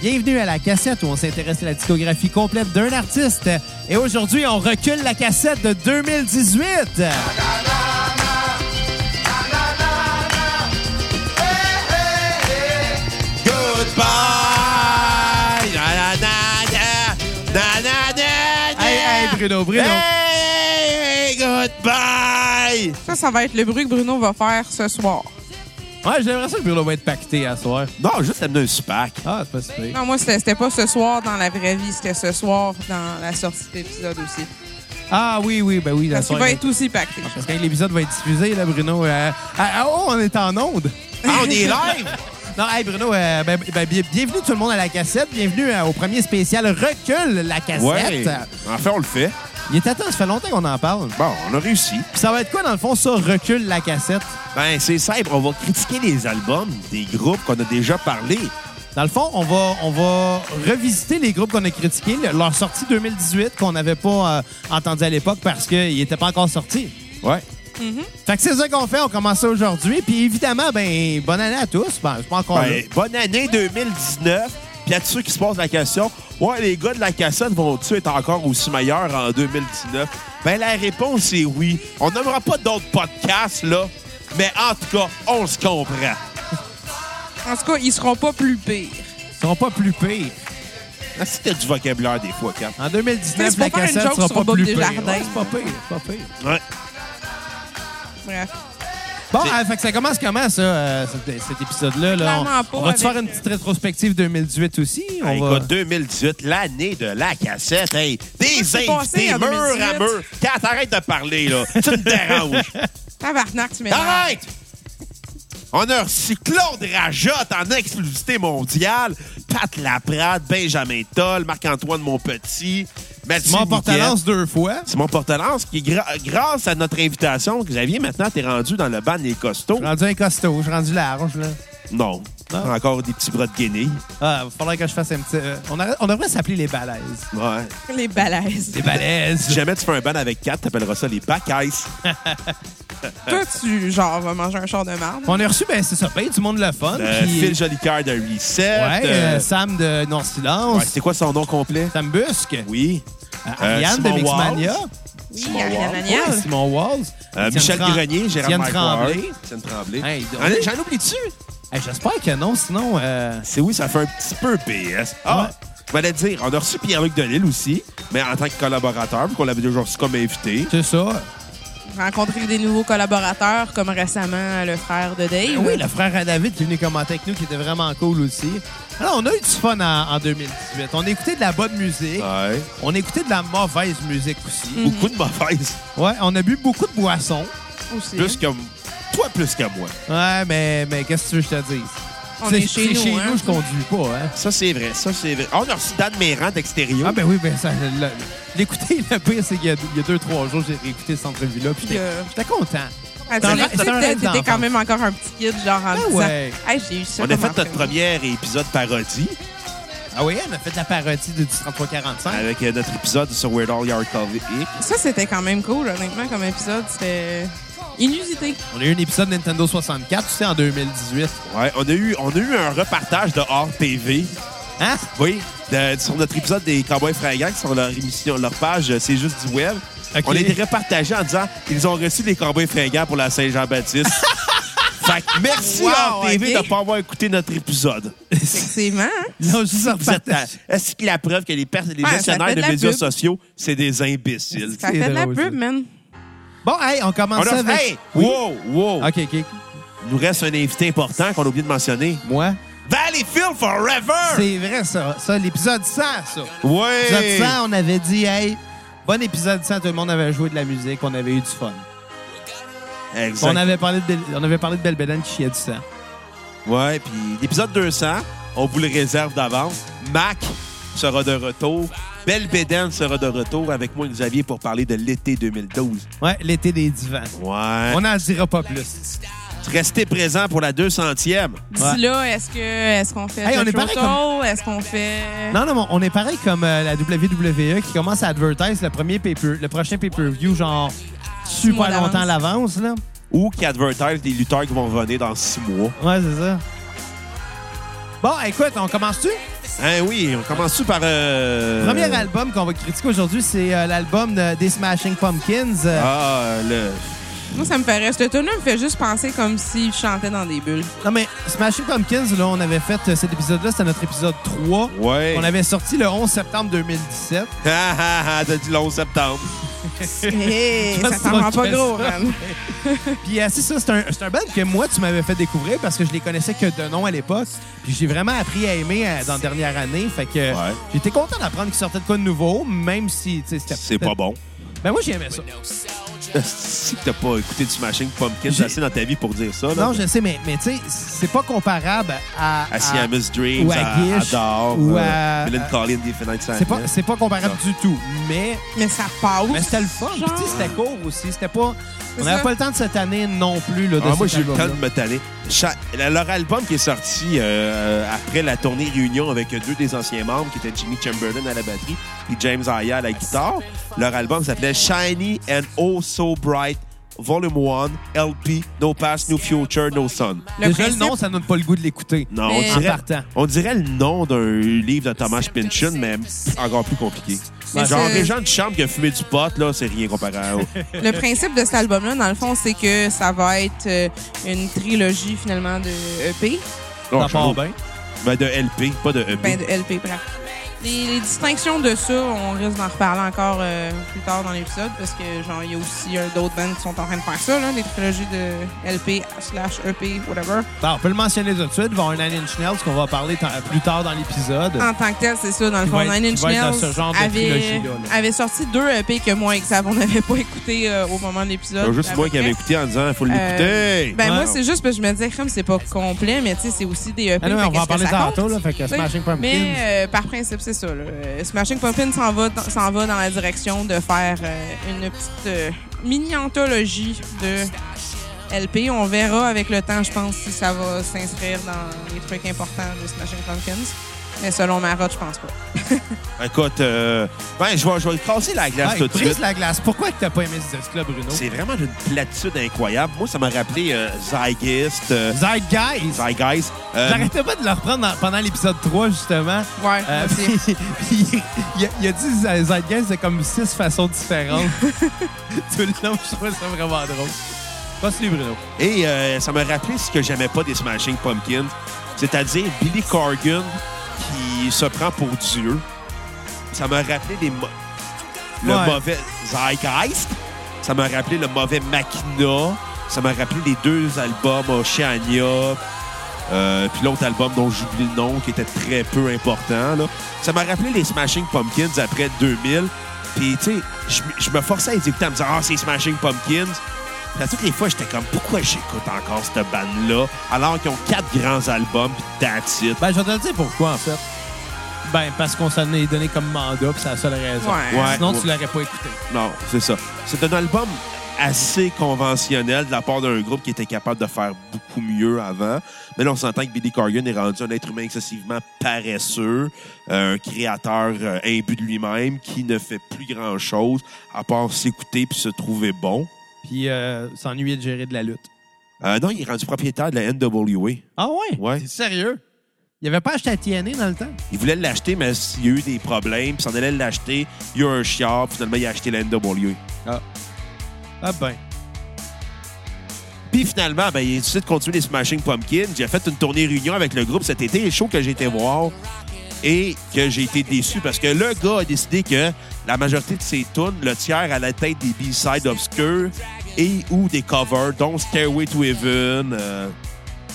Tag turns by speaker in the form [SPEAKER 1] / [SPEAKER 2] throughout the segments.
[SPEAKER 1] Bienvenue à la cassette où on s'intéresse à la discographie complète d'un artiste. Et aujourd'hui, on recule la cassette de 2018.
[SPEAKER 2] Goodbye! Na, na, na, na, na, na, na.
[SPEAKER 1] Hey, hey, Bruno, Bruno.
[SPEAKER 2] Hey, goodbye!
[SPEAKER 3] Ça, ça va être le bruit que Bruno va faire ce soir.
[SPEAKER 1] Ouais, j'aimerais ça que Bruno va être paqueté à soir.
[SPEAKER 2] Non, juste amener un SPAC.
[SPEAKER 1] Ah, c'est pas si pire.
[SPEAKER 3] Non, moi, c'était c'était pas ce soir dans la vraie vie, c'était ce soir dans la sortie de l'épisode aussi.
[SPEAKER 1] Ah oui, oui, ben oui, la
[SPEAKER 3] Parce qu'il
[SPEAKER 1] soirée.
[SPEAKER 3] va être aussi pacté.
[SPEAKER 1] Parce que quand l'épisode va être diffusé, là, Bruno. euh, ah, ah, oh, on est en onde!
[SPEAKER 2] Ah, on est live!
[SPEAKER 1] Non, hey Bruno, euh, ben, ben, bien- bienvenue tout le monde à la cassette. Bienvenue euh, au premier spécial Recul la cassette.
[SPEAKER 2] Ouais. Enfin, on le fait.
[SPEAKER 1] Il est à temps, ça fait longtemps qu'on en parle.
[SPEAKER 2] Bon, on a réussi.
[SPEAKER 1] Puis ça va être quoi dans le fond, ça, Recul la cassette?
[SPEAKER 2] Ben, c'est simple. On va critiquer les albums des groupes qu'on a déjà parlé.
[SPEAKER 1] Dans le fond, on va, on va revisiter les groupes qu'on a critiqués, le- leur sortie 2018 qu'on n'avait pas euh, entendu à l'époque parce qu'ils n'étaient pas encore sortis.
[SPEAKER 2] Ouais.
[SPEAKER 1] Fait que c'est ça qu'on fait, on commence ça aujourd'hui. Puis évidemment, ben bonne année à tous. Ben, je suis pas encore là.
[SPEAKER 2] Ben, bonne année 2019. Puis à tous ceux qui se posent la question, ouais, les gars de la cassette vont-ils être encore aussi meilleurs en 2019? Ben, la réponse est oui. On n'aimera pas d'autres podcasts, là. Mais en tout cas, on se comprend.
[SPEAKER 3] En tout cas, ils seront pas plus pires.
[SPEAKER 1] Ils seront pas plus pires.
[SPEAKER 2] Ah, C'était du vocabulaire des fois, Cap.
[SPEAKER 1] En
[SPEAKER 3] Mais
[SPEAKER 1] 2019,
[SPEAKER 3] c'est
[SPEAKER 1] la
[SPEAKER 3] pour faire une
[SPEAKER 1] cassette
[SPEAKER 3] joke
[SPEAKER 1] sera
[SPEAKER 3] sur
[SPEAKER 1] pas
[SPEAKER 3] Bob
[SPEAKER 1] plus pire.
[SPEAKER 3] Desjardins.
[SPEAKER 1] Ouais, c'est pas pire, c'est pas pire.
[SPEAKER 2] Ouais.
[SPEAKER 3] Bref.
[SPEAKER 1] Bon,
[SPEAKER 2] C'est-
[SPEAKER 1] ah, fait que ça commence comment, ça, euh, cet, cet épisode-là? Là,
[SPEAKER 3] Clairement
[SPEAKER 1] on
[SPEAKER 3] pas
[SPEAKER 1] on va-tu
[SPEAKER 3] avec-
[SPEAKER 1] faire une petite rétrospective 2018 aussi?
[SPEAKER 2] Ah,
[SPEAKER 1] On va...
[SPEAKER 2] écoute, 2018, l'année de la cassette. Hey, des
[SPEAKER 3] Qu'est-ce qui s'est
[SPEAKER 2] invités,
[SPEAKER 3] passé en
[SPEAKER 2] mur
[SPEAKER 3] 2018?
[SPEAKER 2] à mur. Kat, arrête de parler, là. tu me déranges.
[SPEAKER 3] Tabarnak, tu m'énerves.
[SPEAKER 2] Arrête! On a reçu Claude Rajotte en exclusivité mondiale, Pat Laprade, Benjamin Toll, Marc-Antoine Montpetit, Mathieu
[SPEAKER 1] Mon
[SPEAKER 2] Niquette.
[SPEAKER 1] porte-lance deux fois.
[SPEAKER 2] C'est mon porte-lance qui, gra- grâce à notre invitation, Xavier, maintenant, t'es rendu dans le ban des costauds.
[SPEAKER 1] Je suis rendu un costaud, je suis rendu large, là.
[SPEAKER 2] Non.
[SPEAKER 1] Ah.
[SPEAKER 2] Encore des petits bras de guenille.
[SPEAKER 1] Ah, il faudrait que je fasse un petit... euh, on, a- on devrait s'appeler les balaises.
[SPEAKER 2] Ouais.
[SPEAKER 3] Les balaises.
[SPEAKER 1] Les balaises.
[SPEAKER 2] Si jamais tu fais un ban avec 4, t'appelleras ça les back ice.
[SPEAKER 3] Toi, tu, genre, vas manger un char de marde.
[SPEAKER 1] On a reçu, ben c'est ça, ben, du monde le fun.
[SPEAKER 2] Euh,
[SPEAKER 1] puis-
[SPEAKER 2] Phil Jolicoeur de Reset.
[SPEAKER 1] ouais, euh,
[SPEAKER 2] euh,
[SPEAKER 1] Sam de Non-Silence.
[SPEAKER 2] ouais, c'est quoi son nom complet?
[SPEAKER 1] Sam Busque.
[SPEAKER 2] Oui.
[SPEAKER 1] Euh, Ariane de
[SPEAKER 2] Simon
[SPEAKER 1] Mixmania.
[SPEAKER 2] Walsh.
[SPEAKER 3] Oui,
[SPEAKER 2] Simon
[SPEAKER 3] Ariane
[SPEAKER 2] Ward.
[SPEAKER 3] Maniel.
[SPEAKER 1] Ouais, Simon Walls.
[SPEAKER 2] Euh,
[SPEAKER 1] Étienne
[SPEAKER 2] Michel
[SPEAKER 1] Tran-
[SPEAKER 2] Grenier, Gérard
[SPEAKER 1] Étienne
[SPEAKER 2] Mike
[SPEAKER 1] Tremblay.
[SPEAKER 2] Ward. Étienne Tremblay. Hein?
[SPEAKER 1] Hey, donc-
[SPEAKER 2] J'en ai- J'en oublie-tu?
[SPEAKER 1] Hey, J'espère que non, sinon... euh,
[SPEAKER 2] C'est oui, ça fait un petit peu PS. Ah,
[SPEAKER 1] Ouais.
[SPEAKER 2] je voulais dire, on a reçu Pierre-Luc Delille aussi, mais en tant que collaborateur, vu qu'on l'avait déjà reçu comme invité.
[SPEAKER 1] C'est ça.
[SPEAKER 3] Rencontrer des nouveaux collaborateurs, comme récemment le frère de Dave.
[SPEAKER 2] Ben
[SPEAKER 1] Oui, le frère à David qui est venu commenter avec nous, qui était vraiment cool aussi. Alors, on a eu du fun en, en 2018. On écoutait de la bonne musique.
[SPEAKER 2] Ouais.
[SPEAKER 1] On écoutait de la mauvaise musique aussi.
[SPEAKER 2] Beaucoup de mauvaises.
[SPEAKER 1] Ouais, on a bu beaucoup de boissons.
[SPEAKER 3] aussi.
[SPEAKER 1] Mhm.
[SPEAKER 3] hein.
[SPEAKER 2] Plus que. m- Toi, plus que moi.
[SPEAKER 1] Ouais, mais, mais qu'est-ce que tu veux que je te dise?
[SPEAKER 3] On
[SPEAKER 1] C'est-
[SPEAKER 3] est chez
[SPEAKER 1] c'est
[SPEAKER 3] nous, hein.
[SPEAKER 1] je conduis pas, hein?
[SPEAKER 2] Ça, c'est vrai. Ça, c'est vrai. Ah, on a reçu Dan Mérand d'extérieur.
[SPEAKER 1] Ah ben oui, ben ça... le- L'écouter, le pire, c'est qu'il y, a- il y a deux, trois jours, j'ai réécouté cette entrevue-là, puis j'étais
[SPEAKER 3] Euh.
[SPEAKER 1] j'étais content.
[SPEAKER 3] Ah, tu
[SPEAKER 1] T'as un
[SPEAKER 3] l'as
[SPEAKER 1] rêve-
[SPEAKER 3] fait,
[SPEAKER 1] t'as un
[SPEAKER 3] t'étais
[SPEAKER 1] rêve
[SPEAKER 3] t'étais
[SPEAKER 1] d'enfance.
[SPEAKER 3] quand même encore un petit kid, genre en
[SPEAKER 1] Ah
[SPEAKER 3] disant
[SPEAKER 1] ouais.
[SPEAKER 3] Hey, j'ai eu ça.
[SPEAKER 2] Ben on a
[SPEAKER 3] comme
[SPEAKER 2] fait notre
[SPEAKER 3] enfant.
[SPEAKER 2] premier épisode parodie
[SPEAKER 1] Ah oui, on a fait de la parodie de- du 3345.
[SPEAKER 2] avec euh, notre épisode sur Weird Al Yankovic.
[SPEAKER 3] Ça, c'était quand même cool, honnêtement, comme épisode. C'était inusité.
[SPEAKER 1] On a eu un épisode Nintendo 64, tu sais, en 2018.
[SPEAKER 2] Ouais, on a eu, on a eu un repartage de Hors TV.
[SPEAKER 1] Hein?
[SPEAKER 2] Oui, de- sur notre épisode des Cowboys Fringants, sur leur émission, leur page euh, C'est juste du web.
[SPEAKER 1] Ok.
[SPEAKER 2] On a été repartagés en disant ils ont reçu les Cowboys Fringants pour la Saint-Jean-Baptiste. fait que merci
[SPEAKER 3] Wow,
[SPEAKER 2] Hors TV
[SPEAKER 3] ok.
[SPEAKER 2] de ne pas avoir écouté notre épisode.
[SPEAKER 3] Effectivement. hein?
[SPEAKER 1] Ils ont juste
[SPEAKER 2] Vous êtes à-
[SPEAKER 1] repartagé.
[SPEAKER 2] Est-ce que la preuve que les, pers- les
[SPEAKER 3] Ouais, ça
[SPEAKER 2] gestionnaires
[SPEAKER 3] fait
[SPEAKER 2] de
[SPEAKER 3] de la
[SPEAKER 2] médias
[SPEAKER 3] pub.
[SPEAKER 2] sociaux, c'est des imbéciles?
[SPEAKER 3] Ça
[SPEAKER 1] C'est
[SPEAKER 3] fait de la
[SPEAKER 1] drôle,
[SPEAKER 3] pub,
[SPEAKER 1] ça.
[SPEAKER 3] man.
[SPEAKER 1] Bon, hey, on
[SPEAKER 2] On
[SPEAKER 1] commence
[SPEAKER 2] a
[SPEAKER 1] avec...
[SPEAKER 2] Hey!
[SPEAKER 1] Oui.
[SPEAKER 2] Wow! Wow!
[SPEAKER 1] OK, OK.
[SPEAKER 2] Il nous reste un invité important qu'on a oublié de mentionner.
[SPEAKER 1] Moi,
[SPEAKER 2] Valleyfield Forever!
[SPEAKER 1] c'est vrai, ça. Ça, l'épisode 100, ça. L'épisode
[SPEAKER 2] Ouais!
[SPEAKER 1] 100, on avait dit, hey, bon épisode 100, tout le monde avait joué de la musique, on avait eu du fun.
[SPEAKER 2] Exact.
[SPEAKER 1] On avait parlé de, Bel- on avait parlé de Belle Bélène qui chiait du sang.
[SPEAKER 2] Ouais, puis l'épisode 200, on vous le réserve d'avance. Mac sera de retour. Belle Bédène sera de retour avec moi et Xavier pour parler de l'été 2012.
[SPEAKER 1] Ouais, l'été des divans.
[SPEAKER 2] Ouais.
[SPEAKER 1] On n'en dira pas plus.
[SPEAKER 2] Restez présents pour la 200e.
[SPEAKER 1] Ouais.
[SPEAKER 3] D'ici là, est-ce que est-ce qu'on fait
[SPEAKER 1] Hey, on
[SPEAKER 3] le
[SPEAKER 1] est pareil
[SPEAKER 3] show Est-ce qu'on fait
[SPEAKER 1] Non, non, mais on est pareil comme euh, la WWE qui commence à advertise le, premier pay -per, le prochain pay-per-view, genre super
[SPEAKER 3] mois d'avance.
[SPEAKER 1] longtemps à l'avance, là.
[SPEAKER 2] Ou qui advertise des lutteurs qui vont revenir dans six mois.
[SPEAKER 1] Ouais, c'est ça. Bon, écoute, on commence-tu?
[SPEAKER 2] Hein, oui, on commence par. euh,
[SPEAKER 1] Premier album qu'on va critiquer aujourd'hui, c'est euh, l'album de- des Smashing Pumpkins. Euh,
[SPEAKER 2] Ah, le.
[SPEAKER 3] Moi, ça me fait rire. Cette tune-là me fait juste penser comme s'il chantait dans des bulles.
[SPEAKER 2] Ah.
[SPEAKER 1] Non, mais Smashing Pumpkins, là, on avait fait euh, cet épisode-là, c'était notre épisode 3.
[SPEAKER 2] Ouais.
[SPEAKER 1] On avait sorti le 11 septembre 2017.
[SPEAKER 2] Ah, ah, ah, t'as dit le 11 septembre.
[SPEAKER 3] Hey,
[SPEAKER 1] Je
[SPEAKER 3] ça s'en rend
[SPEAKER 1] pense
[SPEAKER 3] pas
[SPEAKER 1] que
[SPEAKER 3] gros,
[SPEAKER 1] ça-
[SPEAKER 3] man.
[SPEAKER 1] Puis euh, c'est ça, c'est un, c'est un band que moi, tu m'avais fait découvrir parce que je les connaissais que de nom à l'époque. Puis j'ai vraiment appris à aimer euh, dans la dernière année. Fait que euh,
[SPEAKER 2] Ouais.
[SPEAKER 1] j'étais content d'apprendre qu'ils sortaient de quoi de nouveau, même si tu sais, c'était...
[SPEAKER 2] C'est pas bon.
[SPEAKER 1] Ben moi, j'aimais ça.
[SPEAKER 2] Si t'as pas écouté du Smashing Pumpkins
[SPEAKER 1] J'ai-
[SPEAKER 2] assez dans ta vie pour dire ça, là.
[SPEAKER 1] Non, je sais, mais, mais tu sais, c'est pas comparable à...
[SPEAKER 2] À Siamese Dreams,
[SPEAKER 1] ou à Gish,
[SPEAKER 2] Adore,
[SPEAKER 1] ou
[SPEAKER 2] euh,
[SPEAKER 1] à-
[SPEAKER 2] Millen Collins, des Fenêtres
[SPEAKER 1] C'est pas,
[SPEAKER 2] Sadness.
[SPEAKER 1] c'est pas comparable du tout, mais,
[SPEAKER 3] Mais ça passe.
[SPEAKER 1] mais c'était le fun. Puis,
[SPEAKER 3] genre.
[SPEAKER 1] tu sais, c'était court aussi. C'était pas, on
[SPEAKER 3] C'est
[SPEAKER 1] n'avait
[SPEAKER 3] ça.
[SPEAKER 1] pas le temps de cette année non plus. Là, de
[SPEAKER 2] Ah, moi,
[SPEAKER 1] cet
[SPEAKER 2] j'ai eu le temps de
[SPEAKER 1] album-là.
[SPEAKER 2] me tanner. Cha- la- Leur album qui est sorti euh, après la tournée Réunion avec deux des anciens membres, qui étaient Jimmy Chamberlain à la batterie et James Aya à la guitare, leur album s'appelait Shiny and Oh So Bright Volume 1 LP No Past, No Future, No Sun.
[SPEAKER 3] Le
[SPEAKER 1] Déjà,
[SPEAKER 3] principe-
[SPEAKER 1] le nom, ça donne pas le goût de l'écouter.
[SPEAKER 2] Non,
[SPEAKER 3] Mais-
[SPEAKER 2] on, dirait,
[SPEAKER 1] En partant.
[SPEAKER 2] on dirait le nom d'un livre de Thomas Pynchon, mais encore plus compliqué.
[SPEAKER 3] Mais
[SPEAKER 2] Genre,
[SPEAKER 3] c'est-
[SPEAKER 2] les gens de chambre qui a fumé du pot, là, c'est rien comparé à
[SPEAKER 3] Le principe de cet album-là, dans le fond, c'est que ça va être euh, une trilogie, finalement, de E EP.
[SPEAKER 2] Non,
[SPEAKER 1] ça part
[SPEAKER 2] je-
[SPEAKER 1] bien.
[SPEAKER 2] Ben, de LP, pas de EP.
[SPEAKER 3] Ben, de LP, pardon. Les, les distinctions de ça, on risque d'en reparler encore euh, plus tard dans l'épisode parce que genre il y a aussi euh, d'autres bands qui sont en train de faire ça, là, des trilogies de LP slash EP, whatever.
[SPEAKER 1] Ben, on peut le mentionner tout de suite. Il va y avoir un Nine Inch Nails qu'on va parler tant- plus tard dans l'épisode.
[SPEAKER 3] En tant que tel, c'est ça, dans le
[SPEAKER 1] Qui
[SPEAKER 3] fond,
[SPEAKER 1] va être-
[SPEAKER 3] Nine Inch
[SPEAKER 1] qui va être dans
[SPEAKER 3] Nails
[SPEAKER 1] ce genre de
[SPEAKER 3] avait,
[SPEAKER 1] trilogie-là, là.
[SPEAKER 3] avait sorti deux EP que moi et Xav, on n'avait pas écouté euh, au moment de l'épisode.
[SPEAKER 2] C'est juste moi qui avais écouté en disant, faut l'écouter.
[SPEAKER 3] Ben
[SPEAKER 1] Ouais.
[SPEAKER 3] moi, c'est juste parce que je me disais, crème, c'est pas complet, mais tu sais, c'est aussi des EP.
[SPEAKER 1] Ah non,
[SPEAKER 3] fait
[SPEAKER 1] mais on
[SPEAKER 3] que
[SPEAKER 1] va en
[SPEAKER 3] est-ce que
[SPEAKER 1] parler
[SPEAKER 3] ça compte?
[SPEAKER 1] tantôt. Là, fait que
[SPEAKER 3] T'sais,
[SPEAKER 1] Smashing Pumpkins.
[SPEAKER 3] Mais euh, par principe, c'est ça. là. Euh, Smashing Pumpkins s'en va, dans- s'en va dans la direction de faire euh, une petite euh, mini-anthologie de LP. On verra avec le temps, je pense, si ça va s'inscrire dans les trucs importants de Smashing Pumpkins. Mais selon Marotte, je pense pas.
[SPEAKER 2] Écoute, euh, ben, je vais, je vais casser la glace
[SPEAKER 1] Hey,
[SPEAKER 2] tout de
[SPEAKER 1] brise
[SPEAKER 2] suite.
[SPEAKER 1] la glace. Pourquoi que t'as pas aimé ce disque-là, Bruno?
[SPEAKER 2] C'est vraiment une platitude incroyable. Moi, ça m'a rappelé euh, Zeitgeist. euh,
[SPEAKER 1] Zeitgeist.
[SPEAKER 2] Zeitgeist. euh,
[SPEAKER 1] J'arrêtais pas de le reprendre dans- pendant l'épisode 3, justement.
[SPEAKER 3] Ouais,
[SPEAKER 1] Euh,
[SPEAKER 3] moi aussi.
[SPEAKER 1] puis- puis, il, a, il a dit Z- Zeitgeist de comme six façons différentes. Tout le long, je trouvais ça vraiment drôle. Passe-lui, Bruno.
[SPEAKER 2] et euh, ça m'a rappelé ce que j'aimais pas des Smashing Pumpkins, c'est-à-dire Billy Corgan qui se prend pour Dieu. Ça m'a rappelé les mo- le
[SPEAKER 1] Ouais.
[SPEAKER 2] mauvais Zeitgeist. Ça m'a rappelé le mauvais Machina. Ça m'a rappelé les deux albums Oceania. Euh, puis l'autre album dont j'oublie le nom, qui était très peu important. Là. Ça m'a rappelé les Smashing Pumpkins après 2000. Puis, tu sais, je me- je me forçais à les écouter en me disant « Ah, c'est Smashing Pumpkins ». Puis à toutes les fois, j'étais comme « Pourquoi j'écoute encore cette bande-là? » Alors qu'ils ont quatre grands albums, puis that's it.
[SPEAKER 1] Ben, je vais te le dire pourquoi, en fait. Ben, parce qu'on s'en est donné comme mandat, puis c'est la seule raison.
[SPEAKER 3] Ouais.
[SPEAKER 2] Ouais.
[SPEAKER 1] Sinon, tu l'aurais pas écouté.
[SPEAKER 2] Non, c'est ça. C'est un album assez conventionnel de la part d'un groupe qui était capable de faire beaucoup mieux avant. Mais là, on s'entend que Billy Corgan est rendu un être humain excessivement paresseux, euh, un créateur euh, imbu de lui-même qui ne fait plus grand-chose à part s'écouter puis se trouver bon.
[SPEAKER 1] Puis euh, s'ennuyer de gérer de la lutte.
[SPEAKER 2] Euh, non, il est rendu propriétaire de la NWA.
[SPEAKER 1] Ah ouais?
[SPEAKER 2] Ouais.
[SPEAKER 1] C'est sérieux? Il avait pas acheté à TNA dans le temps?
[SPEAKER 2] Il voulait l'acheter, mais il y a eu des problèmes. Puis s'en allait l'acheter. Il y a eu un chiard. Puis finalement, il a acheté la NWA.
[SPEAKER 1] Ah ben.
[SPEAKER 2] Puis finalement, ben, il a décidé de continuer les Smashing Pumpkins. J'ai fait une tournée réunion avec le groupe cet été, le show que j'ai été voir et que j'ai été déçu parce que le gars a décidé que la majorité de ses tunes, le tiers à la tête des B-sides obscures et ou des covers, dont Stairway to Heaven, euh,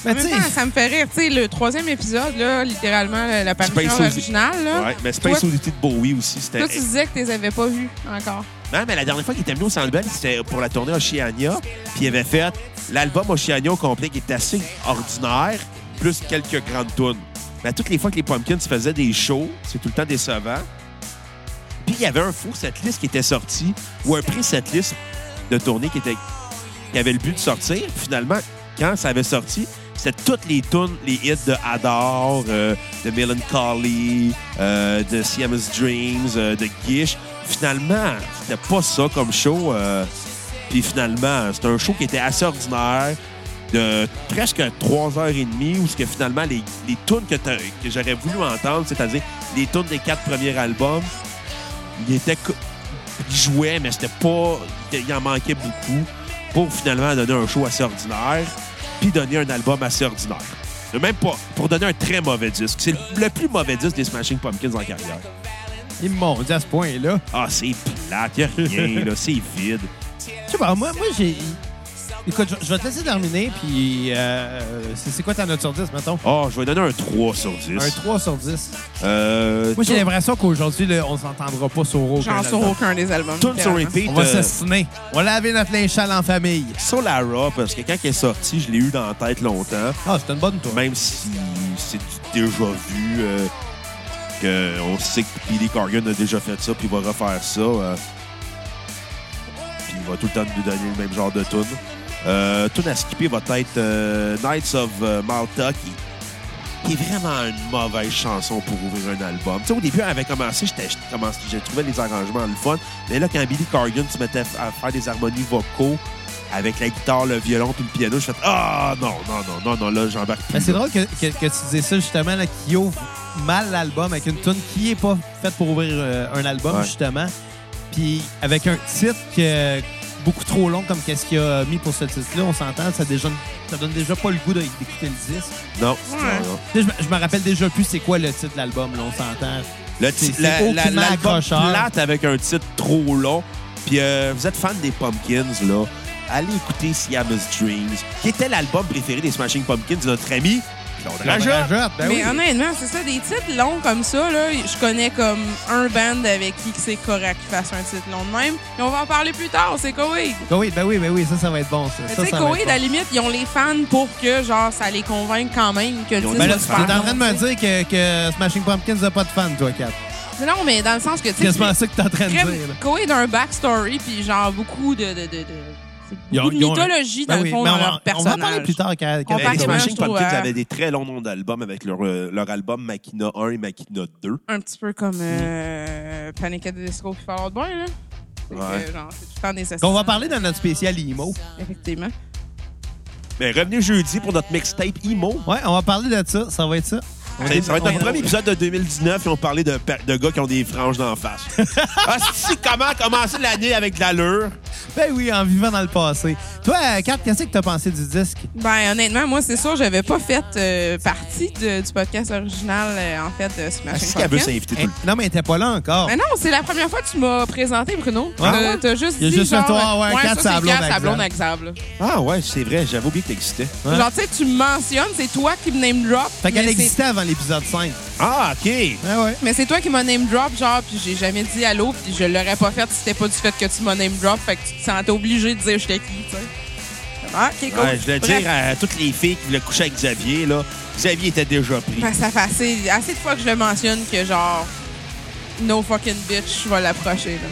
[SPEAKER 1] Mais
[SPEAKER 3] En
[SPEAKER 1] Ben, tu
[SPEAKER 3] même
[SPEAKER 1] sais,
[SPEAKER 3] temps, ça me fait rire. Tu sais, le troisième épisode, là, littéralement, la la parution
[SPEAKER 2] Space Odyssey.
[SPEAKER 3] originale, là,
[SPEAKER 2] ouais, mais Space
[SPEAKER 3] toi-
[SPEAKER 2] Oddity de Bowie aussi, c'était...
[SPEAKER 3] toi, tu disais que tu les avais pas vus encore.
[SPEAKER 2] Non, mais la dernière fois qu'il était venu au Centre Bell, c'était pour la tournée Oceania. Puis il avait fait l'album Oceania au complet qui est assez ordinaire, plus quelques grandes tunes. Mais à toutes les fois que les Pumpkins faisaient des shows, c'est tout le temps décevant. Puis il y avait un faux setlist qui était sorti, ou un pré-setlist de tournée qui, était, qui avait le but de sortir. Puis Finalement, quand ça avait sorti, c'était toutes les tunes, les hits de Adore, euh, de Melancholy, euh, de Siamese Dreams, euh, de Gish. Finalement, c'était pas ça comme show. euh. puis finalement, c'était un show qui était assez ordinaire. de presque 3h30 où ce que finalement les, les tunes que, t'as- que j'aurais voulu entendre, c'est-à-dire les tunes des quatre premiers albums, ils étaient co- ils jouaient, mais c'était pas. Il en manquait beaucoup pour finalement donner un show assez ordinaire, puis donner un album assez ordinaire. Et Même pas pour donner un très mauvais disque. C'est le- le plus mauvais disque des Smashing Pumpkins en carrière.
[SPEAKER 1] Et mon Dieu, à ce point-là.
[SPEAKER 2] Ah, c'est plate, y a rien, là, c'est vide.
[SPEAKER 1] Je sais pas, moi, moi j'ai. Écoute, je, je vais te laisser terminer, puis euh, c'est c'est quoi ta note sur 10, mettons?
[SPEAKER 2] Ah, je vais donner un 3 sur 10.
[SPEAKER 1] Un 3 sur 10.
[SPEAKER 2] Euh,
[SPEAKER 1] Moi, j'ai
[SPEAKER 2] tout-
[SPEAKER 1] l'impression qu'aujourd'hui, là, on s'entendra pas sur aucun
[SPEAKER 3] J'en sur
[SPEAKER 1] album.
[SPEAKER 3] aucun des albums.
[SPEAKER 2] Tune sur
[SPEAKER 3] littéralement.
[SPEAKER 2] repeat.
[SPEAKER 1] On va
[SPEAKER 2] euh,
[SPEAKER 1] s'assiner. On va laver notre linge sale en famille.
[SPEAKER 2] Solara, parce que quand elle est sortie, je l'ai eu dans la tête longtemps,
[SPEAKER 1] Ah, c'est une bonne tour.
[SPEAKER 2] même si c'est déjà vu, euh, que on sait que Billy Corgan a déjà fait ça, puis il va refaire ça. euh, puis il va tout le temps nous donner le même genre de tune. Euh, tune à skipper va être euh, Knights of euh, Malta, qui, qui est vraiment une mauvaise chanson pour ouvrir un album. Tu sais, au début, elle avait commencé, j'étais- j'étais- commencé- j'ai trouvé les arrangements le fun, mais là, quand Billy Corgan se mettait à faire des harmonies vocaux avec la guitare, le violon puis le piano, je fais ah non non non non non là j'embarque plus.
[SPEAKER 1] Ben, c'est
[SPEAKER 2] là.
[SPEAKER 1] drôle que, que- que tu disais ça, justement, là, qui ouvre mal l'album avec une tune qui est pas faite pour ouvrir euh, un album,
[SPEAKER 2] Ouais.
[SPEAKER 1] justement. Puis avec un titre que- beaucoup trop long, comme qu'est-ce qu'il a mis pour ce titre-là, on s'entend, ça, déjà, ça donne déjà pas le goût de- d'écouter le disque.
[SPEAKER 2] Non,
[SPEAKER 3] Ouais.
[SPEAKER 2] non, non.
[SPEAKER 1] Là, je, me- je me rappelle déjà plus c'est quoi le titre de l'album, là, on s'entend.
[SPEAKER 2] Le
[SPEAKER 1] C'est-
[SPEAKER 2] ti-
[SPEAKER 1] c'est
[SPEAKER 2] la- la-
[SPEAKER 1] aucunement
[SPEAKER 2] L'album
[SPEAKER 1] accrocheur.
[SPEAKER 2] plate avec un titre trop long. Puis euh, vous êtes fan des Pumpkins, là. Allez écouter Siamese Dreams, qui était l'album préféré des Smashing Pumpkins de notre ami Claude Rajot.
[SPEAKER 1] Rajotte, ben
[SPEAKER 3] Mais
[SPEAKER 1] oui.
[SPEAKER 3] honnêtement, c'est ça, des titres longs comme ça, là, je connais comme un band avec qui que c'est correct qu'ils fassent un titre long de même. Et on va en parler plus tard, c'est Koweïd.
[SPEAKER 1] Ben oui, ben oui, ben oui, ça, ça va être bon, ça.
[SPEAKER 3] Mais
[SPEAKER 1] Ça,
[SPEAKER 3] tu sais,
[SPEAKER 1] ça va être
[SPEAKER 3] Koweïd,
[SPEAKER 1] bon.
[SPEAKER 3] à la limite, ils ont les fans pour que, genre, ça les convainque quand même que le
[SPEAKER 2] Ils ont
[SPEAKER 3] titre
[SPEAKER 2] des
[SPEAKER 1] Ben là,
[SPEAKER 3] va
[SPEAKER 1] tu
[SPEAKER 2] fans.
[SPEAKER 1] t'es en
[SPEAKER 3] super long,
[SPEAKER 1] train de me
[SPEAKER 3] tu sais.
[SPEAKER 1] dire que, que Smashing Pumpkins n'a pas de fan, toi, Cap.
[SPEAKER 3] Mais Non, mais dans le sens que, tu
[SPEAKER 1] C'est
[SPEAKER 3] sais,
[SPEAKER 1] quasiment ça que t'es en train de
[SPEAKER 3] Crème,
[SPEAKER 1] dire. là.
[SPEAKER 3] Koweïd a un backstory, puis genre beaucoup de, de, de, de- c'est
[SPEAKER 1] Ils ont-
[SPEAKER 3] beaucoup de
[SPEAKER 1] ils ont-
[SPEAKER 3] mythologie,
[SPEAKER 1] Ben
[SPEAKER 3] dans
[SPEAKER 1] oui,
[SPEAKER 3] le fond,
[SPEAKER 1] mais
[SPEAKER 3] dans
[SPEAKER 1] on va- On
[SPEAKER 3] leur
[SPEAKER 1] va
[SPEAKER 3] personnage.
[SPEAKER 1] en parler plus tard. Quand, quand-
[SPEAKER 3] On
[SPEAKER 2] Ben,
[SPEAKER 3] parle
[SPEAKER 2] les
[SPEAKER 3] que
[SPEAKER 2] Smashing
[SPEAKER 3] je trouve,
[SPEAKER 2] Pumpkins
[SPEAKER 3] euh,
[SPEAKER 2] avaient des très longs noms d'albums avec leur, euh, leur album Machina 1 et Machina 2.
[SPEAKER 3] Un petit peu comme euh, Panic at the Disco puis Fall Out Boy, là. C'est
[SPEAKER 2] Ouais.
[SPEAKER 3] que, genre, c'est tout le temps nécessaire.
[SPEAKER 1] qu'on va parler dans notre spécial IMO.
[SPEAKER 3] Effectivement.
[SPEAKER 2] Mais revenez jeudi pour notre mixtape Imo.
[SPEAKER 1] Ouais, on va parler de ça. Ça va être ça. On
[SPEAKER 2] Ça,
[SPEAKER 1] est-
[SPEAKER 2] ça va être notre
[SPEAKER 1] on-
[SPEAKER 2] premier épisode de 2019 et on parlait de, pa- de gars qui ont des franges d'en face. ah, si, comment commencer l'année avec de l'allure?
[SPEAKER 1] Ben oui, en vivant dans le passé. Toi, euh, Kat, qu'est-ce que t'as pensé du disque?
[SPEAKER 3] Ben, honnêtement, moi, c'est sûr, j'avais pas fait euh, partie de- du podcast original, euh, en fait, de Smashing
[SPEAKER 2] Si qu'elle veut
[SPEAKER 3] Pumpkins.
[SPEAKER 2] s'inviter tout
[SPEAKER 1] Eh, Ben
[SPEAKER 2] le
[SPEAKER 1] Non, mais elle était pas là encore.
[SPEAKER 3] Mais non, c'est la première fois que tu m'as présenté, Bruno.
[SPEAKER 1] Ah
[SPEAKER 3] T'as-
[SPEAKER 1] ouais?
[SPEAKER 3] T'as juste
[SPEAKER 1] Il y a
[SPEAKER 3] dit
[SPEAKER 1] juste fait
[SPEAKER 3] genre,
[SPEAKER 1] toi, ouais, quatre,
[SPEAKER 3] ça,
[SPEAKER 1] c'est la
[SPEAKER 3] c'est
[SPEAKER 1] blonde
[SPEAKER 3] quatre,
[SPEAKER 1] à
[SPEAKER 3] la blonde
[SPEAKER 1] Xab.
[SPEAKER 3] à Xab, là.
[SPEAKER 2] Ah ouais, c'est vrai, j'avais oublié que t'existais.
[SPEAKER 1] Ouais.
[SPEAKER 3] Genre, tu sais, tu me mentionnes, c'est toi qui me name drop.
[SPEAKER 1] Fait qu'elle
[SPEAKER 3] mais c'est-
[SPEAKER 1] existait avant l'épisode 5.
[SPEAKER 2] Ah, OK.
[SPEAKER 1] Ah ouais.
[SPEAKER 3] Mais c'est toi qui m'as name drop, genre, puis j'ai jamais dit allô, puis je l'aurais pas fait si c'était pas du fait que tu m'as name drop, fait que tu te sentais obligé de dire j'étais qui, tu sais. Ah, ok, cool.
[SPEAKER 2] Ouais, je voulais
[SPEAKER 3] Bref.
[SPEAKER 2] dire à toutes les filles qui voulaient coucher avec Xavier, là, Xavier était déjà pris.
[SPEAKER 3] Ben, ça fait assez, assez de fois que je le mentionne que genre, no fucking bitch, je vais l'approcher, là.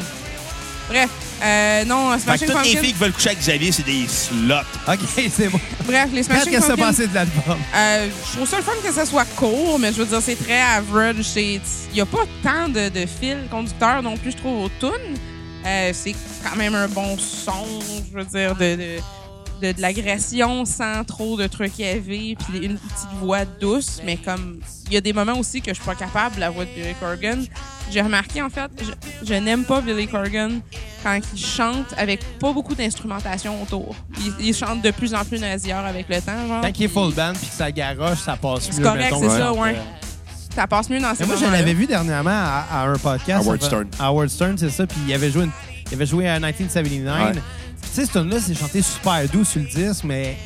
[SPEAKER 3] Bref, euh, non,
[SPEAKER 2] Fait que toutes
[SPEAKER 3] Smashing
[SPEAKER 2] les
[SPEAKER 3] Pumpkins.
[SPEAKER 2] filles qui veulent coucher avec Xavier, c'est des slots.
[SPEAKER 1] OK, c'est bon.
[SPEAKER 3] Bref, les
[SPEAKER 1] Kat,
[SPEAKER 3] Smashing
[SPEAKER 1] qu'est-ce que t'as
[SPEAKER 3] Pumpkins.
[SPEAKER 1] pensé de l'album?
[SPEAKER 3] Euh, je trouve ça le fun que ça soit court, mais je veux dire, c'est très average. C'est- Il n'y a pas tant de, de fil conducteur non plus, je trouve, au tune. c'est quand même un bon son, je veux dire, de, de, de, de l'agression sans trop de trucs élevés, puis une petite voix douce, mais comme il y a des moments aussi que je suis pas capable, la voix de Billy Corgan. J'ai remarqué, en fait, je, je n'aime pas Billy Corgan quand il chante avec pas beaucoup d'instrumentation autour. Il, il chante de plus en plus nasillard avec le temps. Genre,
[SPEAKER 1] Quand il est
[SPEAKER 3] puis-
[SPEAKER 1] full band puis que ça garoche, ça passe mieux.
[SPEAKER 3] c'est correct,
[SPEAKER 1] mettons,
[SPEAKER 3] c'est
[SPEAKER 1] que-
[SPEAKER 3] ça, ouais. Ça passe mieux dans ces
[SPEAKER 1] Mais moi, je
[SPEAKER 3] moments-là.
[SPEAKER 1] l'avais vu dernièrement à, à un podcast.
[SPEAKER 2] Howard
[SPEAKER 1] Ça fait-
[SPEAKER 2] Stern.
[SPEAKER 1] Howard Stern, c'est ça. Puis il avait joué, une- il avait joué à 1979.
[SPEAKER 2] Ouais.
[SPEAKER 1] Puis tu sais, ce tune-là, c'est chanté super doux sur le disque, mais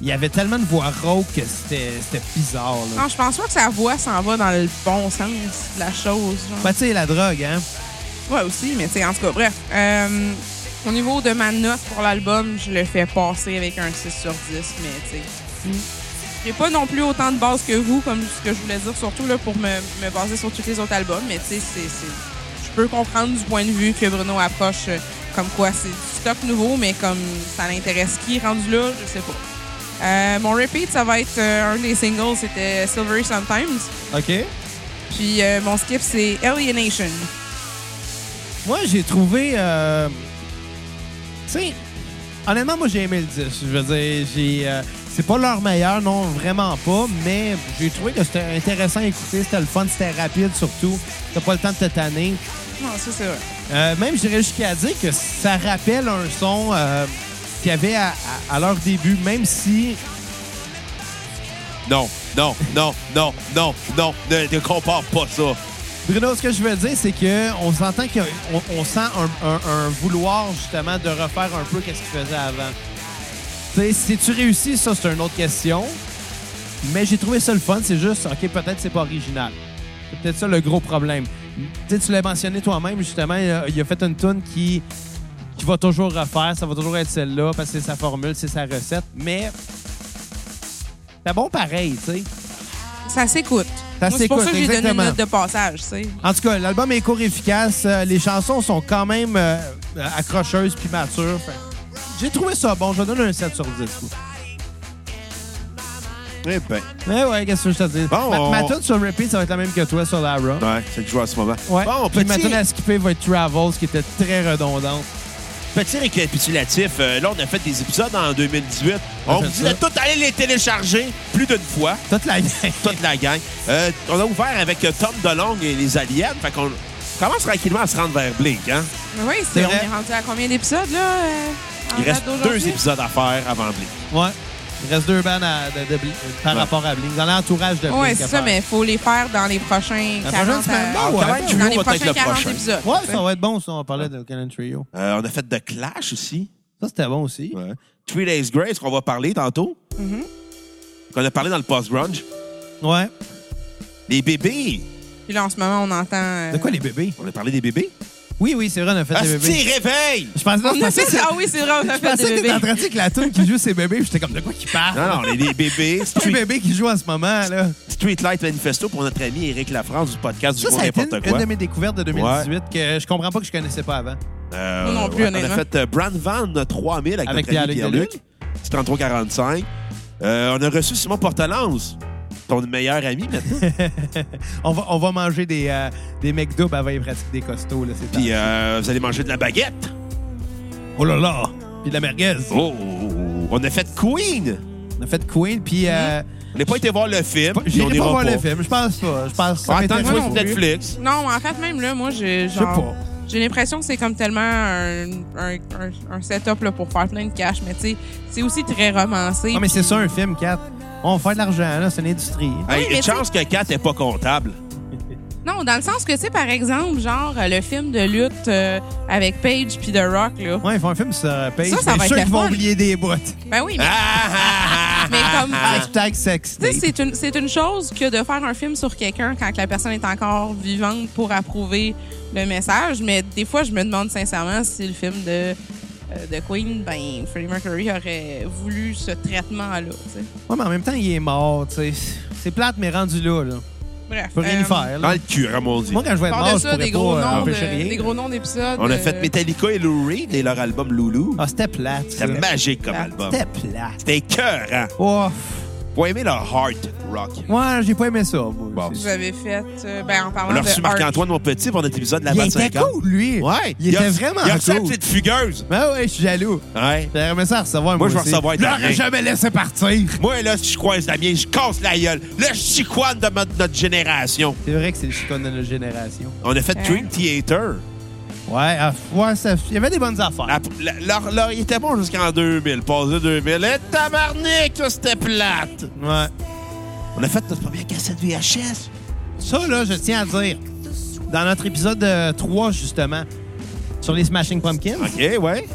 [SPEAKER 1] il y avait tellement de voix rauque que c'était c'était bizarre. Là.
[SPEAKER 3] Non, je pense pas que sa voix s'en va dans le bon sens de la chose. Genre.
[SPEAKER 1] Ben, tu sais, la drogue, hein?
[SPEAKER 3] Ouais, aussi, mais tu sais, en tout cas, bref. Euh, au niveau de ma note pour l'album, je le fais passer avec un 6 sur 10, mais tu sais. J'ai pas non plus autant de bases que vous, comme ce que je voulais dire, surtout là, pour me, me baser sur tous les autres albums, mais tu sais, c'est- c'est- je peux comprendre du point de vue que Bruno approche euh, comme quoi c'est du stock nouveau, mais comme ça l'intéresse qui rendu là, je sais pas. Euh, mon repeat, ça va être euh, un des singles, c'était Silvery Sometimes.
[SPEAKER 1] OK?
[SPEAKER 3] Puis euh, mon skip, c'est Alienation.
[SPEAKER 1] Moi, j'ai trouvé. euh, Tu sais, honnêtement, moi, j'ai aimé le disque. Je veux dire, j'ai. euh, C'est pas leur meilleur, non, vraiment pas, mais j'ai trouvé que c'était intéressant à écouter, c'était le fun, c'était rapide surtout. T'as pas le temps de te tanner.
[SPEAKER 3] Non, Ah, ça, c'est vrai.
[SPEAKER 1] Euh, même, j'irais jusqu'à dire que ça rappelle un son euh, qu'il y avait à, à- à leur début, même si
[SPEAKER 2] Non, non, non, non, non, non, ne, ne compare pas ça.
[SPEAKER 1] Bruno, ce que je veux dire, c'est que on s'entend qu'on on sent un, un- un vouloir justement de refaire un peu qu'est-ce qu'il faisait avant. Tu sais, si tu réussis, ça c'est une autre question. Mais j'ai trouvé ça le fun. C'est juste, ok, peut-être c'est pas original. C'est peut-être ça le gros problème. Tu sais, tu l'as mentionné toi-même justement. Il a, il a fait une tune qui qui va toujours refaire. Ça va toujours être celle-là parce que c'est sa formule, c'est sa recette. Mais c'est bon pareil, tu sais.
[SPEAKER 3] Ça s'écoute.
[SPEAKER 1] Ça
[SPEAKER 3] Moi, C'est pour
[SPEAKER 1] s'écoute,
[SPEAKER 3] ça que j'ai donné une
[SPEAKER 1] exactement.
[SPEAKER 3] note de passage, tu sais.
[SPEAKER 1] En tout cas, l'album est court efficace. Euh, les chansons sont quand même euh, accrocheuses puis matures. Fait que J'ai trouvé ça bon. Je donne un 7 sur 10. moi.
[SPEAKER 2] Eh ben,
[SPEAKER 1] Mais ouais, qu'est-ce que je te dis?
[SPEAKER 2] Bon,
[SPEAKER 1] ma,
[SPEAKER 2] on-
[SPEAKER 1] ma tune sur repeat, ça va être la même que toi sur la rock.
[SPEAKER 2] ouais, c'est le joueur à ce moment.
[SPEAKER 1] Ouais.
[SPEAKER 2] Bon,
[SPEAKER 1] puis ma tune
[SPEAKER 2] petit,
[SPEAKER 1] à skipper va être Travels, qui était très redondante.
[SPEAKER 2] petit récapitulatif. euh, là, on a fait des épisodes en 2018.
[SPEAKER 1] On a
[SPEAKER 2] On
[SPEAKER 1] fait
[SPEAKER 2] vous dit de
[SPEAKER 1] ça.
[SPEAKER 2] tout aller les télécharger plus d'une fois.
[SPEAKER 1] Toute la gang.
[SPEAKER 2] toute la gang. Euh, on a ouvert avec euh, Tom DeLong et les Aliens. Fait qu'on commence tranquillement à se rendre vers Blink. Hein?
[SPEAKER 3] Mais oui,
[SPEAKER 1] C'est
[SPEAKER 3] c'est on
[SPEAKER 1] vrai.
[SPEAKER 3] est rendu à combien d'épisodes, là? euh,
[SPEAKER 2] Il
[SPEAKER 3] en date
[SPEAKER 2] reste deux
[SPEAKER 3] d'aujourd'hui?
[SPEAKER 2] épisodes à faire avant Blink.
[SPEAKER 1] Ouais. Il reste deux bandes à- de- de Bli- euh, par
[SPEAKER 2] Ouais.
[SPEAKER 1] rapport à Blink. Dans l'entourage de Blink.
[SPEAKER 3] Oui, c'est
[SPEAKER 1] à
[SPEAKER 3] ça,
[SPEAKER 1] faire.
[SPEAKER 3] mais il faut les faire dans les prochains
[SPEAKER 1] La prochaine
[SPEAKER 3] 40
[SPEAKER 1] semaine,
[SPEAKER 3] euh,
[SPEAKER 1] non, ouais.
[SPEAKER 2] Caroline
[SPEAKER 1] ben,
[SPEAKER 2] Trio
[SPEAKER 3] Dans les
[SPEAKER 2] va être
[SPEAKER 3] prochains
[SPEAKER 2] le
[SPEAKER 3] 40
[SPEAKER 2] prochain.
[SPEAKER 3] épisodes.
[SPEAKER 1] Ouais, ça va être bon, ça. On parlait de Canon Trio.
[SPEAKER 2] Euh, on a fait The Clash aussi.
[SPEAKER 1] Ça, c'était bon aussi.
[SPEAKER 2] Three Days Grace, qu'on va parler tantôt.
[SPEAKER 1] Mm-hmm.
[SPEAKER 2] Qu'on a parlé dans le post-grunge.
[SPEAKER 1] Ouais.
[SPEAKER 2] Les bébés.
[SPEAKER 3] Puis là, en ce moment, on entend. euh,
[SPEAKER 1] De quoi les bébés?
[SPEAKER 2] On a parlé des bébés. Ah,
[SPEAKER 1] Oui, oui, c'est vrai, on a fait des bébés.
[SPEAKER 2] Asti, réveille!
[SPEAKER 1] Je pensais, non, je
[SPEAKER 3] On a
[SPEAKER 1] pensais que
[SPEAKER 3] fait...
[SPEAKER 1] c'est-
[SPEAKER 3] Ah oui, c'est vrai, on a
[SPEAKER 1] Je
[SPEAKER 3] fait
[SPEAKER 1] pensais que
[SPEAKER 3] des
[SPEAKER 1] t'étais en
[SPEAKER 3] bébés.
[SPEAKER 1] train de dire que la toune qui joue ses bébés, puis j'étais comme de quoi qu'il parle.
[SPEAKER 2] Non, non, les, les bébés.
[SPEAKER 1] C'est
[SPEAKER 2] Street,
[SPEAKER 1] bébé qui joue en ce moment, là.
[SPEAKER 2] Streetlight Manifesto pour notre ami Éric Lafrance du podcast du
[SPEAKER 1] Ça,
[SPEAKER 2] gros
[SPEAKER 1] ça a été une,
[SPEAKER 2] n'importe quoi.
[SPEAKER 1] une de mes découvertes de 2018 que je comprends pas que je connaissais pas avant.
[SPEAKER 2] Euh,
[SPEAKER 3] Moi non plus,
[SPEAKER 2] On a
[SPEAKER 3] honnêtement.
[SPEAKER 2] fait euh, Brand Van 3000 avec,
[SPEAKER 1] Avec
[SPEAKER 2] notre ami
[SPEAKER 1] Pierre-Luc Deluc.
[SPEAKER 2] Pierre-Luc. C'est 3345. Euh, on a reçu Simon Portalance, ton meilleur ami maintenant.
[SPEAKER 1] On va, on va manger des, euh, des McDo avant les pratiques des costauds, là, c'est
[SPEAKER 2] Puis euh, vous allez manger de la baguette.
[SPEAKER 1] temps. Oh là là! Puis de la merguez.
[SPEAKER 2] Oh, oh, oh. on a fait Queen.
[SPEAKER 1] On a fait Queen, puis... Euh,
[SPEAKER 2] On n'a pas été voir le film. Mm-hmm. puis on
[SPEAKER 1] J'irai pas
[SPEAKER 2] ira
[SPEAKER 1] voir le film, je pense pas. Je pense que ça
[SPEAKER 2] On attend de
[SPEAKER 1] m'intéresse
[SPEAKER 2] voir
[SPEAKER 3] moi
[SPEAKER 1] pas.
[SPEAKER 2] sur
[SPEAKER 3] non plus.
[SPEAKER 2] Netflix.
[SPEAKER 3] Non, en fait, même là, moi, j'ai
[SPEAKER 1] Je sais
[SPEAKER 3] genre.
[SPEAKER 1] pas.
[SPEAKER 3] J'ai l'impression que c'est comme tellement un, un, un, un setup là, pour faire plein de cash, mais tu sais, c'est aussi très romancé.
[SPEAKER 1] Non, mais c'est ça, un film, Kat. On fait de l'argent, là, c'est une industrie.
[SPEAKER 2] Hey,
[SPEAKER 3] mais
[SPEAKER 2] une chance que Kat n'est pas comptable.
[SPEAKER 3] Non, dans le sens que, tu sais, par exemple, genre euh, le film de lutte euh, avec Paige puis The Rock, là.
[SPEAKER 1] Ouais, ils font un film sur euh, Page.
[SPEAKER 3] Ça, ça
[SPEAKER 1] mais
[SPEAKER 3] va être
[SPEAKER 1] sûr
[SPEAKER 3] la
[SPEAKER 1] qu'ils vont
[SPEAKER 3] fun.
[SPEAKER 1] oublier des bouts.
[SPEAKER 3] Ben oui, mais,
[SPEAKER 2] Ah, ah,
[SPEAKER 3] mais comme.
[SPEAKER 1] Hashtag sex
[SPEAKER 3] Tu sais,
[SPEAKER 1] tape.
[SPEAKER 3] c'est une, c'est une chose que de faire un film sur quelqu'un quand que la personne est encore vivante pour approuver le message, mais des fois, je me demande sincèrement si le film de, euh, de Queen, ben, Freddie Mercury aurait voulu ce traitement-là. tu sais.
[SPEAKER 1] Ouais, mais en même temps, il est mort, tu sais. C'est plate, mais rendu là, là.
[SPEAKER 3] Bref.
[SPEAKER 1] Je peux rien
[SPEAKER 3] euh,
[SPEAKER 1] y faire,
[SPEAKER 2] Dans
[SPEAKER 1] là.
[SPEAKER 2] le cul, comme on dit.
[SPEAKER 1] Moi, quand je vais être
[SPEAKER 3] à part
[SPEAKER 1] mort,
[SPEAKER 3] de
[SPEAKER 1] je
[SPEAKER 3] ça,
[SPEAKER 1] pourrais
[SPEAKER 3] des
[SPEAKER 1] pas
[SPEAKER 3] gros,
[SPEAKER 1] euh,
[SPEAKER 3] noms
[SPEAKER 1] empêcher
[SPEAKER 3] de-
[SPEAKER 1] rien.
[SPEAKER 3] des gros noms d'épisodes.
[SPEAKER 2] On a
[SPEAKER 3] euh,
[SPEAKER 2] fait Metallica et Lou Reed et leur album Loulou.
[SPEAKER 1] Ah, c'était plate. ça.
[SPEAKER 2] C'était magique comme
[SPEAKER 3] plate.
[SPEAKER 2] album.
[SPEAKER 1] C'était plate.
[SPEAKER 2] C'était cœur, hein?
[SPEAKER 1] Oh,
[SPEAKER 2] Faut aimer leur hard rock.
[SPEAKER 1] moi, j'ai pas aimé ça, moi.
[SPEAKER 2] Bon.
[SPEAKER 1] aussi.
[SPEAKER 3] Vous avez fait, euh, ben, en
[SPEAKER 2] On
[SPEAKER 3] parlant
[SPEAKER 2] a
[SPEAKER 3] de
[SPEAKER 2] reçu
[SPEAKER 3] Art.
[SPEAKER 2] Marc-Antoine, mon petit, pour notre épisode de la
[SPEAKER 1] Il
[SPEAKER 2] bande
[SPEAKER 1] était
[SPEAKER 2] 50.
[SPEAKER 1] cool, lui.
[SPEAKER 2] Ouais.
[SPEAKER 1] Il était
[SPEAKER 2] a-
[SPEAKER 1] vraiment
[SPEAKER 2] Il a reçu la
[SPEAKER 1] cool.
[SPEAKER 2] petite fugueuse.
[SPEAKER 1] Ben ouais, je suis jaloux.
[SPEAKER 2] Ouais.
[SPEAKER 1] J'aurais aimé ça recevoir, moi
[SPEAKER 2] Moi, je vais
[SPEAKER 1] aussi.
[SPEAKER 2] recevoir
[SPEAKER 1] Je
[SPEAKER 2] ta main.
[SPEAKER 1] l'aurais jamais laissé partir.
[SPEAKER 2] Moi, là, si je croise la mienne, je casse la gueule. Le chicoine de notre, notre génération.
[SPEAKER 1] C'est vrai que c'est le chicon de notre génération.
[SPEAKER 2] On a fait
[SPEAKER 3] Hein?
[SPEAKER 2] Dream Theater.
[SPEAKER 1] Ouais, ah, ouais, ça- il y avait des bonnes affaires.
[SPEAKER 2] La- la- leur- leur- il était bon jusqu'en 2000. Passé 2000. Et tabarnak, ça, c'était plate.
[SPEAKER 1] Ouais.
[SPEAKER 2] On a fait notre première cassette VHS.
[SPEAKER 1] Ça, là, je tiens à dire, dans notre épisode euh, 3, justement, sur les Smashing Pumpkins,
[SPEAKER 2] OK, ouais.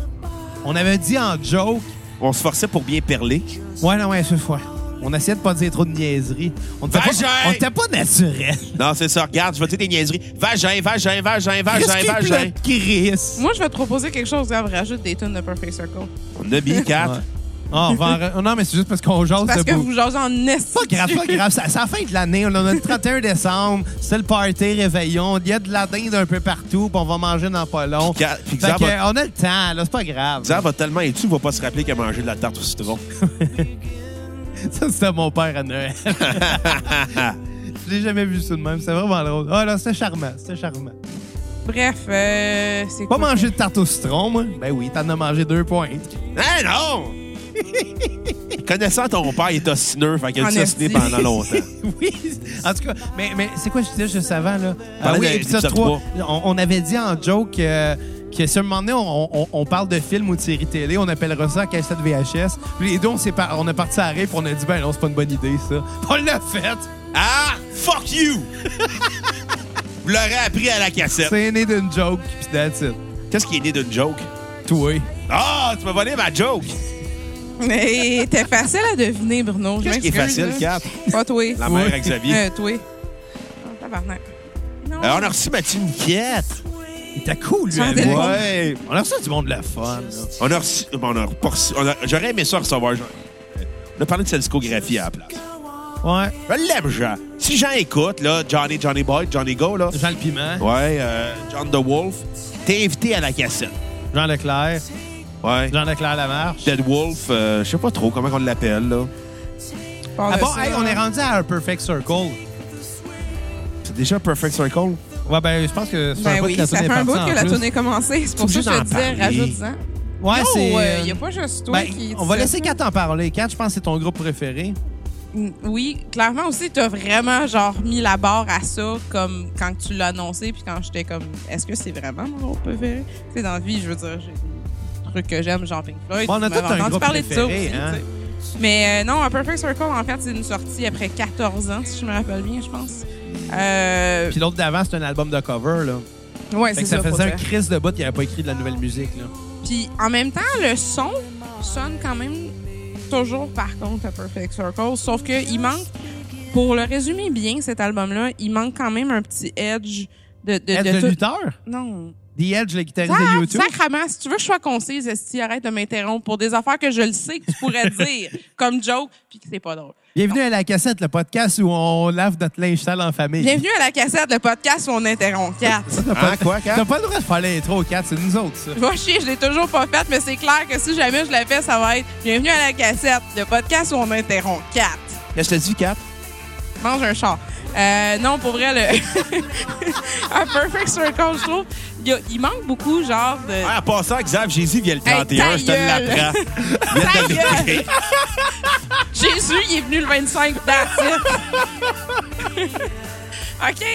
[SPEAKER 1] on avait dit en joke
[SPEAKER 2] On se forçait pour bien perler.
[SPEAKER 1] Ouais, non, ouais, c'est fois. On essayait de pas dire trop de niaiseries. On était pas,
[SPEAKER 2] Vagin!
[SPEAKER 1] on était pas naturel.
[SPEAKER 2] Non, c'est ça. Regarde, je vais te dire des niaiseries. Vagin, vagin, vagin, vagin,
[SPEAKER 1] Qu'est-ce que
[SPEAKER 2] vagin.
[SPEAKER 1] le Chris?
[SPEAKER 3] Moi, je vais te proposer quelque chose. Gab, rajoute des tunes de
[SPEAKER 1] Oh,
[SPEAKER 3] Perfect Circle.
[SPEAKER 2] On a mis
[SPEAKER 1] Ouais.
[SPEAKER 2] quatre.
[SPEAKER 1] Ah, on va en re- non, mais c'est juste parce qu'on jase
[SPEAKER 3] Parce que
[SPEAKER 1] debout.
[SPEAKER 3] vous jasez en est.
[SPEAKER 1] Pas grave, pas grave. C'est c'est la fin de l'année. On en a le 31 décembre. C'est le party, réveillon. Il y a de la dinde un peu partout. Puis on va manger dans pas long.
[SPEAKER 2] Puis Ga- puis
[SPEAKER 1] Fait
[SPEAKER 2] Xav
[SPEAKER 1] que,
[SPEAKER 2] va-
[SPEAKER 1] on a le temps, là. C'est pas grave.
[SPEAKER 2] Xav va tellement être tu, il va pas se rappeler qu'il a mangé de la tarte au citron.
[SPEAKER 1] Ça, c'était mon père à Noël. Je l'ai jamais vu ça de même. C'est vraiment drôle. Ah, là, c'était charmant. C'était charmant.
[SPEAKER 3] Bref, euh, c'est
[SPEAKER 1] Pas
[SPEAKER 3] quoi?
[SPEAKER 1] manger de tarte au citron, moi. Ben oui, t'en as mangé deux pointes.
[SPEAKER 2] Eh non! Connaissant ton père, il est ostineux, fait qu'il a
[SPEAKER 3] En
[SPEAKER 2] dû s'ostiner
[SPEAKER 3] esti.
[SPEAKER 2] pendant longtemps.
[SPEAKER 1] Oui. En tout cas, mais, mais c'est quoi je disais juste avant, là? Ah
[SPEAKER 2] Parler
[SPEAKER 1] oui,
[SPEAKER 2] de
[SPEAKER 1] épisode
[SPEAKER 2] l'épisode
[SPEAKER 1] 3. On, on avait dit en joke euh, que si à un moment donné, on, on- on parle de film ou de série télé, on appellera ça cassette VHS. Puis les deux, on, s'est par- on est parti à rire, puis on a dit, ben non, c'est pas une bonne idée, ça. Puis On l'a fait!
[SPEAKER 2] Ah! Fuck you! Vous l'aurez appris à la cassette.
[SPEAKER 1] C'est né d'une joke, puis that's it.
[SPEAKER 2] Qu'est-ce qui est né d'une joke?
[SPEAKER 1] Toi.
[SPEAKER 2] Ah! tu m'as volé ma joke!
[SPEAKER 3] Mais t'es facile à deviner, Bruno. Je
[SPEAKER 2] Qu'est-ce qui est
[SPEAKER 3] m'excuse,
[SPEAKER 2] facile,
[SPEAKER 3] là.
[SPEAKER 2] Cap?
[SPEAKER 3] Pas toi.
[SPEAKER 2] La mère à
[SPEAKER 1] Oui.
[SPEAKER 2] Xavier.
[SPEAKER 3] Euh, toi. Oh, tabarnak. Non.
[SPEAKER 2] Euh, on a reçu Mathieu Niquette.
[SPEAKER 1] Il était cool, lui.
[SPEAKER 3] Sans
[SPEAKER 1] avec.
[SPEAKER 3] téléphone.
[SPEAKER 1] Ouais. On a reçu du monde de la fun, là.
[SPEAKER 2] On a reçu. bon, on a pas reçu- on a- J'aurais aimé ça recevoir Jean. On a parlé de sa discographie à la place.
[SPEAKER 1] Ouais.
[SPEAKER 2] Je l'aime, Jean. Si Jean écoute, là, Johnny, Johnny Boy, Johnny Go, là.
[SPEAKER 1] Jean le Piment,
[SPEAKER 2] Ouais, euh, John the Wolf. T'es invité à la cassette.
[SPEAKER 1] Jean Leclerc,
[SPEAKER 2] Ouais.
[SPEAKER 1] Jean Leclerc Lamarche.
[SPEAKER 2] Dead Wolf, euh, je sais pas trop comment on l'appelle, là.
[SPEAKER 3] Parle
[SPEAKER 1] Ah
[SPEAKER 3] de
[SPEAKER 1] bon,
[SPEAKER 3] ça.
[SPEAKER 1] hey, on est rendu à un perfect circle.
[SPEAKER 2] C'est déjà Perfect Circle?
[SPEAKER 1] Ouais, ben, je pense que c'est un
[SPEAKER 3] Ben
[SPEAKER 1] bout
[SPEAKER 3] oui,
[SPEAKER 1] que la
[SPEAKER 3] ça
[SPEAKER 1] tournée
[SPEAKER 3] fait
[SPEAKER 1] est
[SPEAKER 3] un bout
[SPEAKER 1] partie, en
[SPEAKER 3] que la
[SPEAKER 1] plus.
[SPEAKER 3] tournée est commencée. C'est pour ça que
[SPEAKER 2] obligé
[SPEAKER 3] je te
[SPEAKER 2] d'en
[SPEAKER 3] disais,
[SPEAKER 2] parler.
[SPEAKER 3] rajoute-en.
[SPEAKER 1] Ouais, Ben, c'est. euh,
[SPEAKER 3] Il n'y euh, a pas juste toi
[SPEAKER 1] Ben,
[SPEAKER 3] qui.
[SPEAKER 1] on va laisser Kat en parler. Kat, je pense que c'est ton groupe préféré.
[SPEAKER 3] Mm, Oui, clairement aussi, t'as vraiment genre mis la barre à ça comme quand tu l'as annoncé puis quand j'étais comme est-ce que c'est vraiment mon groupe préféré? Tu sais, dans la vie, je veux dire, j'ai des trucs que j'aime, genre Pink Floyd.
[SPEAKER 1] Bon, on a
[SPEAKER 3] tu m'avais
[SPEAKER 1] tous un
[SPEAKER 3] entendu
[SPEAKER 1] groupe
[SPEAKER 3] parler
[SPEAKER 1] préféré,
[SPEAKER 3] de ça
[SPEAKER 1] hein?
[SPEAKER 3] aussi, tu sais. Mais euh, non, un Perfect Circle, en fait, c'est une sortie après 14 ans, si je me rappelle bien, je pense. Euh,
[SPEAKER 1] Puis l'autre d'avant, c'est un album de cover. Là.
[SPEAKER 3] ouais,
[SPEAKER 1] Fait
[SPEAKER 3] c'est
[SPEAKER 1] que ça,
[SPEAKER 3] ça. pour
[SPEAKER 1] faisait un
[SPEAKER 3] vrai.
[SPEAKER 1] Chris de bout qui n'avait pas écrit de la nouvelle musique. Là.
[SPEAKER 3] Puis en même temps, le son sonne quand même toujours par contre à Perfect Circle, sauf que il manque, pour le résumer bien cet album-là, il manque quand même un petit edge de, de, de
[SPEAKER 1] Edge
[SPEAKER 3] tout-
[SPEAKER 1] le lutteur?
[SPEAKER 3] Non.
[SPEAKER 1] The Edge, le guitariste de
[SPEAKER 3] Ah,
[SPEAKER 1] YouTube?
[SPEAKER 3] sacrement, si tu veux que je sois concise, si arrête de m'interrompre pour des affaires que je le sais que tu pourrais dire comme joke, puis que c'est pas drôle.
[SPEAKER 1] Bienvenue à La Cassette, le podcast où on lave notre linge sale en famille.
[SPEAKER 3] Bienvenue à la cassette, le podcast où on interrompt quatre.
[SPEAKER 1] T'as pas,
[SPEAKER 2] Hein, quoi, Kat?
[SPEAKER 1] T'as pas le droit de faire l'intro, Kat. C'est nous autres, ça.
[SPEAKER 3] Va chier, je l'ai toujours pas faite, mais c'est clair que si jamais je la fais, ça va être Bienvenue à la cassette, le podcast où on interrompt quatre.
[SPEAKER 2] Qu'est-ce que tu dis, Cap?
[SPEAKER 3] mange un char. Euh, non, pour vrai, le un perfect circle, je trouve. Il, y a- il manque beaucoup, genre, de.
[SPEAKER 2] Ah, en passant, Xav, j'ai dit via le 31,
[SPEAKER 3] ta
[SPEAKER 2] je te
[SPEAKER 3] gueule.
[SPEAKER 2] l'apprends.
[SPEAKER 3] Ta
[SPEAKER 2] Viens te
[SPEAKER 3] gueule.
[SPEAKER 2] l'écrire.
[SPEAKER 3] Jésus, il est venu le 25 d'attitude. OK.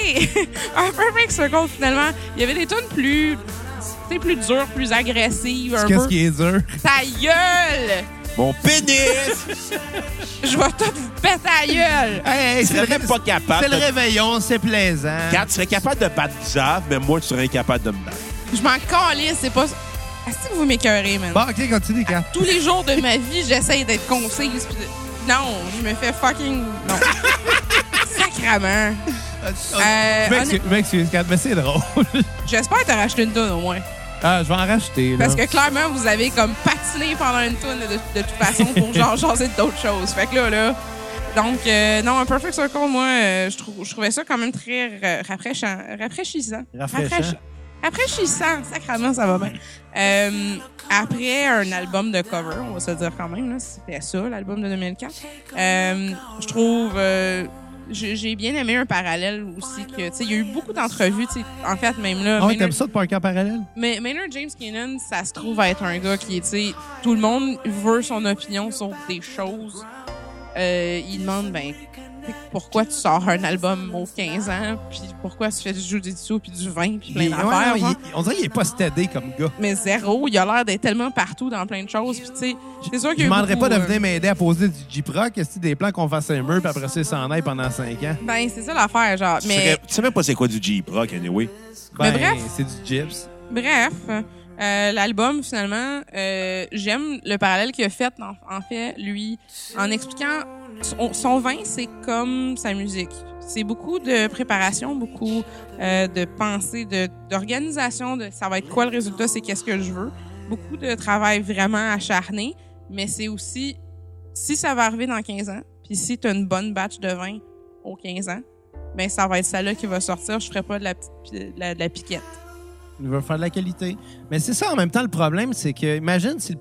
[SPEAKER 3] un perfect circle, finalement. Il y avait des tunes plus. tu sais, plus dures, plus agressives, un
[SPEAKER 1] Qu'est-ce
[SPEAKER 3] peu.
[SPEAKER 1] qui est dur?
[SPEAKER 3] Ta gueule!
[SPEAKER 2] Mon pénis!
[SPEAKER 3] Je vais tout vous péter à gueule!
[SPEAKER 1] Hey, hey,
[SPEAKER 2] Tu serais
[SPEAKER 1] c'est le
[SPEAKER 2] même
[SPEAKER 1] ré-
[SPEAKER 2] pas capable.
[SPEAKER 1] C'est le
[SPEAKER 2] de-
[SPEAKER 1] réveillon, c'est plaisant.
[SPEAKER 2] Kat, tu serais capable de battre Xav, mais moi, tu serais incapable de me battre.
[SPEAKER 3] Je m'en calisse, c'est pas. Est-ce que vous m'écœurez, man?
[SPEAKER 1] Bon, OK, continue, Kat.
[SPEAKER 3] tous les jours de ma vie, j'essaye d'être concise. pis de- Non, je me fais fucking. Non. Euh, Sacrament.
[SPEAKER 2] Ah,
[SPEAKER 1] Je m'excuse-
[SPEAKER 3] honnêt-
[SPEAKER 1] je m'excuse, Kat, mais c'est drôle.
[SPEAKER 3] J'espère que t'as racheté une tonne au moins.
[SPEAKER 1] Ah, je vais en racheter, là. Ah
[SPEAKER 3] Parce que clairement, vous avez comme patiné pendant une tonne de, de toute façon pour genre jaser d'autres choses. Fait que là, là. Donc, euh, non, un Perfect Circle, moi, euh, je, trou- je trouvais ça quand même très ra- rafraîchant. Rafraîchissant.
[SPEAKER 1] Rafraîchant.
[SPEAKER 3] Rafraîchi- Rafraîchissant. Sacrament, ça va bien. Euh, après un album de cover, on va se dire quand même, là, c'était ça, l'album de 2004. Euh, je trouve. euh, j'ai j'ai bien aimé un parallèle aussi que, tu sais, il y a eu beaucoup d'entrevues, tu sais, en fait, même là.
[SPEAKER 1] Ah ouais,
[SPEAKER 3] Maynard-
[SPEAKER 1] t'aimes ça de parler en parallèle?
[SPEAKER 3] mais Maynard James Keenan, ça se trouve à être un gars qui, est, tu sais, tout le monde veut son opinion sur des choses. Euh, il demande, ben, pourquoi tu sors un album aux 15 ans, puis pourquoi tu fais du jeu d'édition, puis du vin, puis plein
[SPEAKER 1] Il-
[SPEAKER 3] d'affaires.
[SPEAKER 1] ouais,
[SPEAKER 3] genre.
[SPEAKER 1] il- on dirait qu'il est pas stédé comme gars.
[SPEAKER 3] Mais zéro, il a l'air d'être tellement partout dans plein de choses, puis tu sais, c'est sûr
[SPEAKER 1] Je
[SPEAKER 3] qu'il y a eu
[SPEAKER 1] demanderais pas
[SPEAKER 3] beaucoup,
[SPEAKER 1] de
[SPEAKER 3] euh,
[SPEAKER 1] venir m'aider à poser du J-Proc, est-ce que des plans qu'on fasse un mur, puis après ça, il s'en aille pendant 5 ans?
[SPEAKER 3] Ben, c'est ça l'affaire, genre.
[SPEAKER 2] Tu,
[SPEAKER 3] Mais
[SPEAKER 2] serais- tu sais même pas c'est quoi du J-Proc, anyway.
[SPEAKER 1] Ben,
[SPEAKER 3] Mais bref.
[SPEAKER 1] c'est du gyps.
[SPEAKER 3] Bref, euh, l'album, finalement, euh, j'aime le parallèle qu'il a fait, en, en fait, lui, en expliquant son, son vin, c'est comme sa musique. C'est beaucoup de préparation, beaucoup euh, de pensée, de- d'organisation, de, ça va être quoi le résultat, c'est qu'est-ce que je veux. Beaucoup de travail vraiment acharné, mais c'est aussi si ça va arriver dans 15 ans, puis si tu as une bonne batch de vin aux 15 ans, ben ça va être celle-là qui va sortir, je ferai pas de la, petite pi- de la, de la piquette.
[SPEAKER 1] Il veut faire de la qualité. Mais c'est ça, en même temps, le problème, c'est que, imagine si.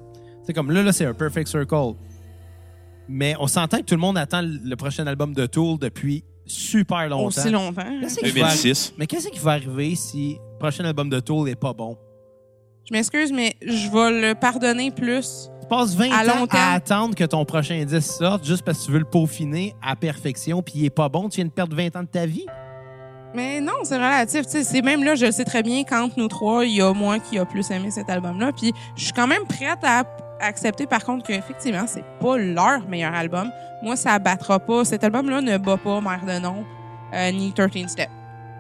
[SPEAKER 1] C'est comme là, là, c'est un perfect circle. Mais on s'entend que tout le monde attend le le prochain album de Tool depuis super longtemps.
[SPEAKER 3] aussi longtemps.
[SPEAKER 1] Là, c'est-
[SPEAKER 2] 2006.
[SPEAKER 1] Mais qu'est-ce qui va arriver si le prochain album de Tool n'est pas bon?
[SPEAKER 3] Je m'excuse, mais je vais le pardonner plus
[SPEAKER 1] C'est passes 20
[SPEAKER 3] À
[SPEAKER 1] ans
[SPEAKER 3] long terme.
[SPEAKER 1] à attendre que ton prochain indice sorte juste parce que tu veux le peaufiner à perfection puis il est pas bon, tu viens de perdre 20 ans de ta vie.
[SPEAKER 3] Mais non, c'est relatif. tu sais, C'est même là, je le sais très bien qu'entre nous trois, il y a moi qui a plus aimé cet album-là. Puis je suis quand même prête à accepter, par contre, qu'effectivement, c'est pas leur meilleur album. Moi, ça battra pas. Cet album-là ne bat pas Mère de Nom euh, ni 13 Step.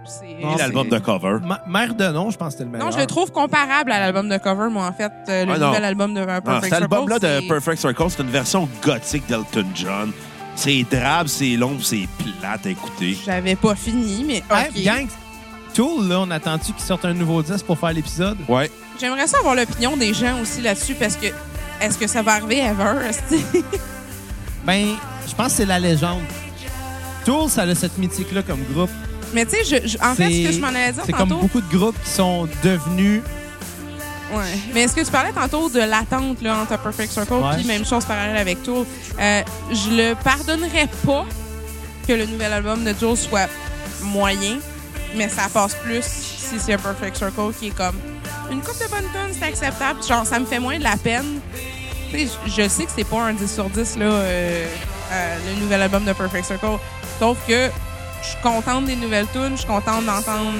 [SPEAKER 3] C'est-
[SPEAKER 1] Ni
[SPEAKER 2] Et l'album de
[SPEAKER 3] c'est-
[SPEAKER 2] cover.
[SPEAKER 1] Ma- Mère de nom, je pense que c'était le meilleur.
[SPEAKER 3] Non, je le trouve comparable à l'album de cover, moi, en fait. euh, le
[SPEAKER 2] Ah, non.
[SPEAKER 3] nouvel album de Perfect
[SPEAKER 2] Non, cet album-là
[SPEAKER 3] Circle,
[SPEAKER 2] de
[SPEAKER 3] c'est-
[SPEAKER 2] Perfect Circle, c'est une version gothique d'Elton John. C'est drabe, c'est long, c'est plate à écouter.
[SPEAKER 3] J'avais pas fini, mais
[SPEAKER 1] Hey,
[SPEAKER 3] ok.
[SPEAKER 1] gang, Tool, là, on attend-tu qu'il sorte un nouveau disque pour faire l'épisode?
[SPEAKER 2] Ouais.
[SPEAKER 3] J'aimerais ça avoir l'opinion des gens aussi là-dessus, parce que est-ce que ça va arriver ever? est-ce que-
[SPEAKER 1] Ben, je pense que c'est la légende. Tool, ça a cette mythique-là comme groupe.
[SPEAKER 3] Mais tu sais, je- je- en fait, ce que
[SPEAKER 1] C'est-
[SPEAKER 3] je m'en allais dire
[SPEAKER 1] C'est comme
[SPEAKER 3] tantôt.
[SPEAKER 1] beaucoup de groupes qui sont devenus
[SPEAKER 3] Ouais. Mais est-ce que tu parlais tantôt de l'attente là, entre Perfect Circle,
[SPEAKER 1] Ouais.
[SPEAKER 3] puis même chose parallèle avec Tool. Euh, je le pardonnerais pas que le nouvel album de Tool soit moyen, mais ça passe plus si c'est un Perfect Circle qui est comme une coupe de bonnes tonnes, c'est acceptable. Genre, ça me fait moins de la peine. Tu sais, je je sais que c'est pas un 10 sur 10, là, euh, euh, le nouvel album de Perfect Circle. Sauf que je suis contente des nouvelles tunes, je suis contente d'entendre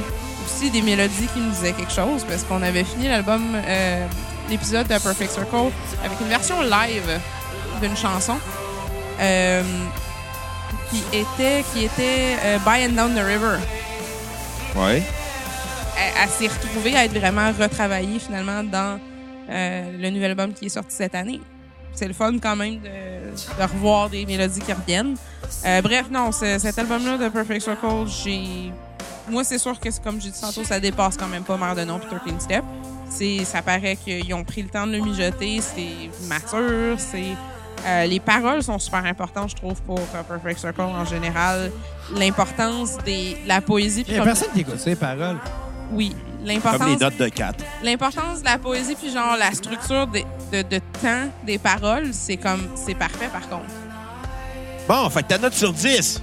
[SPEAKER 3] aussi des mélodies qui nous disaient quelque chose, parce qu'on avait fini l'album, euh, l'épisode de Perfect Circle, avec une version live d'une chanson euh, qui était, qui était euh, By and Down the River.
[SPEAKER 2] Ouais.
[SPEAKER 3] Elle, elle s'est retrouvée à être vraiment retravaillée finalement dans euh, le nouvel album qui est sorti cette année. C'est le fun quand même de, de revoir des mélodies qui reviennent. Euh, bref, non, ce- cet album-là de Perfect Circle, j'ai. Moi, c'est sûr que, c'est- comme j'ai dit tantôt, ça dépasse quand même pas Mère de Nom puis 13 Step. C'est- Ça paraît qu'ils ont pris le temps de le mijoter, c'est mature, c'est. euh, les paroles sont super importantes, je trouve, pour euh, Perfect Circle en général. L'importance des, de la poésie. puis
[SPEAKER 1] Il n'y a
[SPEAKER 3] comme-
[SPEAKER 1] personne qui écoute ces paroles.
[SPEAKER 3] Oui,
[SPEAKER 2] Comme les
[SPEAKER 3] l'importance
[SPEAKER 2] notes de 4.
[SPEAKER 3] l'importance de la poésie puis genre la structure de, de, de temps des paroles, c'est comme c'est parfait par contre.
[SPEAKER 2] Bon, fait que ta note sur 10.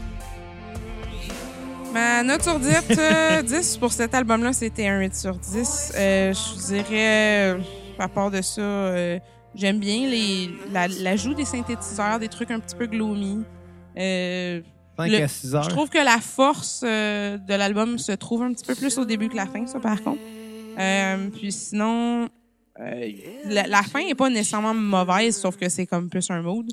[SPEAKER 3] Ma note sur 10, euh, 10 pour cet album-là, c'était un 8 sur 10. Euh, je dirais, euh, à part de ça, euh, j'aime bien les la- l'ajout des synthétiseurs, des trucs un petit peu gloomy. Euh,
[SPEAKER 1] 5
[SPEAKER 3] Le-
[SPEAKER 1] à 6 heures.
[SPEAKER 3] Je trouve que la force euh, de l'album se trouve un petit peu plus au début que la fin, ça, par contre. Euh, puis sinon, euh, la, la fin est pas nécessairement mauvaise, sauf que c'est comme plus un mood.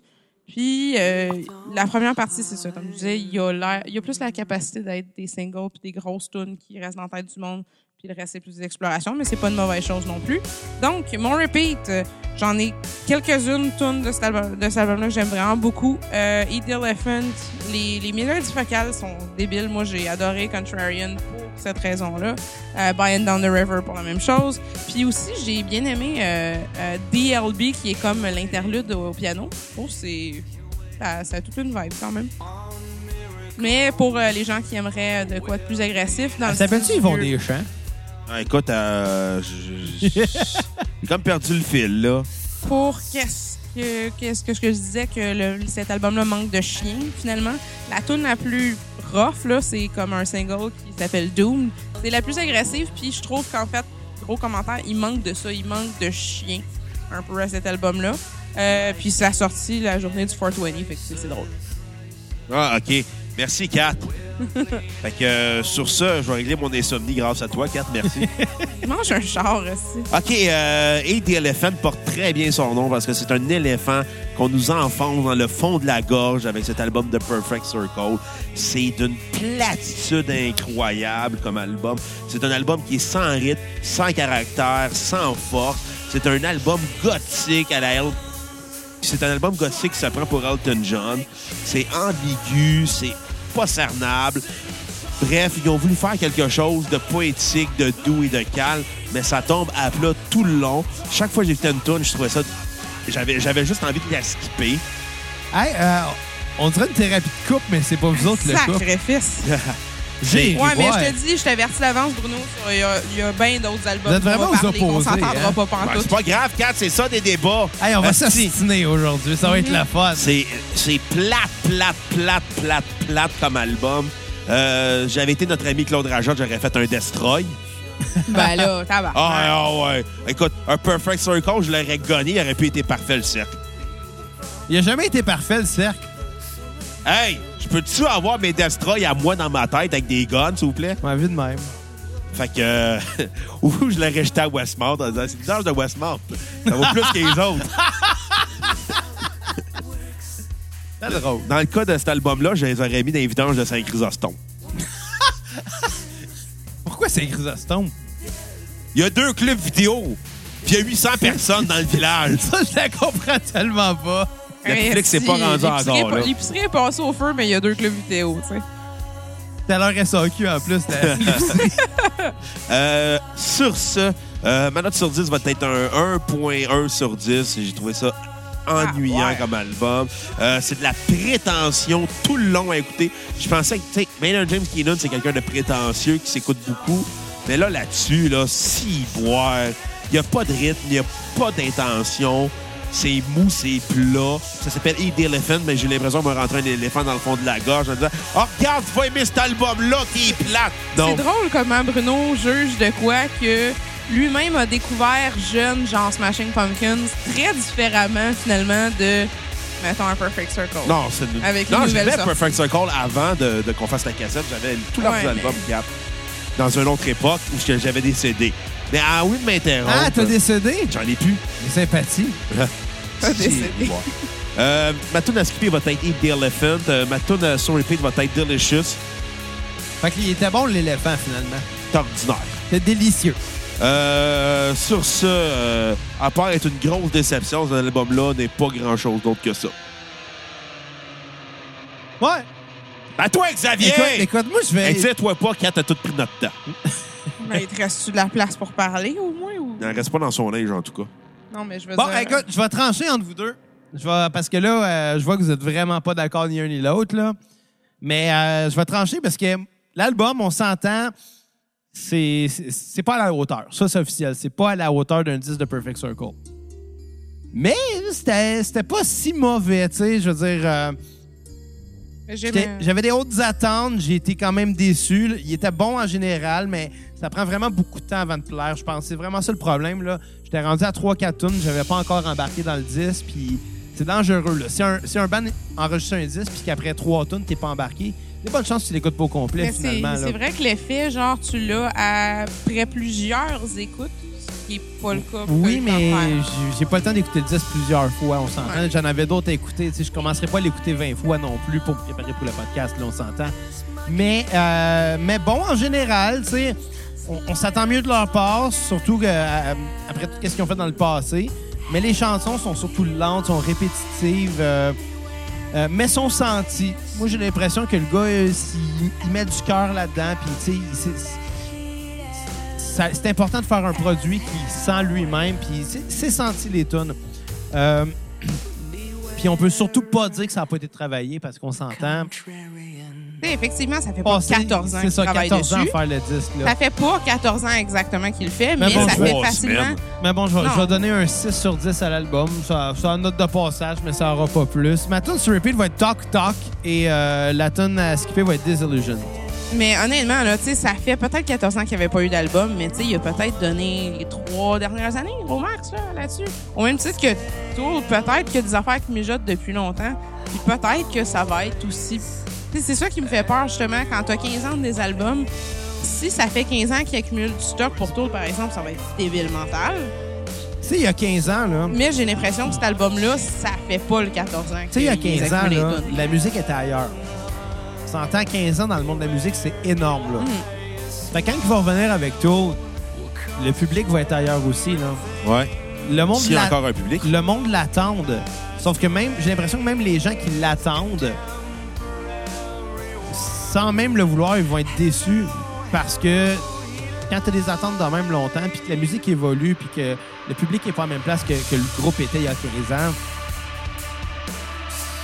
[SPEAKER 3] Puis euh, la première partie, c'est ça. Comme je disais, il y, a l'air- il y a plus la capacité d'être des singles puis des grosses tunes qui restent dans la tête du monde. Puis le reste, c'est plus des explorations, mais c'est pas une mauvaise chose non plus. Donc, mon repeat, euh, j'en ai quelques-unes tunes de cet album- de cet album-là que j'aime vraiment beaucoup. Euh, Eat the Elephant, les, les mélodies vocales sont débiles. Moi, j'ai adoré Contrarian pour cette raison-là. Euh, By and Down the River pour la même chose. Puis aussi, j'ai bien aimé euh, euh, DLB, qui est comme l'interlude au, au piano. Oh, c'est... Ça, ça a toute une vibe, quand même. Mais pour euh, les gens qui aimeraient de quoi de plus agressif... dans le
[SPEAKER 1] Ça s'appelle-tu
[SPEAKER 3] style
[SPEAKER 1] Ils vont
[SPEAKER 3] vieux-
[SPEAKER 1] des champs?
[SPEAKER 2] Ah, écoute, euh, je- je- j'ai comme perdu le fil, là.
[SPEAKER 3] pour qu'est-ce que qu'est-ce que je disais que le- cet album-là manque de chien finalement. La tune la plus rough là, c'est comme un single qui s'appelle Doom. C'est la plus agressive puis je trouve qu'en fait gros commentaire, il manque de ça, il manque de chien un peu à cet album-là. Euh, puis ça a sorti la journée du 420, fait que c'est c'est drôle.
[SPEAKER 2] Ah, OK. Merci, Kat. fait que euh, sur ça, je vais régler mon insomnie grâce à toi, Kat. Merci.
[SPEAKER 3] Mange un char aussi.
[SPEAKER 2] OK, euh, et The Elephant porte très bien son nom parce que c'est un éléphant qu'on nous enfonce dans le fond de la gorge avec cet album de Perfect Circle. C'est d'une platitude incroyable comme album. C'est un album qui est sans rythme, sans caractère, sans force. C'est un album gothique à la Elton c'est un album gothique qui s'apprend pour Elton John. C'est ambigu, c'est pas cernable. Bref, ils ont voulu faire quelque chose de poétique, de doux et de calme, mais ça tombe à plat tout le long. Chaque fois que j'écoutais une tune, je trouvais ça... J'avais, j'avais juste envie de la skipper.
[SPEAKER 1] Hey, euh, on dirait une thérapie de couple, mais c'est pas vous autres le couple.
[SPEAKER 3] Sacrifice.
[SPEAKER 1] J'ai-
[SPEAKER 3] Ouais, mais
[SPEAKER 1] ouais.
[SPEAKER 3] je te dis, je t'avertis d'avance, Bruno, sur- il y a, il y a bien d'autres albums.
[SPEAKER 1] Vous êtes
[SPEAKER 3] qu'on va
[SPEAKER 1] vraiment aux
[SPEAKER 3] parler, qu'on
[SPEAKER 1] opposés,
[SPEAKER 3] s'entendra
[SPEAKER 1] hein?
[SPEAKER 3] pas pantoute.
[SPEAKER 2] Ben, c'est pas grave, Kat, c'est ça des débats.
[SPEAKER 1] Hey, on va
[SPEAKER 2] Asti,
[SPEAKER 1] s'assiner aujourd'hui. Ça va être
[SPEAKER 3] Mm.
[SPEAKER 1] la fun.
[SPEAKER 2] C'est, c'est plate, plate, plate, plate, plate comme album. Euh, j'avais été notre ami Claude Rajotte, j'aurais fait un Destroy.
[SPEAKER 3] Ben là, tabac.
[SPEAKER 2] Ah, ouais, ah ouais. Écoute, un Perfect Circle, je l'aurais gagné, il aurait pu être parfait le cercle.
[SPEAKER 1] Il a jamais été parfait, le cercle.
[SPEAKER 2] Hey, je peux-tu avoir mes Destroy à moi dans ma tête avec des guns, s'il vous plaît?
[SPEAKER 1] Ma vie de même.
[SPEAKER 2] Fait que. euh, ou je l'aurais jeté à Westmount en disant, c'est bizarre de Westmount. Ça vaut plus que les autres.
[SPEAKER 1] C'est drôle.
[SPEAKER 2] Dans le cas de cet album-là, je les aurais mis dans les vidanges de Saint-Chrysostome.
[SPEAKER 1] Pourquoi c'est Chrysostome?
[SPEAKER 2] Il y a deux clubs vidéo, puis il y a 800 personnes dans le village.
[SPEAKER 1] Ça, je la comprends tellement pas.
[SPEAKER 2] Netflix, c'est pas rendu
[SPEAKER 3] L'épicerie est
[SPEAKER 2] encore,
[SPEAKER 3] pas-
[SPEAKER 2] là.
[SPEAKER 3] L'épicerie est passée au feu, mais il y a deux clubs vidéo, tu sais.
[SPEAKER 1] T'as leur SAQ en plus. la-
[SPEAKER 2] Euh, sur ce, euh, ma note sur 10 va être un 1.1 sur 10. J'ai trouvé ça ennuyant
[SPEAKER 3] Ah, ouais.
[SPEAKER 2] comme album. Euh, c'est de la prétention tout le long à écouter. Je pensais que, tu sais, Maynard James Keenan, c'est quelqu'un de prétentieux qui s'écoute beaucoup. Mais là, là-dessus, là, si boire, il n'y a pas de rythme, il n'y a pas d'intention. C'est mou, c'est plat. Ça s'appelle Eat the Elephant, mais j'ai l'impression de me rentrer un éléphant dans le fond de la gorge en disant Oh, regarde, tu vas aimer cet album-là qui est plate.
[SPEAKER 3] C'est
[SPEAKER 2] Non.
[SPEAKER 3] drôle comment Bruno juge de quoi que lui-même a découvert jeune, genre Smashing Pumpkins, très différemment finalement de, mettons, un Perfect Circle.
[SPEAKER 2] Non, c'est une...
[SPEAKER 3] Avec
[SPEAKER 2] non,
[SPEAKER 3] une nouvelle
[SPEAKER 2] j'avais
[SPEAKER 3] sortie.
[SPEAKER 2] Perfect Circle avant de, de qu'on fasse la cassette. J'avais tous leurs
[SPEAKER 3] Ouais,
[SPEAKER 2] albums Gap dans une autre époque où que j'avais des CD. Mais ah oui, de m'interrompre.
[SPEAKER 1] Ah, t'as décédé?
[SPEAKER 2] J'en ai plus.
[SPEAKER 1] Sympathie.
[SPEAKER 3] T'as des
[SPEAKER 2] Si,
[SPEAKER 3] CD.
[SPEAKER 2] ouais. Euh, ma tune à skipper va être Eat the Elephant. Euh, ma tune à sur repeat va être Delicious.
[SPEAKER 1] Fait qu'il était bon, l'éléphant, finalement.
[SPEAKER 2] C'est ordinaire.
[SPEAKER 1] C'était délicieux.
[SPEAKER 2] Euh, sur ce, euh, à part être une grosse déception, cet album-là n'est pas grand-chose d'autre que ça.
[SPEAKER 1] Ouais.
[SPEAKER 2] À toi, Xavier!
[SPEAKER 1] Écoute, écoute, moi, je vais...
[SPEAKER 2] toi pas, Kat a tout pris notre temps.
[SPEAKER 3] Mais il te reste-tu de la place pour parler au moins? Ou...
[SPEAKER 2] Il n'en reste pas dans son linge, en tout cas.
[SPEAKER 3] Non, mais je veux
[SPEAKER 1] Bon,
[SPEAKER 3] dire.
[SPEAKER 1] écoute, je vais trancher entre vous deux. Je vais, parce que là, euh, je vois que vous êtes vraiment pas d'accord ni un ni l'autre. là. Mais euh, je vais trancher parce que l'album, on s'entend, c'est c'est- c'est pas à la hauteur. Ça, c'est officiel. C'est pas à la hauteur d'un 10 de Perfect Circle. Mais c'était c'était pas si mauvais, tu sais. Je veux dire, euh,
[SPEAKER 3] J'ai
[SPEAKER 1] j'étais-
[SPEAKER 3] ma-
[SPEAKER 1] j'avais des hautes attentes. J'ai été quand même déçu. là. Il était bon en général, mais ça prend vraiment beaucoup de temps avant de plaire, je pense. C'est vraiment ça le problème, là. J'étais rendu à 3-4 tunes. J'avais pas encore embarqué dans le 10, puis c'est dangereux, là. Si un, si un band enregistre un 10, puis qu'après 3 tunes, t'es pas embarqué, il y a pas de chance que tu l'écoutes pas au complet,
[SPEAKER 3] Mais c'est
[SPEAKER 1] finalement, là.
[SPEAKER 3] c'est vrai que l'effet, genre, tu l'as après plusieurs écoutes, ce qui n'est pas le cas. pour
[SPEAKER 1] Oui,
[SPEAKER 3] le
[SPEAKER 1] mais
[SPEAKER 3] faire.
[SPEAKER 1] j'ai- j'ai pas le temps d'écouter le 10 plusieurs fois, on s'entend.
[SPEAKER 3] Ouais.
[SPEAKER 1] J'en avais d'autres à écouter. Tu sais, je commencerai pas à l'écouter 20 fois non plus pour me préparer pour le podcast, là, on s'entend. Mais, euh, mais bon, en général, tu sais, on, on s'attend mieux de leur part, surtout que, euh, après tout ce qu'ils ont fait dans le passé. Mais les chansons sont surtout lentes, sont répétitives, euh, euh, mais sont senties. Moi, j'ai l'impression que le gars, euh, s'il- il met du cœur là-dedans, puis tu sais, il- c'est- ça- c'est important de faire un produit qui sent lui-même, puis c'est- c'est senti les tonnes. puis on peut surtout pas dire que ça n'a pas été travaillé parce qu'on s'entend.
[SPEAKER 3] Tu sais, Effectivement, ça fait pas
[SPEAKER 1] Passer-
[SPEAKER 3] 14 ans
[SPEAKER 1] C'est
[SPEAKER 3] qu'il
[SPEAKER 1] ça,
[SPEAKER 3] travaille
[SPEAKER 1] 14 ans
[SPEAKER 3] dessus.
[SPEAKER 1] à faire le disque.
[SPEAKER 3] Ça
[SPEAKER 1] Là.
[SPEAKER 3] fait pas 14 ans exactement qu'il le fait, mais,
[SPEAKER 1] Mais bon,
[SPEAKER 3] ça fait
[SPEAKER 2] trois
[SPEAKER 3] facilement.
[SPEAKER 2] semaines.
[SPEAKER 1] Mais bon, je vais,
[SPEAKER 3] Non.
[SPEAKER 1] je vais donner un 6 sur 10 à l'album. Ça, ça a une note de passage, mais ça n'aura pas plus. Ma tune sur repeat va être Talk Talk et euh, la tune à skipper va être Disillusion.
[SPEAKER 3] Mais honnêtement, là, tu sais, ça fait peut-être 14 ans qu'il n'y avait pas eu d'album, mais tu sais, il a peut-être donné les trois dernières années au max là, là-dessus. Au même titre que tout, peut-être qu'il y a des affaires qui mijotent depuis longtemps, puis peut-être que ça va être aussi. Tu sais, c'est ça qui me fait peur, justement, quand tu as 15 ans des albums. Si ça fait 15 ans qu'il accumule du stock pour tout, par exemple, ça va être débile mental.
[SPEAKER 1] Tu sais, il y a 15 ans, là. Tu
[SPEAKER 3] Mais j'ai l'impression que cet album-là, ça fait pas le 14 ans.
[SPEAKER 1] sais, il y a
[SPEAKER 3] qu'il
[SPEAKER 1] 15 ans,
[SPEAKER 3] accumule les
[SPEAKER 1] là,
[SPEAKER 3] tonnes.
[SPEAKER 1] la musique était ailleurs. On s'entend 15 ans dans le monde de la musique, c'est énorme, là.
[SPEAKER 3] Mm.
[SPEAKER 1] Fait que quand il va revenir avec tout, le public va être ailleurs aussi, là.
[SPEAKER 2] Ouais.
[SPEAKER 1] Le monde
[SPEAKER 2] S'il
[SPEAKER 1] de
[SPEAKER 2] y a
[SPEAKER 1] la-
[SPEAKER 2] encore un public.
[SPEAKER 1] le monde l'attendent. Sauf que même, j'ai l'impression que même les gens qui l'attendent, sans même le vouloir, ils vont être déçus parce que quand tu des attentes dans même longtemps, puis que la musique évolue, puis que le public n'est pas à la même place que, que le groupe était il y a 15 ans,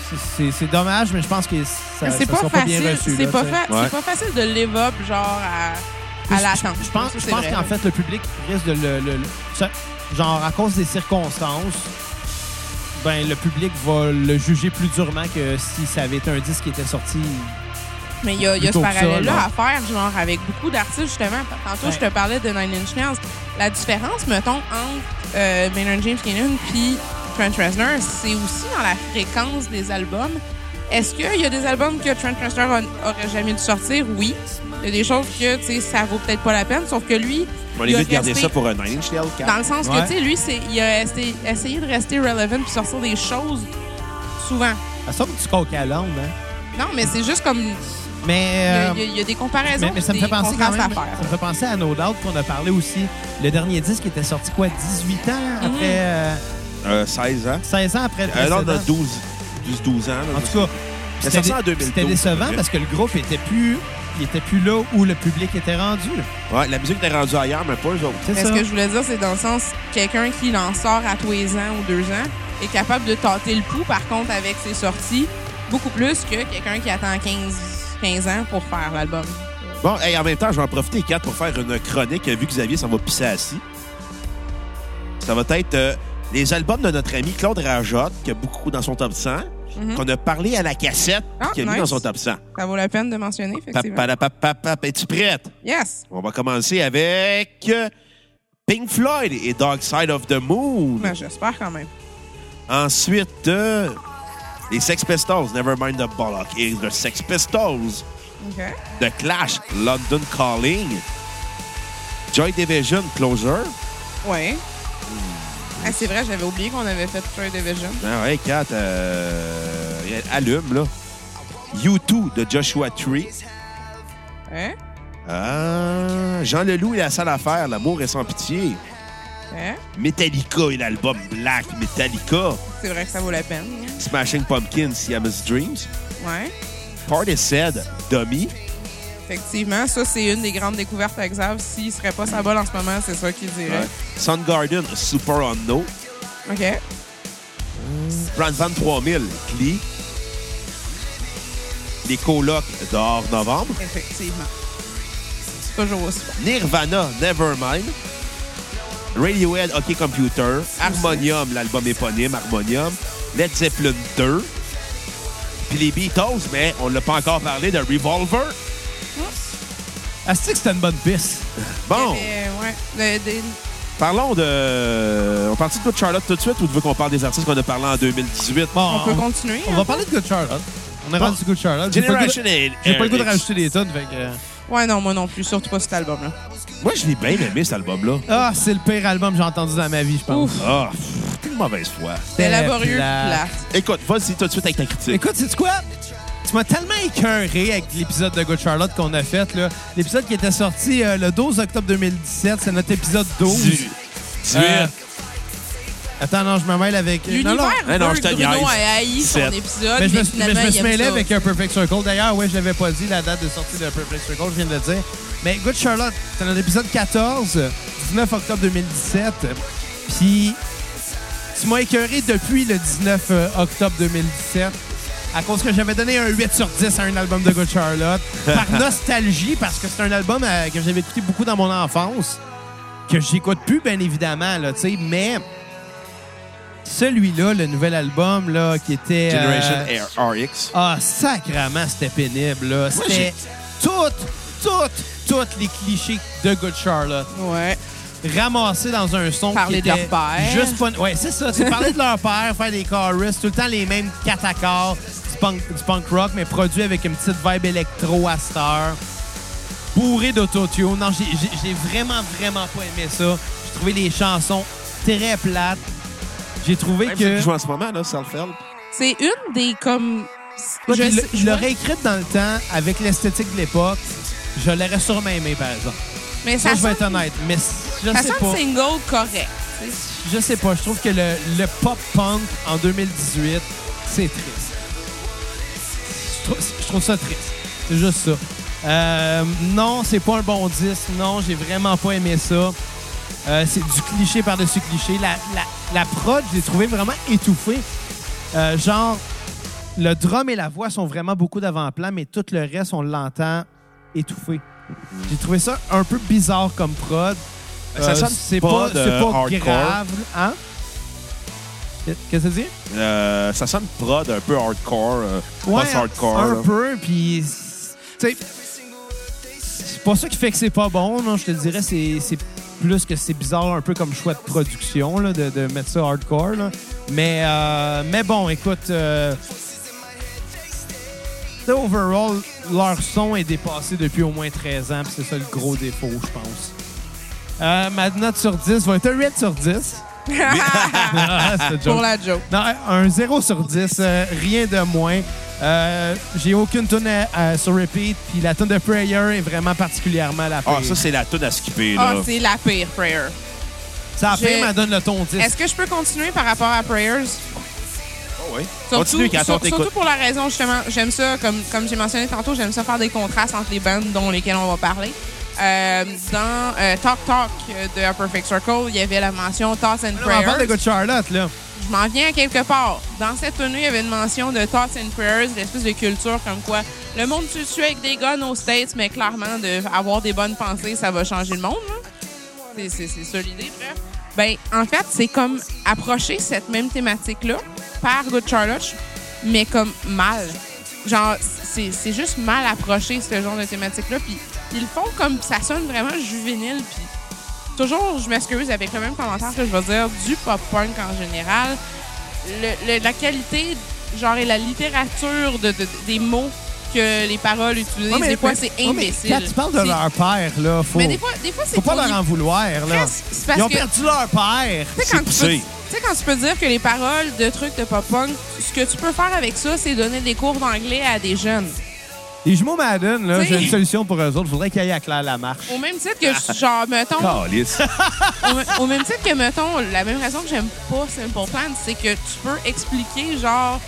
[SPEAKER 1] c'est- c'est- c'est dommage, mais je pense que ça,
[SPEAKER 3] Mais
[SPEAKER 1] Ah, ça
[SPEAKER 3] c'est pas
[SPEAKER 1] sera pas bien
[SPEAKER 3] facile.
[SPEAKER 1] reçu.
[SPEAKER 3] C'est
[SPEAKER 1] là,
[SPEAKER 3] pas,
[SPEAKER 1] tu sais.
[SPEAKER 3] fa-
[SPEAKER 2] Ouais.
[SPEAKER 3] c'est pas facile de live up genre à, à l'attente.
[SPEAKER 1] Je pense,
[SPEAKER 3] Ça,
[SPEAKER 1] je
[SPEAKER 3] c'est
[SPEAKER 1] pense
[SPEAKER 3] vrai.
[SPEAKER 1] qu'en fait, le public risque de le, le- le- ça- Genre, à cause des circonstances, ben, le public va le juger plus durement que si ça avait été un disque qui était sorti
[SPEAKER 3] Mais il y a, il y a ce
[SPEAKER 1] Plutôt que ça,
[SPEAKER 3] parallèle-là
[SPEAKER 1] là.
[SPEAKER 3] à faire, genre, avec beaucoup d'artistes, justement. Tantôt,
[SPEAKER 1] Ouais.
[SPEAKER 3] je te parlais de Nine Inch Nails. La différence, mettons, entre euh, Maynard James Keenan puis Trent Reznor, c'est aussi dans la fréquence des albums. Est-ce qu'il y a des albums que Trent Reznor a- aurait jamais dû sortir? Oui. Il y a des choses que, tu sais, ça vaut peut-être pas la peine, sauf que lui...
[SPEAKER 2] On
[SPEAKER 3] il a
[SPEAKER 2] évite de garder
[SPEAKER 3] resté-
[SPEAKER 2] ça pour un Nine Inch Nails quatre.
[SPEAKER 3] dans le sens
[SPEAKER 1] Ouais.
[SPEAKER 3] que, tu sais, lui, c'est- il a essayé, essayé de rester relevant puis sortir des choses souvent.
[SPEAKER 1] Ah, Ça semble du coq à l'âne, hein?
[SPEAKER 3] Non, mais c'est juste comme. Il y,
[SPEAKER 1] Mais,
[SPEAKER 3] a-
[SPEAKER 1] euh,
[SPEAKER 3] il y a- il y a des comparaisons.
[SPEAKER 1] mais, mais ça me
[SPEAKER 3] des
[SPEAKER 1] fait penser quand
[SPEAKER 3] contrastes
[SPEAKER 1] même,
[SPEAKER 3] à faire.
[SPEAKER 1] ça me fait penser à No Doubt qu'on a parlé aussi. Le dernier disque était sorti, quoi, 18 ans après...
[SPEAKER 3] Mhm.
[SPEAKER 1] euh,
[SPEAKER 2] Euh, 16 ans.
[SPEAKER 1] 16 ans après le
[SPEAKER 2] Euh, non,
[SPEAKER 1] précédent.
[SPEAKER 2] non, 12. 12, 12 ans. là.
[SPEAKER 1] En tout cas,
[SPEAKER 2] Il est
[SPEAKER 1] c'était
[SPEAKER 2] sorti en
[SPEAKER 1] dé-
[SPEAKER 2] 2012,
[SPEAKER 1] c'était décevant
[SPEAKER 2] à peu près.
[SPEAKER 1] parce que le groupe était plus, il était plus là où le public était rendu.
[SPEAKER 2] Ouais, la musique était rendue ailleurs, mais pas eux autres.
[SPEAKER 1] C'est
[SPEAKER 3] Mais ce
[SPEAKER 1] ça.
[SPEAKER 3] que je voulais dire, c'est dans le sens, quelqu'un qui l'en sort à tous les ans ou deux ans est capable de tâter le pouls, par contre, avec ses sorties, beaucoup plus que quelqu'un qui attend 15, 15 ans pour faire l'album.
[SPEAKER 2] Bon, hey, en même temps, je vais en profiter, Kat, pour faire une chronique, vu que Xavier s'en va pisser assis. Ça va être euh, les albums de notre ami Claude Rajotte, qui a beaucoup dans son top 100,
[SPEAKER 3] Mhm.
[SPEAKER 2] qu'on a parlé à la cassette,
[SPEAKER 3] Ah,
[SPEAKER 2] qui a mis
[SPEAKER 3] nice.
[SPEAKER 2] dans son top 100.
[SPEAKER 3] Ça vaut la peine de mentionner, effectivement.
[SPEAKER 2] Papalapapapap, es-tu prête?
[SPEAKER 3] Yes!
[SPEAKER 2] On va commencer avec euh, Pink Floyd et Dark Side of the Moon.
[SPEAKER 3] Ben, J'espère quand même.
[SPEAKER 2] Ensuite, euh, les Sex Pistols, Nevermind the Bollock et The Sex Pistols.
[SPEAKER 3] OK.
[SPEAKER 2] The Clash, London Calling. Joy Division, Closer.
[SPEAKER 3] Ouais. Ah, c'est vrai, j'avais oublié qu'on avait fait Joy Division.
[SPEAKER 2] Ah ouais, Kat, euh, allume, là. U2 de Joshua Tree.
[SPEAKER 3] Hein?
[SPEAKER 2] Ah, Jean Leloup et la salle à faire, L'amour est sans pitié.
[SPEAKER 3] Hein?
[SPEAKER 2] Metallica et l'album Black Metallica.
[SPEAKER 3] C'est vrai que ça vaut la peine. hein?
[SPEAKER 2] Smashing Pumpkins, Siamese Dreams.
[SPEAKER 3] Ouais.
[SPEAKER 2] Party Said, Dummy.
[SPEAKER 3] Effectivement, ça, c'est une des grandes découvertes à Xav. S'il serait pas sa balle en ce moment, c'est ça qu'il dirait.
[SPEAKER 2] Soundgarden, Super Unknown.
[SPEAKER 3] OK.
[SPEAKER 2] Brand Van 3000, Glee. Les colocs dehors novembre.
[SPEAKER 3] Effectivement. C'est toujours aussi bon.
[SPEAKER 2] Nirvana, Nevermind. Radiohead, OK Computer. Harmonium, l'album éponyme, Harmonium. Led Zeppelin 2. Puis les Beatles, mais on l'a pas encore parlé de Revolver.
[SPEAKER 1] Ah, c'est que c'était une bonne piste. Oh!
[SPEAKER 2] Bon,
[SPEAKER 3] Mais, Euh, ouais, le- des-
[SPEAKER 2] parlons de... On partit de Good Charlotte tout de suite ou tu veux qu'on parle des artistes qu'on a parlé en 2018?
[SPEAKER 1] Bon,
[SPEAKER 3] on peut continuer.
[SPEAKER 1] Ah. on
[SPEAKER 3] hein?
[SPEAKER 1] va parler de Good Charlotte. On est
[SPEAKER 2] Bon.
[SPEAKER 1] rendu sur Good Charlotte. J'ai pas le goût de-
[SPEAKER 2] Generation A-
[SPEAKER 1] J'ai pas le goût de
[SPEAKER 2] RX.
[SPEAKER 1] rajouter des tonnes. fait que, euh,
[SPEAKER 3] Ouais, non, moi non plus. Surtout pas cet album-là.
[SPEAKER 2] Moi, je l'ai bien aimé, cet album-là.
[SPEAKER 1] Ah, c'est le pire album que j'ai entendu dans ma vie, je pense.
[SPEAKER 3] Ouf.
[SPEAKER 2] Ah, pff, quelle mauvaise foi.
[SPEAKER 1] C'était
[SPEAKER 3] C'est laborieux
[SPEAKER 1] plat.
[SPEAKER 3] plat.
[SPEAKER 2] Écoute, vas-y tout de suite avec ta critique.
[SPEAKER 1] Écoute, c'est quoi? Tu m'as tellement écœuré avec l'épisode de Good Charlotte qu'on a fait. là. L'épisode qui était sorti euh, le 12 octobre 2017, c'est notre épisode 12. Euh, Attends, non, je me mêle avec... Non,
[SPEAKER 3] L'univers
[SPEAKER 1] non.
[SPEAKER 3] veut
[SPEAKER 2] Eh non, je te
[SPEAKER 3] que Bruno
[SPEAKER 2] niaise.
[SPEAKER 3] a haï son
[SPEAKER 2] Sept.
[SPEAKER 3] épisode,
[SPEAKER 1] Mais
[SPEAKER 3] mais,
[SPEAKER 1] je me, mais je
[SPEAKER 3] finalement,
[SPEAKER 1] me
[SPEAKER 3] il
[SPEAKER 1] suis
[SPEAKER 3] aime
[SPEAKER 1] mêlé
[SPEAKER 3] ça.
[SPEAKER 1] avec un Perfect Circle. D'ailleurs, ouais, je l'avais pas dit, la date de sortie de Perfect Circle, je viens de le dire. Mais Good Charlotte, c'est dans l'épisode 14, euh, 19 octobre 2017. Puis, tu m'as écœuré depuis le 19 euh, octobre 2017 à cause que j'avais donné un 8 sur 10 à un album de Good Charlotte par nostalgie, parce que c'est un album euh, que j'avais écouté beaucoup dans mon enfance, que j'écoute plus, bien évidemment, là, tu sais, mais... Celui-là, le nouvel album là, qui était euh,
[SPEAKER 2] Generation Air RX.
[SPEAKER 1] ah, sacrament, c'était pénible, là. C'était
[SPEAKER 2] j'ai-
[SPEAKER 1] toutes, toutes, toutes les clichés de Good Charlotte
[SPEAKER 3] Ouais.
[SPEAKER 1] ramassés dans un son
[SPEAKER 3] Parler
[SPEAKER 1] qui
[SPEAKER 3] de leur
[SPEAKER 1] était
[SPEAKER 3] père.
[SPEAKER 1] Juste pas... Ouais, c'est ça. C'est parler de leur père, faire des chorus, tout le temps les mêmes quatre accords du punk, du punk rock, mais produit avec une petite vibe électro à cette heure. Bourré d'autotune. Non, j'ai- j'ai j'ai vraiment, vraiment pas aimé ça. J'ai trouvé les chansons très plates. J'ai trouvé
[SPEAKER 2] Même ceux
[SPEAKER 1] que...
[SPEAKER 2] qui jouent en ce moment, là, Self-Help.
[SPEAKER 3] C'est une des, comme...
[SPEAKER 1] Moi,
[SPEAKER 3] je
[SPEAKER 1] je
[SPEAKER 3] sais-
[SPEAKER 1] l- je
[SPEAKER 3] je vois-
[SPEAKER 1] l'aurais écrite dans le temps avec l'esthétique de l'époque. Je l'aurais sûrement aimé, par exemple.
[SPEAKER 3] mais
[SPEAKER 1] Ça,
[SPEAKER 3] ça,
[SPEAKER 1] je vais
[SPEAKER 3] sent-
[SPEAKER 1] être honnête. Mais c- je
[SPEAKER 3] ça
[SPEAKER 1] sais
[SPEAKER 3] sent
[SPEAKER 1] pas.
[SPEAKER 3] le single correct.
[SPEAKER 1] Je sais pas. Je trouve que le, le pop-punk en 2018, c'est triste. Je trou- Je trouve ça triste. C'est juste ça. Euh, non, c'est pas un bon disque. Non, j'ai vraiment pas aimé ça. Euh, c'est du cliché par-dessus cliché. La, la, la prod, je l'ai trouvé vraiment étouffée. Euh, genre, le drum et la voix sont vraiment beaucoup d'avant-plan, mais tout le reste, on l'entend étouffé. J'ai trouvé ça un peu bizarre comme prod. Euh,
[SPEAKER 2] Ça sonne
[SPEAKER 1] c'est
[SPEAKER 2] pas de
[SPEAKER 1] c'est
[SPEAKER 2] hardcore.
[SPEAKER 1] grave. Hein? Qu'est-ce que ça dit?
[SPEAKER 2] Euh, ça sonne prod un peu hardcore, euh,
[SPEAKER 1] Ouais,
[SPEAKER 2] post-hardcore.
[SPEAKER 1] Un
[SPEAKER 2] là.
[SPEAKER 1] peu, puis. c'est- tu sais, c'est pas ça qui fait que c'est pas bon, non. Je te dirais, c'est c'est plus que c'est bizarre un peu comme choix de production là, de, de mettre ça hardcore. là. Mais, euh, mais bon, écoute, euh, overall, leur son est dépassé depuis au moins 13 ans, puis c'est ça le gros défaut, je pense. Euh, ma note sur 10 va être un 8 sur 10. Ah, c'est une joke.
[SPEAKER 3] Pour la joke.
[SPEAKER 1] Non, un 0 sur 10, euh, rien de moins. Euh, J'ai aucune tune à- à- sur repeat, puis la tune de Prayer est vraiment particulièrement la pire.
[SPEAKER 2] Ah, ça, c'est la toune à skipper,
[SPEAKER 3] Ah,
[SPEAKER 2] là.
[SPEAKER 3] c'est la pire, Prayer.
[SPEAKER 1] Ça a
[SPEAKER 3] j'ai-
[SPEAKER 1] fait, donne le ton 10.
[SPEAKER 3] Est-ce que je peux continuer par rapport à Prayers?
[SPEAKER 2] Ah ouais.
[SPEAKER 3] Surtout,
[SPEAKER 2] Continue, Kat, on
[SPEAKER 3] sur-
[SPEAKER 2] t'écoute.
[SPEAKER 3] surtout pour la raison, justement, j'aime ça, comme, comme j'ai mentionné tantôt, j'aime ça faire des contrastes entre les bandes dont lesquelles on va parler. Euh, dans euh, Talk Talk euh, de A Perfect Circle, il y avait la mention Thoughts and
[SPEAKER 2] Ah,
[SPEAKER 1] Non, mais on parle de
[SPEAKER 3] Prayers.
[SPEAKER 1] gars de Charlotte, là.
[SPEAKER 3] Je m'en viens à quelque part. Dans cette tenue, il y avait une mention de Thoughts and Prayers, l'espèce de culture comme quoi le monde se tue avec des guns aux States, mais clairement, de avoir des bonnes pensées, ça va changer le monde. là. C'est- C'est c'est ça l'idée, bref. Ben, en fait, c'est comme approcher cette même thématique-là par Good Charlotte, mais comme mal. Genre, c'est c'est juste mal approché, ce genre de thématique-là. Puis, ils le font comme ça sonne vraiment juvénile. Puis, toujours, je m'excuse avec le même commentaire que je vais dire du pop-punk en général. Le- le- la qualité, genre, et la littérature de, de- des mots que les paroles utilisent,
[SPEAKER 1] Ouais, mais-
[SPEAKER 3] des fois,
[SPEAKER 1] mais-
[SPEAKER 3] c'est
[SPEAKER 1] ouais, mais
[SPEAKER 3] imbécile.
[SPEAKER 1] Quand tu parles de
[SPEAKER 3] C'est-
[SPEAKER 1] leur père, là, faut,
[SPEAKER 3] Mais des fois, des fois c'est
[SPEAKER 1] faut pas
[SPEAKER 3] pour
[SPEAKER 1] leur en vouloir, là.
[SPEAKER 3] Presque, c'est parce
[SPEAKER 1] Ils ont
[SPEAKER 3] que-
[SPEAKER 1] perdu leur père.
[SPEAKER 3] Tu sais,
[SPEAKER 2] C'est
[SPEAKER 3] quand, tu peux-
[SPEAKER 2] poussé.
[SPEAKER 3] tu sais, quand tu peux dire que les paroles de trucs de pop-punk, ce que tu peux faire avec ça, c'est donner des cours d'anglais à des jeunes.
[SPEAKER 1] Les jumeaux Madden, là,
[SPEAKER 3] Tu sais-
[SPEAKER 1] j'ai une solution pour eux autres. Faudrait qu'ils aillent à Claire la marche.
[SPEAKER 3] Au même titre que, genre, mettons,
[SPEAKER 2] Calice.
[SPEAKER 3] au, me- au même titre que, mettons, la même raison que j'aime pas Simple Plan, c'est que tu peux expliquer, genre,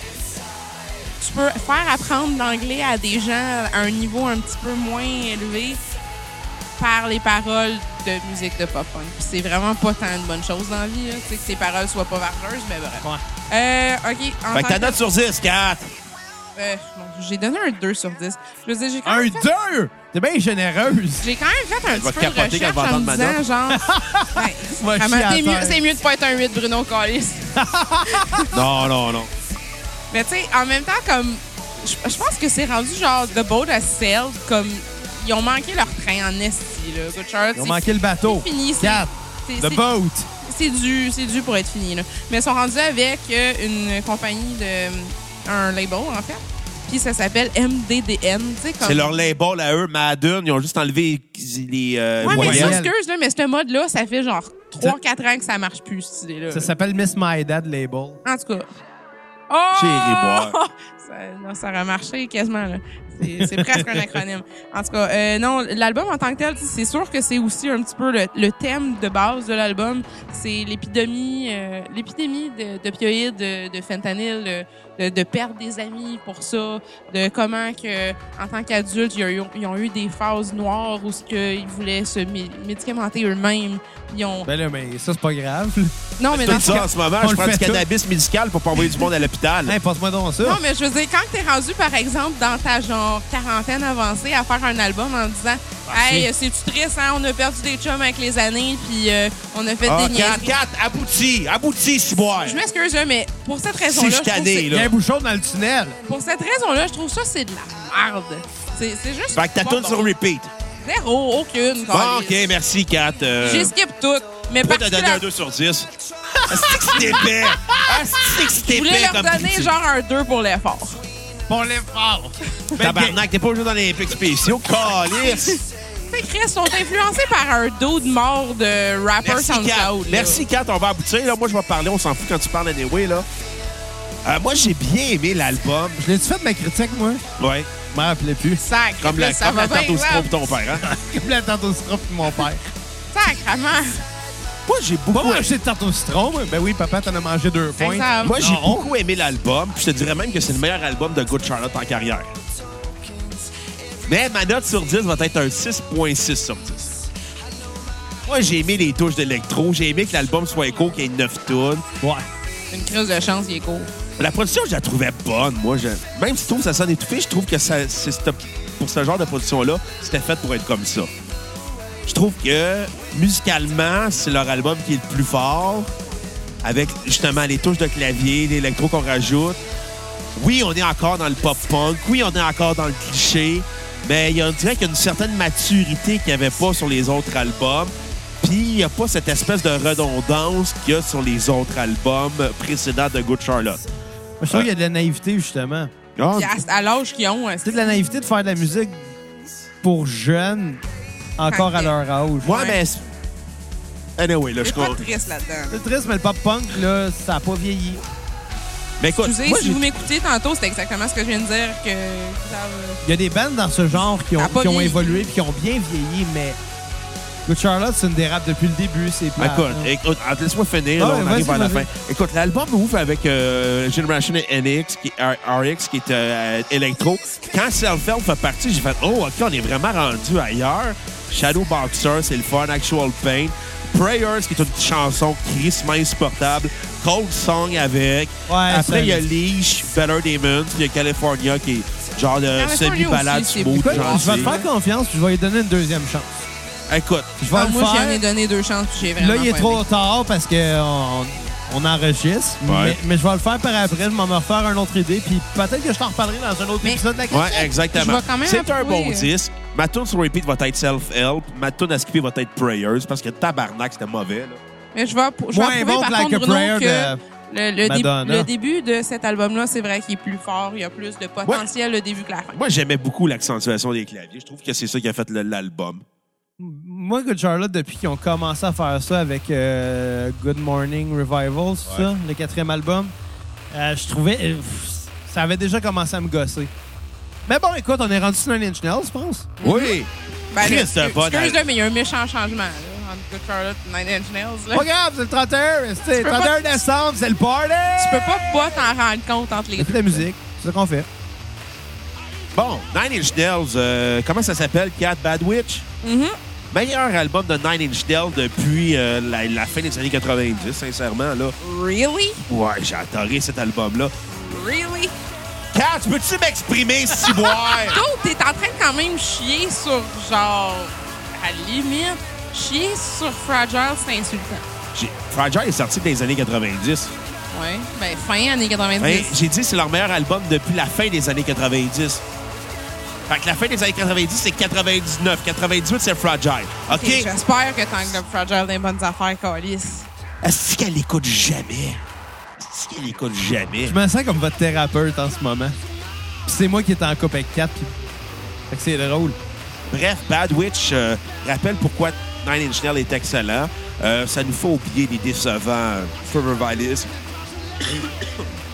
[SPEAKER 3] tu peux faire apprendre l'anglais à des gens à un niveau un petit peu moins élevé par les paroles de musique de pop-punk. Puis c'est vraiment pas tant une bonne chose dans la vie, là, tu sais, que ces paroles soient pas vargeuses, mais bref.
[SPEAKER 1] Ouais.
[SPEAKER 3] Euh, OK. en
[SPEAKER 2] Fait
[SPEAKER 3] tant
[SPEAKER 2] que ta
[SPEAKER 3] que-
[SPEAKER 2] note sur 10, 4.
[SPEAKER 3] Euh, mon Dieu, j'ai donné un 2 sur 10. Je veux dire, j'ai quand,
[SPEAKER 1] Un
[SPEAKER 3] même fait-
[SPEAKER 1] 2! T'es bien généreuse.
[SPEAKER 3] j'ai quand même fait un
[SPEAKER 2] va
[SPEAKER 3] petit peu de
[SPEAKER 2] capoter quand elle
[SPEAKER 3] recherche
[SPEAKER 2] va
[SPEAKER 3] en me
[SPEAKER 2] entendre ma
[SPEAKER 3] disant,
[SPEAKER 2] note.
[SPEAKER 3] genre... ben,
[SPEAKER 1] Va
[SPEAKER 3] vraiment,
[SPEAKER 1] chier à
[SPEAKER 3] c'est mieux-
[SPEAKER 1] terre.
[SPEAKER 3] c'est mieux de pas être un 8, Bruno Collis.
[SPEAKER 2] Non, non, non.
[SPEAKER 3] Mais tu sais, en même temps, comme... Je je pense que c'est rendu genre The Boat Has Sailed, comme... Ils ont manqué leur train en esti, là. Good Charlotte,
[SPEAKER 1] Ils ont
[SPEAKER 3] c'est-
[SPEAKER 1] manqué le bateau.
[SPEAKER 3] c'est fini, c'est-
[SPEAKER 1] Quatre.
[SPEAKER 3] c'est-
[SPEAKER 1] The
[SPEAKER 3] c'est-
[SPEAKER 1] boat.
[SPEAKER 3] c'est dû, c'est dû pour être fini. Là. Mais ils sont rendus avec euh, une compagnie de... euh, un label, en fait. Puis ça s'appelle MDDN, tu sais, comme...
[SPEAKER 2] C'est leur label à eux, Madden. Ils ont juste enlevé les euh,
[SPEAKER 3] Ouais, mais ça,
[SPEAKER 2] voyelles.
[SPEAKER 3] excuse, là, mais ce mode-là, ça fait genre
[SPEAKER 1] Ça-
[SPEAKER 3] 3-4 ans que ça marche plus, cette idée-là.
[SPEAKER 1] Ça s'appelle Miss My Dad Label.
[SPEAKER 3] En tout cas. Oh!
[SPEAKER 2] Chérie boire.
[SPEAKER 3] ça, non, ça aurait marché quasiment, là. C'est c'est presque un acronyme. En tout cas, euh, non, l'album en tant que tel, c'est sûr que c'est aussi un petit peu le, le thème de base de l'album. C'est l'épidémie euh, l'épidémie de- d'opioïdes, de, de fentanyl, euh, de, de perdre des amis pour ça, de comment que en tant qu'adultes, ils, ont- ils ont eu des phases noires où ce que ils voulaient se mé- médicamenter eux-mêmes. Ils ont...
[SPEAKER 1] Ben là, mais ça, c'est pas grave.
[SPEAKER 3] non, mais
[SPEAKER 2] Tout
[SPEAKER 3] dans ce
[SPEAKER 2] ça en ce moment,
[SPEAKER 1] on
[SPEAKER 2] je
[SPEAKER 1] le
[SPEAKER 2] prends du
[SPEAKER 1] fait tout.
[SPEAKER 2] cannabis médical pour pas envoyer du monde à l'hôpital.
[SPEAKER 1] Hey, passe-moi donc ça.
[SPEAKER 3] Non, mais je veux dire, quand t'es rendu, par exemple, dans ta genre quarantaine avancée à faire un album en disant Hey, c'est-tu triste, hein? On a perdu des chums avec les années, puis euh, on a fait
[SPEAKER 2] Ah,
[SPEAKER 3] des niaiseries.
[SPEAKER 2] 44, abouti, abouti, Ciboire.
[SPEAKER 3] Je m'excuse, là, mais pour cette
[SPEAKER 2] Si
[SPEAKER 3] raison-là.
[SPEAKER 2] je
[SPEAKER 3] je trouve
[SPEAKER 2] tanné,
[SPEAKER 1] Il y a
[SPEAKER 2] là.
[SPEAKER 1] un bouchon dans le tunnel.
[SPEAKER 3] c'est- Pour cette raison-là, je trouve ça, c'est de la merde. C'est c'est juste.
[SPEAKER 2] Fait que ta
[SPEAKER 3] pas
[SPEAKER 2] tourne
[SPEAKER 3] bon.
[SPEAKER 2] sur repeat.
[SPEAKER 3] Zéro, aucune.
[SPEAKER 2] Bon,
[SPEAKER 3] câlisse.
[SPEAKER 2] OK, merci, Kat. Euh,
[SPEAKER 3] J'ai skip tout. Mais
[SPEAKER 2] Pourquoi t'as
[SPEAKER 3] particulièrement-
[SPEAKER 2] donné un 2 sur 10? Asti que c'est épais! Asti que c'est
[SPEAKER 3] Je voulais
[SPEAKER 2] épais
[SPEAKER 3] leur
[SPEAKER 2] comme
[SPEAKER 3] donner
[SPEAKER 2] critique.
[SPEAKER 3] genre un 2 pour l'effort.
[SPEAKER 1] Bon, l'effort.
[SPEAKER 2] Ben,
[SPEAKER 1] ben,
[SPEAKER 2] Tabarnak, t'es pas au jeu dans les Olympiques spéciaux. Calice!
[SPEAKER 3] Ces Chris sont influencés par un dos de mort de rapper
[SPEAKER 2] Merci, Kat.
[SPEAKER 3] SoundCloud. là.
[SPEAKER 2] Merci, Kat. On va aboutir. Là. Moi, je vais parler. On s'en fout quand tu parles anyway, là. Euh, moi, j'ai bien aimé l'album.
[SPEAKER 1] Je l'ai-tu fait ma critique, moi?
[SPEAKER 2] Ouais.
[SPEAKER 1] Je m'en rappelais plus.
[SPEAKER 3] Sacre,
[SPEAKER 2] Comme
[SPEAKER 3] là,
[SPEAKER 2] la,
[SPEAKER 3] ça
[SPEAKER 2] comme la
[SPEAKER 3] va
[SPEAKER 2] tarte
[SPEAKER 3] bien,
[SPEAKER 2] au citron
[SPEAKER 3] grave.
[SPEAKER 2] pour ton père. Hein?
[SPEAKER 1] Comme la tarte au citron puis mon père.
[SPEAKER 3] Sacrement.
[SPEAKER 2] Moi, j'ai beaucoup,
[SPEAKER 1] Pas manger de tarte au citron, moi. Ben oui, papa, t'en as mangé deux points.
[SPEAKER 3] Exact.
[SPEAKER 2] moi, j'ai
[SPEAKER 1] Non.
[SPEAKER 2] beaucoup aimé l'album. puis Je te dirais même que c'est le meilleur album de Good Charlotte en carrière. Mais ma note sur 10 va être un 6.6 sur 10. Moi, j'ai aimé les touches d'électro. J'ai aimé que l'album soit éco, qu'il y ait 9 tunes.
[SPEAKER 1] Ouais.
[SPEAKER 3] Une crise de chance, il est court.
[SPEAKER 2] La production, je la trouvais bonne, moi. Je... Même si je trouve que ça sonne étouffé, je trouve que ça, c'est ce- pour ce genre de production-là, c'était fait pour être comme ça. Je trouve que, musicalement, c'est leur album qui est le plus fort, avec justement les touches de clavier, l'électro qu'on rajoute. Oui, on est encore dans le pop-punk. Oui, on est encore dans le cliché. Mais il y a, on dirait qu'il y a une certaine maturité qu'il n'y avait pas sur les autres albums. Puis il n'y a pas cette espèce de redondance qu'il y a sur les autres albums précédents de Good Charlotte.
[SPEAKER 1] Je trouve qu'il y a de la naïveté, justement.
[SPEAKER 2] Ah,
[SPEAKER 3] Puis à, à l'âge qu'ils ont,
[SPEAKER 1] C'est de la naïveté de faire de la musique pour jeunes, encore à leur âge.
[SPEAKER 2] Ouais,
[SPEAKER 3] Ouais.
[SPEAKER 2] mais. c'est- Anyway, là,
[SPEAKER 3] je
[SPEAKER 2] je
[SPEAKER 3] pas
[SPEAKER 2] con-
[SPEAKER 3] triste là-dedans.
[SPEAKER 1] C'est triste, mais le pop-punk, là, ça n'a pas vieilli.
[SPEAKER 2] Mais écoute,
[SPEAKER 3] Excusez,
[SPEAKER 2] moi,
[SPEAKER 3] si
[SPEAKER 2] j'ai-
[SPEAKER 3] vous m'écoutez tantôt, c'est exactement ce que je viens de dire que euh, Gustave-
[SPEAKER 1] Il y a des bands dans ce genre qui
[SPEAKER 3] Ça a
[SPEAKER 1] ont,
[SPEAKER 3] pas
[SPEAKER 1] qui ont
[SPEAKER 3] vieilli.
[SPEAKER 1] évolué et qui ont bien vieilli, mais Good Charlotte, c'est une dérape depuis le début. C'est plate,
[SPEAKER 2] Écoute,
[SPEAKER 1] hein.
[SPEAKER 2] écoute, ah, laisse-moi finir,
[SPEAKER 1] Ah
[SPEAKER 2] là,
[SPEAKER 1] ouais,
[SPEAKER 2] on
[SPEAKER 1] vas-y,
[SPEAKER 2] arrive à la fin.
[SPEAKER 1] vas-y.
[SPEAKER 2] Écoute, l'album ouvre avec euh, Generation NX, qui, R- RX, qui est euh, électro. Quand Self-Help fait partie, j'ai fait « Oh, OK, on est vraiment rendu ailleurs. » Shadow Boxer, c'est le fun. Actual Pain. Prayers, qui est une chanson crissement insupportable. Cold Song avec.
[SPEAKER 1] Ouais, ça,
[SPEAKER 2] Après, il y a
[SPEAKER 1] mais-
[SPEAKER 2] Leash, Better Demons. Il y a California, qui est genre de
[SPEAKER 3] California
[SPEAKER 2] semi-balade
[SPEAKER 3] aussi, c'est
[SPEAKER 2] smooth,
[SPEAKER 1] Écoute,
[SPEAKER 2] gentil.
[SPEAKER 1] je vais te faire confiance puis je vais lui donner une deuxième chance.
[SPEAKER 2] Écoute,
[SPEAKER 1] Je vais
[SPEAKER 3] Ah,
[SPEAKER 1] le
[SPEAKER 3] moi, j'en
[SPEAKER 1] faire.
[SPEAKER 3] ai donné deux chances, puis j'ai vraiment
[SPEAKER 1] Là, il est
[SPEAKER 3] pas
[SPEAKER 1] trop
[SPEAKER 3] aimé.
[SPEAKER 1] tard parce qu'on on enregistre.
[SPEAKER 2] Ouais.
[SPEAKER 1] Mais, mais je vais le faire par après. Je vais me refaire une autre idée. Puis peut-être que je t'en reparlerai dans un autre
[SPEAKER 3] Mais-
[SPEAKER 1] épisode de la question.
[SPEAKER 2] Ouais, exactement.
[SPEAKER 3] Je vais quand même euh,
[SPEAKER 2] C'est un
[SPEAKER 3] approuver.
[SPEAKER 2] bon disque. Ma tune sur repeat va être self-help. Ma tune à skipper va être prayers parce que tabarnak, c'était mauvais. là.
[SPEAKER 3] Mais je vais, appro- je vais
[SPEAKER 1] Moins
[SPEAKER 3] approuver,
[SPEAKER 1] bon
[SPEAKER 3] par
[SPEAKER 1] que Like
[SPEAKER 3] contre,
[SPEAKER 1] a
[SPEAKER 3] Bruno,
[SPEAKER 1] Prayer
[SPEAKER 3] que
[SPEAKER 1] de-
[SPEAKER 3] le, le, dé-
[SPEAKER 1] Madonna.
[SPEAKER 3] le début de cet album-là, c'est vrai qu'il est plus fort. Il y a plus de potentiel le début que la fin.
[SPEAKER 2] Moi, j'aimais beaucoup l'accentuation des claviers. Je trouve que c'est ça qui a fait le- l'album.
[SPEAKER 1] Moi, Good Charlotte, depuis qu'ils ont commencé à faire ça avec euh, Good Morning Revival, c'est ça, le quatrième album, euh, je trouvais. euh, pff, ça avait déjà commencé à me gosser. Mais bon, écoute, on est rendu sur Nine Inch Nails, je pense.
[SPEAKER 3] Mm-hmm.
[SPEAKER 2] Oui!
[SPEAKER 3] Ben, là,
[SPEAKER 2] Christ, bon
[SPEAKER 3] Excuse-le, mais il y a un méchant changement là, entre Good Charlotte et Nine Inch Nails. là.
[SPEAKER 1] Pas grave, c'est le 31, c'est le
[SPEAKER 3] peux pas-
[SPEAKER 1] 31 décembre, c'est le party!
[SPEAKER 3] Tu peux pas pas t'en rendre compte entre les
[SPEAKER 1] C'est
[SPEAKER 3] deux.
[SPEAKER 1] de la musique, c'est ce qu'on fait.
[SPEAKER 2] Bon, Nine Inch Nails, euh, comment ça s'appelle? Cat Bad Witch?
[SPEAKER 3] Mhm.
[SPEAKER 2] Meilleur album de Nine Inch Nails depuis euh, la, la fin des années 90, sincèrement. là.
[SPEAKER 3] Really?
[SPEAKER 2] Ouais, j'ai adoré cet album-là.
[SPEAKER 3] Really?
[SPEAKER 2] Cat, peux-tu m'exprimer, ciboire?
[SPEAKER 3] D'autres, t'es en train de quand même chier sur, genre, à la limite, chier sur Fragile, c'est insultant.
[SPEAKER 2] J'ai- Fragile est sorti dans les années 90.
[SPEAKER 3] Ouais. Ben, fin années 90.
[SPEAKER 2] Ben, j'ai dit que c'est leur meilleur album depuis la fin des années 90. Fait que la fin des années 90, c'est 99. 98, c'est Fragile. OK?
[SPEAKER 3] Et J'espère que t'englobes Fragile des bonnes affaires, Calis.
[SPEAKER 2] Est-ce qu'elle écoute jamais? Est-ce qu'elle écoute jamais?
[SPEAKER 1] Je me sens comme votre thérapeute en ce moment. Puis c'est moi qui étais en couple avec 4, puis... Fait que c'est drôle.
[SPEAKER 2] Bref, Bad Witch euh, rappelle pourquoi Nine Inch Nails est excellent. Euh, ça nous fait oublier les décevants euh, Trevor Vilas.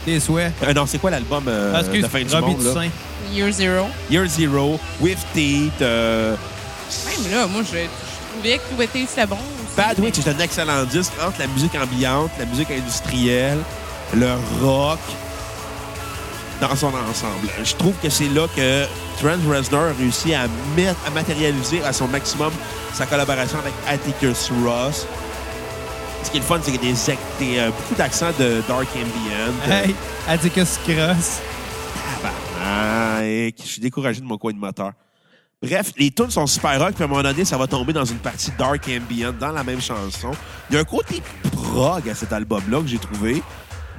[SPEAKER 1] Tes souhaits.
[SPEAKER 2] Euh, non, c'est quoi l'album euh,
[SPEAKER 1] Parce que
[SPEAKER 2] de fin du
[SPEAKER 1] Ah, Robbie
[SPEAKER 2] monde? Là?
[SPEAKER 1] Toussaint.
[SPEAKER 3] Year Zero.
[SPEAKER 2] Year Zero, With Teeth. euh,
[SPEAKER 3] Même là, moi, je, je trouvais que tout était c'était bon. aussi.
[SPEAKER 2] Bad Witch est un excellent disque entre la musique ambiante, la musique industrielle, le rock dans son ensemble. Je trouve que c'est là que Trent Reznor a réussi à, mettre, à matérialiser à son maximum sa collaboration avec Atticus Ross. Ce qui est le fun, c'est qu'il y a des, ac- des, euh, beaucoup d'accents de Dark Ambient.
[SPEAKER 1] Hey, elle dit que c'est crosse.
[SPEAKER 2] Tabarnak, Ah, je suis découragé de mon co-animateur. Bref, les tunes sont super rock, puis à un moment donné, ça va tomber dans une partie dark ambient dans la même chanson. Il y a un côté prog à cet album-là que j'ai trouvé,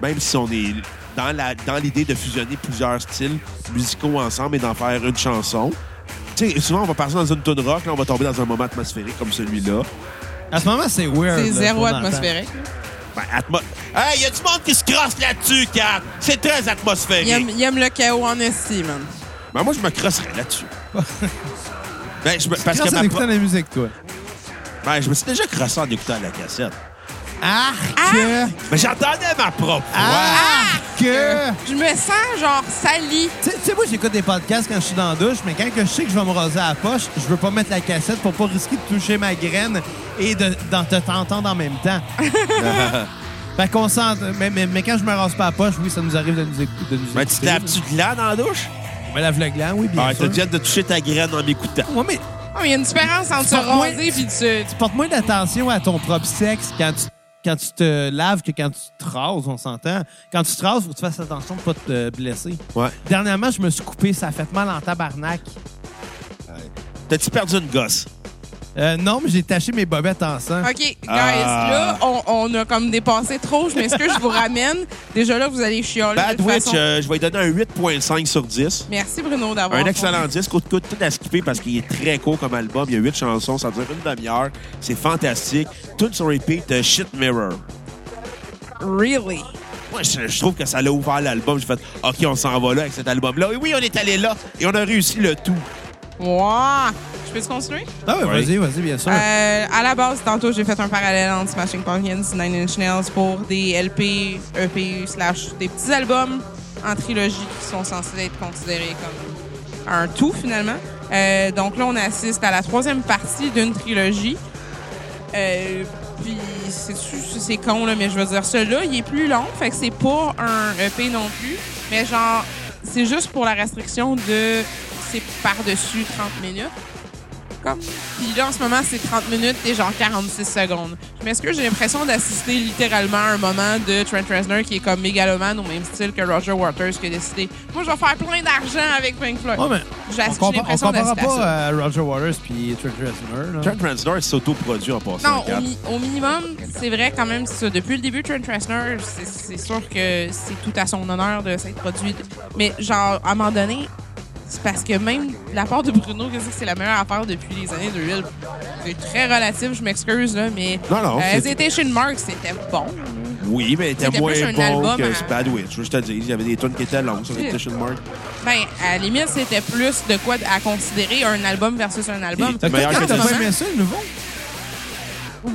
[SPEAKER 2] même si on est dans la dans l'idée de fusionner plusieurs styles musicaux ensemble et d'en faire une chanson. Tu sais, souvent, on va partir dans une tune rock, là, on va tomber dans un moment atmosphérique comme celui-là.
[SPEAKER 1] À ce moment, c'est weird.
[SPEAKER 3] C'est
[SPEAKER 1] là,
[SPEAKER 3] zéro
[SPEAKER 1] qu'on entend.
[SPEAKER 3] atmosphérique.
[SPEAKER 2] Ben, atmo- Hey, y a du monde qui se crosse là-dessus, Kat! C'est très atmosphérique!
[SPEAKER 3] Il aime, il aime le chaos en esti, man.
[SPEAKER 2] Ben, moi, je me crosserais là-dessus. ben, je me, parce
[SPEAKER 1] Quand
[SPEAKER 2] que
[SPEAKER 1] ça
[SPEAKER 2] ma
[SPEAKER 1] écoutant
[SPEAKER 2] pro-
[SPEAKER 1] la musique, toi.
[SPEAKER 2] ben, je me suis déjà crossé en écoutant la cassette.
[SPEAKER 1] Arc! que-
[SPEAKER 2] Mais j'entendais ma propre voix.
[SPEAKER 3] Ah!
[SPEAKER 1] Arc! que-
[SPEAKER 3] Je me sens, genre, sali.
[SPEAKER 1] Tu sais- tu sais, moi, j'écoute des podcasts quand je suis dans la douche, mais quand que je sais que je vais me raser à la poche, je veux pas mettre la cassette pour pas risquer de toucher ma graine et de, d'en- de t'entendre en même temps. fait qu'on sent. Mais, mais- mais quand je me rase pas à la poche, oui, ça nous arrive de nous écouter.
[SPEAKER 2] Ben, tu te laves-tu de là dans la douche?
[SPEAKER 1] Je me lave le gland, oui, bien
[SPEAKER 2] Ah, t'as
[SPEAKER 1] sûr.
[SPEAKER 2] déjà hâte de toucher ta graine en m'écoutant.
[SPEAKER 1] Ouais, mais
[SPEAKER 3] Ah, mais il y a une différence entre se
[SPEAKER 1] Porte-moi-
[SPEAKER 3] raser et se...
[SPEAKER 1] porte moins d'attention à ton propre sexe quand tu, quand tu te laves que quand tu te rases, on s'entend. Quand tu te rases, faut que tu fasses attention de pas te blesser.
[SPEAKER 2] Ouais.
[SPEAKER 1] Dernièrement, je me suis coupé, ça a fait mal en tabarnak.
[SPEAKER 2] T'as-tu perdu une gosse?
[SPEAKER 1] Euh, non, mais j'ai taché mes bobettes en sang.
[SPEAKER 3] OK, guys,
[SPEAKER 2] Ah.
[SPEAKER 3] là, on, on a comme dépassé trop. Je m'excuse, je vous ramène. Déjà là, vous allez chialer. de
[SPEAKER 2] Bad
[SPEAKER 3] toute
[SPEAKER 2] Witch,
[SPEAKER 3] façon.
[SPEAKER 2] euh, je vais lui donner un 8.5 sur 10.
[SPEAKER 3] Merci, Bruno, d'avoir.
[SPEAKER 2] Un excellent disque, coûte, coûte tout à skipper parce qu'il est très court comme album. Il y a 8 chansons, ça dure une demi-heure. C'est fantastique. Toutes sur repeat, euh, Shit Mirror.
[SPEAKER 3] Really?
[SPEAKER 2] Moi, je, je trouve que ça l'a ouvert l'album. J'ai fait, OK, on s'en va là avec cet album-là. Et oui, on est allé là et on a réussi le tout.
[SPEAKER 3] Wow! Je peux continuer?
[SPEAKER 1] Ah oui,
[SPEAKER 2] Oui.
[SPEAKER 1] vas-y, vas-y, bien sûr.
[SPEAKER 3] Euh, à la base, tantôt, j'ai fait un parallèle entre Smashing Pumpkins et Nine Inch Nails pour des LP, EP, slash des petits albums en trilogie qui sont censés être considérés comme un tout, finalement. Euh, donc là, on assiste à la troisième partie d'une trilogie. Euh, puis, c'est- c'est c'est con, là, mais je veux dire, celui-là, il est plus long, fait que c'est pas un EP non plus. Mais genre, c'est juste pour la restriction de... C'est par-dessus 30 minutes comme. Puis là, en ce moment, c'est 30 minutes et genre 46 secondes. Je m'excuse, j'ai l'impression d'assister littéralement à un moment de Trent Reznor qui est comme mégalomane au même style que Roger Waters qui a décidé « Moi, je vais faire plein d'argent avec Pink Floyd.
[SPEAKER 1] Ouais, mais
[SPEAKER 3] J'ai
[SPEAKER 1] on
[SPEAKER 3] ass- j'ai
[SPEAKER 1] compa- on
[SPEAKER 3] l'impression
[SPEAKER 1] comparera
[SPEAKER 3] d'assister à ça.
[SPEAKER 1] pas à Roger Waters puis Trent Reznor. là.
[SPEAKER 2] Trent Reznor est s'autoproduit en passant.
[SPEAKER 3] Non, au,
[SPEAKER 2] Kat.
[SPEAKER 3] mi- au minimum, c'est vrai quand même, c'est ça. Depuis le début, Trent Reznor, c'est- c'est sûr que c'est tout à son honneur de s'être produit. Mais genre, à un moment donné, c'est parce que même de la part de Bruno, que c'est la meilleure affaire depuis les années 2000. C'est très relatif, je m'excuse, là, mais...
[SPEAKER 2] Non, non,
[SPEAKER 3] Euh,
[SPEAKER 2] c'est-
[SPEAKER 3] Hesitation Mark, c'était bon.
[SPEAKER 2] Oui, mais elle était
[SPEAKER 3] C'était
[SPEAKER 2] moins
[SPEAKER 3] plus un
[SPEAKER 2] bon
[SPEAKER 3] album
[SPEAKER 2] que
[SPEAKER 3] à-
[SPEAKER 2] c'est Bad Witch. Je te dis, il y avait des tunes qui étaient longues sur Reputation Mark.
[SPEAKER 3] Ben, à la limite, c'était plus de quoi à considérer un album versus un album.
[SPEAKER 1] Fait que
[SPEAKER 2] Meilleur
[SPEAKER 1] toi,
[SPEAKER 2] que
[SPEAKER 1] quand t'as
[SPEAKER 3] ça.
[SPEAKER 1] pas aimé ça, le nouveau?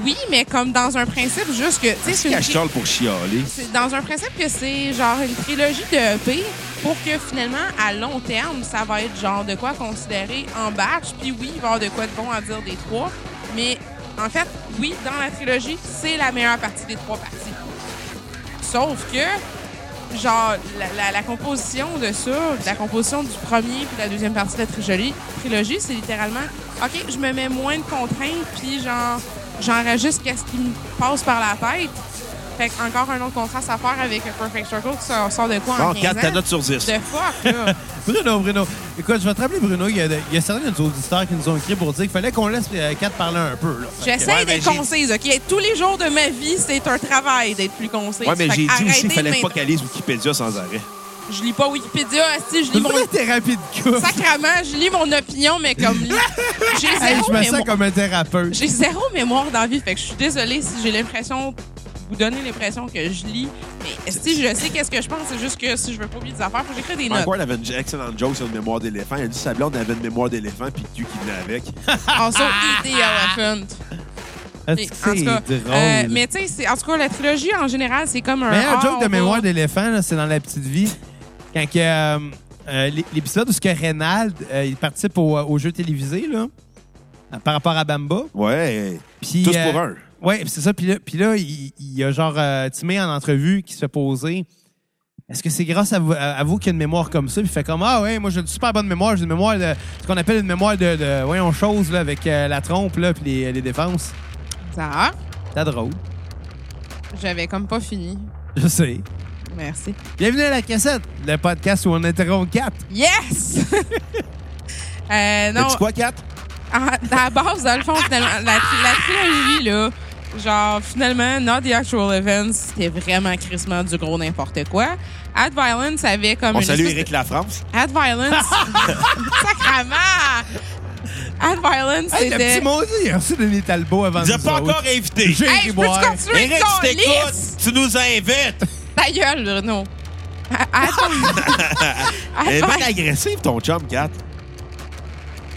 [SPEAKER 3] Oui, mais comme dans un principe juste que... tu sais,
[SPEAKER 2] Qu'est-ce
[SPEAKER 3] une-
[SPEAKER 2] qu'elle chiale pour chialer?
[SPEAKER 3] c'est dans un principe que c'est genre une trilogie de EP pour que finalement, à long terme, ça va être genre de quoi considérer en batch. Puis oui, il va y avoir de quoi de bon à dire des trois. Mais en fait, oui, dans la trilogie, c'est la meilleure partie des trois parties. Sauf que, genre, la, la- la composition de ça, la composition du premier puis de la deuxième partie de la trilogie, trilogie c'est littéralement, OK, je me mets moins de contraintes, puis genre, j'enregistre qu'est-ce qui me passe par la tête. Fait que encore un autre contraste à faire avec Perfect Circle qui sort sort de quoi en
[SPEAKER 2] Bon,
[SPEAKER 3] 15
[SPEAKER 2] Kat, ta
[SPEAKER 3] ans?
[SPEAKER 2] note sur 10.
[SPEAKER 3] Ah, hein? De fuck, là.
[SPEAKER 1] Bruno, Bruno. Écoute, je vais te rappeler, Bruno, il y a, de- il y a certains de nos auditeurs qui nous ont écrit pour dire qu'il fallait qu'on laisse euh, Kat parler un peu. là. Fait que-
[SPEAKER 3] J'essaie
[SPEAKER 2] Ouais, mais
[SPEAKER 3] d'être
[SPEAKER 2] j'ai-
[SPEAKER 3] concise, OK? Tous les jours de ma vie, c'est un travail d'être plus concise.
[SPEAKER 2] Ouais, mais
[SPEAKER 3] Fait que
[SPEAKER 2] j'ai dit aussi
[SPEAKER 3] arrêtez
[SPEAKER 2] qu'il fallait
[SPEAKER 3] de
[SPEAKER 2] pas
[SPEAKER 3] m'in-
[SPEAKER 2] qu'elle lise Wikipédia sans arrêt.
[SPEAKER 3] Je lis pas Wikipédia, si je
[SPEAKER 1] C'est
[SPEAKER 3] lis
[SPEAKER 1] une
[SPEAKER 3] mon
[SPEAKER 1] vraie thérapie de couple.
[SPEAKER 3] Sacrement, je lis mon opinion, mais comme li- j'ai zéro,
[SPEAKER 1] Hey, je me sens
[SPEAKER 3] mémo-
[SPEAKER 1] comme un thérapeute.
[SPEAKER 3] j'ai zéro mémoire d'envie. Fait que je suis désolée si j'ai l'impression, vous donner l'impression que je lis. Mais si je sais qu'est-ce que je pense, c'est juste que si je veux pas oublier des affaires, faut que j'écris des notes.
[SPEAKER 2] Encore, elle avait une excellente joke sur une mémoire d'éléphant. Elle a dit sa blonde avait une mémoire d'éléphant, puis Dieu qui venait avec.
[SPEAKER 3] En so eat the E elephant.
[SPEAKER 1] Est-ce
[SPEAKER 3] Mais,
[SPEAKER 1] que
[SPEAKER 3] en tout cas,
[SPEAKER 1] Ah, C'est drôle.
[SPEAKER 3] euh, mais tu sais, c'est- en tout cas, la trilogie en général, c'est comme un.
[SPEAKER 1] Mais un
[SPEAKER 3] art,
[SPEAKER 1] joke de
[SPEAKER 3] on va-
[SPEAKER 1] mémoire d'éléphant, là, c'est dans La Petite Vie. Quand que, euh, euh, l'é- l'épisode où ce que Reynald, euh, il participe au, euh, au jeu télévisé, là, euh, par rapport à Bamba.
[SPEAKER 2] Ouais.
[SPEAKER 1] Puis,
[SPEAKER 2] Tous
[SPEAKER 1] euh,
[SPEAKER 2] pour un.
[SPEAKER 1] Ouais, pis c'est ça. Puis là, puis là il, il y a genre euh, Timé en entrevue qui se fait poser. Est-ce que c'est grâce à vous, à- à vous qu'il y a une mémoire comme ça? Puis il fait comme Ah ouais, moi j'ai une super bonne mémoire, j'ai une mémoire de ce qu'on appelle une mémoire de, de voyons chose là, avec euh, la trompe là, puis les, les défenses.
[SPEAKER 3] Ça,
[SPEAKER 1] T'as drôle.
[SPEAKER 3] j'avais comme pas fini.
[SPEAKER 1] Je sais.
[SPEAKER 3] Merci.
[SPEAKER 1] Bienvenue à la cassette, le podcast où on interrompt quatre.
[SPEAKER 3] Yes! Euh, non,
[SPEAKER 2] T'as-tu quoi, Kat?
[SPEAKER 3] en- à la base, dans le fond, finalement, la, la trilogie, là, genre, finalement, Not the Actual Events, c'était vraiment crissement du gros n'importe quoi. Ad Violence avait comme
[SPEAKER 2] On
[SPEAKER 3] une
[SPEAKER 2] salue
[SPEAKER 3] espèce de-
[SPEAKER 2] Eric La France.
[SPEAKER 3] Ad Violence. Sacrament! Ad Violence,
[SPEAKER 1] Hey, le
[SPEAKER 3] c'était.
[SPEAKER 1] petit maudit, il a reçu Denis Talbot avant
[SPEAKER 2] Il nous a
[SPEAKER 1] nous
[SPEAKER 2] pas
[SPEAKER 1] autres.
[SPEAKER 2] encore invité.
[SPEAKER 1] J'ai
[SPEAKER 3] Hey,
[SPEAKER 1] ri
[SPEAKER 3] je peux-tu
[SPEAKER 1] boire.
[SPEAKER 3] continuer?
[SPEAKER 2] Eric, tu
[SPEAKER 3] Câlisse!
[SPEAKER 2] t'écoutes. Tu nous invites.
[SPEAKER 3] Ta gueule, Bruno! À- à- Ad-
[SPEAKER 2] Elle est
[SPEAKER 3] Ad-
[SPEAKER 2] bien agressive, ton chum, Kat.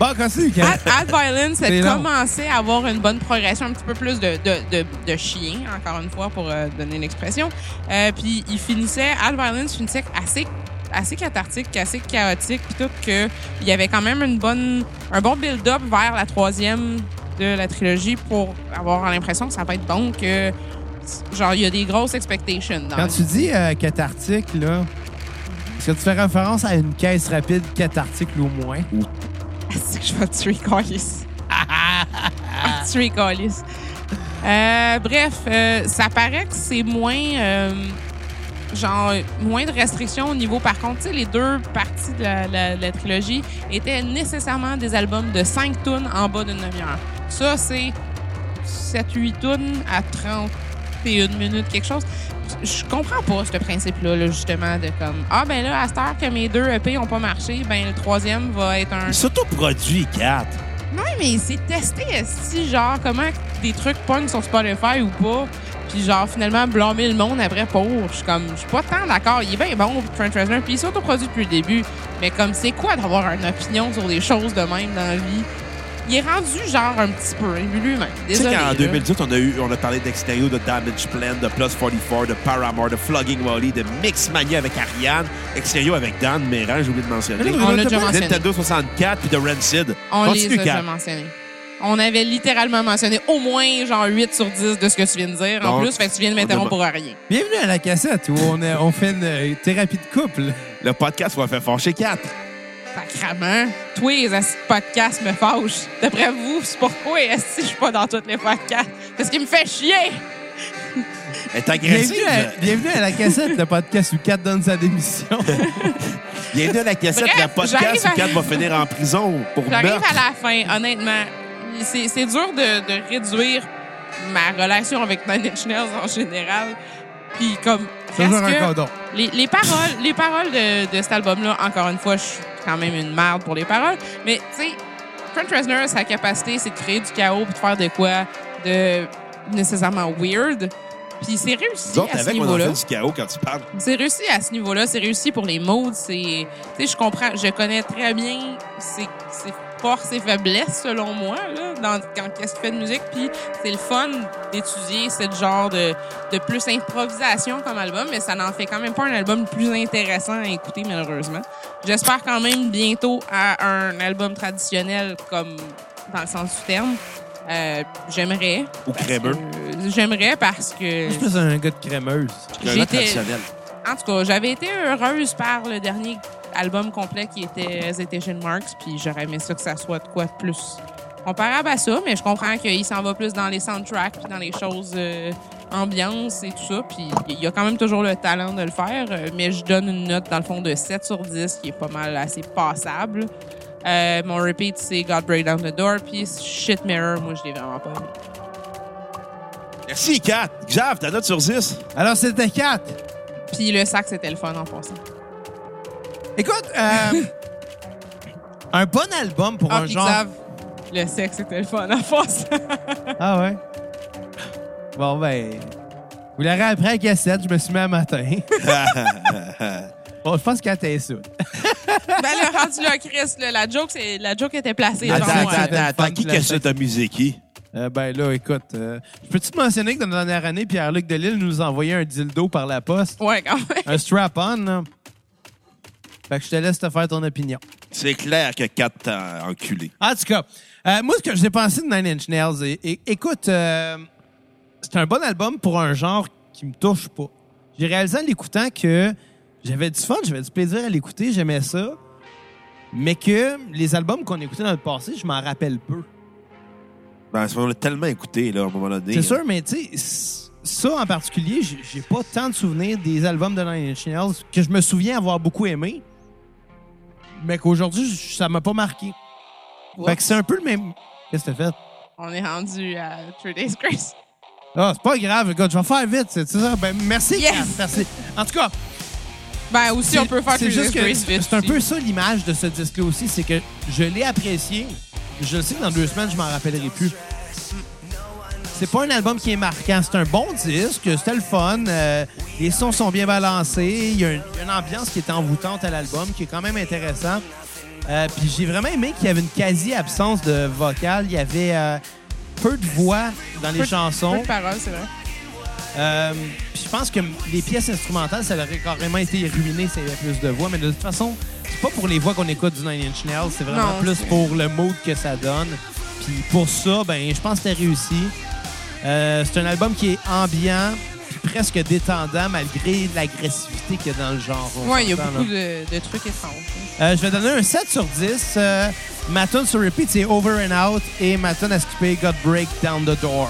[SPEAKER 1] Bon, continue,
[SPEAKER 2] Ah.
[SPEAKER 1] Kat.
[SPEAKER 3] Ad, Ad Violence
[SPEAKER 1] C'est
[SPEAKER 3] a
[SPEAKER 1] long.
[SPEAKER 3] commencé à avoir une bonne progression, un petit peu plus de, de, de, de chien, encore une fois, pour euh, donner l'expression. Euh, puis il finissait, Ad Violence finissait assez assez cathartique, assez chaotique, puis tout que il y avait quand même une bonne, un bon build-up vers la troisième de la trilogie pour avoir l'impression que ça va être bon, que genre il y a des grosses expectations. Dans
[SPEAKER 1] Quand
[SPEAKER 3] le-
[SPEAKER 1] tu dis euh, cathartique, là, est-ce que tu fais référence à une caisse rapide cathartique ou moins?
[SPEAKER 3] C'est que je vais te tuer, Calis. Ah, tuer, Calis. Euh, bref, euh, ça paraît que c'est moins. euh, genre, moins de restrictions au niveau. Par contre, tu sais, les deux parties de la, la- la trilogie étaient nécessairement des albums de 5 tonnes en bas d'une demi-heure. Ça, c'est 7-8 tonnes à 31 minutes, quelque chose. Je comprends pas ce principe-là, là, justement, de comme Ah, ben là, à cette heure que mes deux EP ont pas marché, ben le troisième va être un.
[SPEAKER 2] Il s'autoproduit, 4.
[SPEAKER 3] Non, mais c'est testé, si genre, comment des trucs pognent sur Spotify ou pas. Puis genre, finalement, blâmer le monde après pour. Je suis comme, je suis pas tant d'accord. Il est bien bon, Trent Reznor, puis il s'est autoproduit depuis le début. Mais comme, c'est quoi d'avoir une opinion sur des choses de même dans la vie? Il est rendu genre un petit peu lui-même.
[SPEAKER 2] Tu sais
[SPEAKER 3] Désolé.
[SPEAKER 2] qu'en
[SPEAKER 3] là.
[SPEAKER 2] 2018, on a, eu, on a parlé d'Extérieur, de Damage Plan, de Plus 44, de Paramore, de Flogging Molly, de Mixmania avec Ariane, Extérieur avec Dan Méran, j'ai oublié de mentionner.
[SPEAKER 3] Mais là, on l'a déjà mentionné.
[SPEAKER 2] Nintendo 64 puis de Rancid.
[SPEAKER 3] On
[SPEAKER 2] Continue,
[SPEAKER 3] les a déjà
[SPEAKER 2] Kat.
[SPEAKER 3] mentionnés. On avait littéralement mentionné au moins genre 8 sur 10 de ce que tu viens de dire. en
[SPEAKER 2] Donc,
[SPEAKER 3] plus, fait que tu viens de
[SPEAKER 2] on
[SPEAKER 3] m'interrompre pour
[SPEAKER 2] demande-
[SPEAKER 3] rien.
[SPEAKER 1] Bienvenue à la cassette où on, est- on fait une euh, thérapie de couple.
[SPEAKER 2] Le podcast va faire fâcher 4.
[SPEAKER 3] Sacrement. Tous les assis de podcasts me fâchent. D'après vous, c'est pourquoi est-ce que je suis pas dans toutes les podcasts? Parce qu'il me fait chier!
[SPEAKER 2] Elle est agressive.
[SPEAKER 1] Bienvenue à, bienvenue à la cassette, le podcast où Kat donne sa démission.
[SPEAKER 2] Bienvenue à la cassette,
[SPEAKER 3] Bref,
[SPEAKER 2] le podcast
[SPEAKER 3] j'arrive
[SPEAKER 2] où
[SPEAKER 3] à-
[SPEAKER 2] 4 va finir en prison pour
[SPEAKER 3] J'arrive
[SPEAKER 2] meurtre.
[SPEAKER 3] à la fin, honnêtement. C'est c'est dur de, de réduire ma relation avec Nine Inch Nails en général. Puis comme,
[SPEAKER 1] Toujours un
[SPEAKER 3] presque-
[SPEAKER 1] condom.
[SPEAKER 3] Les, les paroles, les paroles de, de cet album-là, encore une fois, je suis quand même une merde pour les paroles. Mais, tu sais, Trent Reznor, sa capacité, c'est de créer du chaos puis de faire de quoi de nécessairement weird. Puis c'est réussi
[SPEAKER 2] Donc,
[SPEAKER 3] à ce
[SPEAKER 2] avec, on a
[SPEAKER 3] niveau-là.
[SPEAKER 2] fait du chaos quand tu parles.
[SPEAKER 3] C'est réussi à ce niveau-là. C'est réussi pour les modes. C'est, tu sais, je comprends, je connais très bien ses, ses forces et faiblesses selon moi là, dans quand qu'est-ce qu'il fait de musique. Puis c'est le fun d'étudier ce genre de, de plus improvisation comme album, mais ça n'en fait quand même pas un album plus intéressant à écouter malheureusement. J'espère quand même bientôt à un album traditionnel comme dans le sens du terme. Euh, j'aimerais.
[SPEAKER 2] Ou
[SPEAKER 3] parce
[SPEAKER 2] crémeux.
[SPEAKER 3] que- J'aimerais parce que.
[SPEAKER 1] Je suis plus un gars de crémeuse.
[SPEAKER 2] C'est un gars
[SPEAKER 3] J'étais-
[SPEAKER 2] traditionnel.
[SPEAKER 3] En tout cas, j'avais été heureuse par le dernier album complet qui était Zetation Marks, puis j'aurais aimé ça que ça soit de quoi de plus comparable à ça, mais je comprends qu'il s'en va plus dans les soundtracks, puis dans les choses euh, ambiance et tout ça, puis il y a quand même toujours le talent de le faire, euh, mais je donne une note dans le fond de 7 sur 10, qui est pas mal assez passable. Euh, mon repeat, c'est God Break Down the Door, puis Shit Mirror, moi je l'ai vraiment pas aimé.
[SPEAKER 2] Merci, 4. Xav, ta note sur 10.
[SPEAKER 1] Alors, c'était Kat.
[SPEAKER 3] Puis le sac, c'était le fun en passant.
[SPEAKER 1] Écoute, euh, un bon album pour
[SPEAKER 3] Ah,
[SPEAKER 1] un
[SPEAKER 3] puis
[SPEAKER 1] genre.
[SPEAKER 3] Xav, le sexe, c'était le fun en passant.
[SPEAKER 1] Ah ouais? Bon, ben. Vous l'aurez après la cassette, je me suis mis à matin. bon, je pense qu'elle était ça.
[SPEAKER 3] Ben, le rendu là, Chris, là, la, joke, c'est, la joke était placée.
[SPEAKER 2] Attends,
[SPEAKER 3] genre,
[SPEAKER 2] attends,
[SPEAKER 3] euh,
[SPEAKER 2] attends, attends. Qui
[SPEAKER 1] La-
[SPEAKER 2] cache ta musique? qui?
[SPEAKER 1] Euh, ben là, écoute, euh, je peux-tu te mentionner que dans la dernière année, Pierre-Luc Delisle nous envoyait un dildo par la poste?
[SPEAKER 3] Ouais, quand même.
[SPEAKER 1] un strap-on, là. Fait que je te laisse te faire ton opinion.
[SPEAKER 2] C'est clair que 4 t'a enculé.
[SPEAKER 1] En tout cas, euh, moi, ce que j'ai pensé de Nine Inch Nails, é- é- écoute, euh, c'est un bon album pour un genre qui me touche pas. J'ai réalisé en l'écoutant que j'avais du fun, j'avais du plaisir à l'écouter, j'aimais ça, mais que les albums qu'on écoutait dans le passé, je m'en rappelle peu.
[SPEAKER 2] Ben, on l'a tellement écouté, là, à un moment donné.
[SPEAKER 1] C'est sûr, mais tu sais, c- ça en particulier, j'ai j'ai pas tant de souvenirs des albums de Nine Inch Nails que je me souviens avoir beaucoup aimé, mais qu'aujourd'hui, j- ça m'a pas marqué. Fait que c'est un peu le même. Qu'est-ce que t'as fait?
[SPEAKER 3] On est rendu à Three Days Grace.
[SPEAKER 1] Ah, c'est pas grave, gars, je vais faire vite, c'est c'est ça. Ben, merci,
[SPEAKER 3] Yes!
[SPEAKER 1] Kat, merci. En tout cas,
[SPEAKER 3] Ben, aussi, on peut faire
[SPEAKER 1] c'est
[SPEAKER 3] Three Days
[SPEAKER 1] juste que
[SPEAKER 3] Grace vite.
[SPEAKER 1] c'est un peu
[SPEAKER 3] aussi.
[SPEAKER 1] ça l'image de ce disque-là aussi, c'est que je l'ai apprécié. Je le sais que dans deux semaines, je m'en rappellerai plus. C'est pas un album qui est marquant, c'est un bon disque, c'était le fun, euh, les sons sont bien balancés, il y, a une- il y a une ambiance qui est envoûtante à l'album, qui est quand même intéressante. Euh, Puis j'ai vraiment aimé qu'il y avait une quasi-absence de vocale, il y avait euh, peu de voix dans les
[SPEAKER 3] Peu de-
[SPEAKER 1] chansons.
[SPEAKER 3] Peu de paroles, c'est vrai.
[SPEAKER 1] Euh, puis je pense que les pièces instrumentales, ça aurait carrément été ruiné s'il y avait plus de voix. Mais de toute façon, c'est pas pour les voix qu'on écoute du Nine Inch Nails. C'est vraiment
[SPEAKER 3] Non,
[SPEAKER 1] plus
[SPEAKER 3] c'est-
[SPEAKER 1] pour le mood que ça donne. Puis pour ça, ben, je pense que c'était réussi. Euh, c'est un album qui est ambiant, puis presque détendant, malgré l'agressivité qu'il y a dans le genre. on
[SPEAKER 3] Ouais, il y a
[SPEAKER 1] s'entend,
[SPEAKER 3] beaucoup
[SPEAKER 1] là.
[SPEAKER 3] de, de trucs étranges.
[SPEAKER 1] Euh, je vais donner un 7 sur 10. Euh, ma tune sur repeat, c'est Over and Out. Et ma tune à skipper, God Break Down the Door.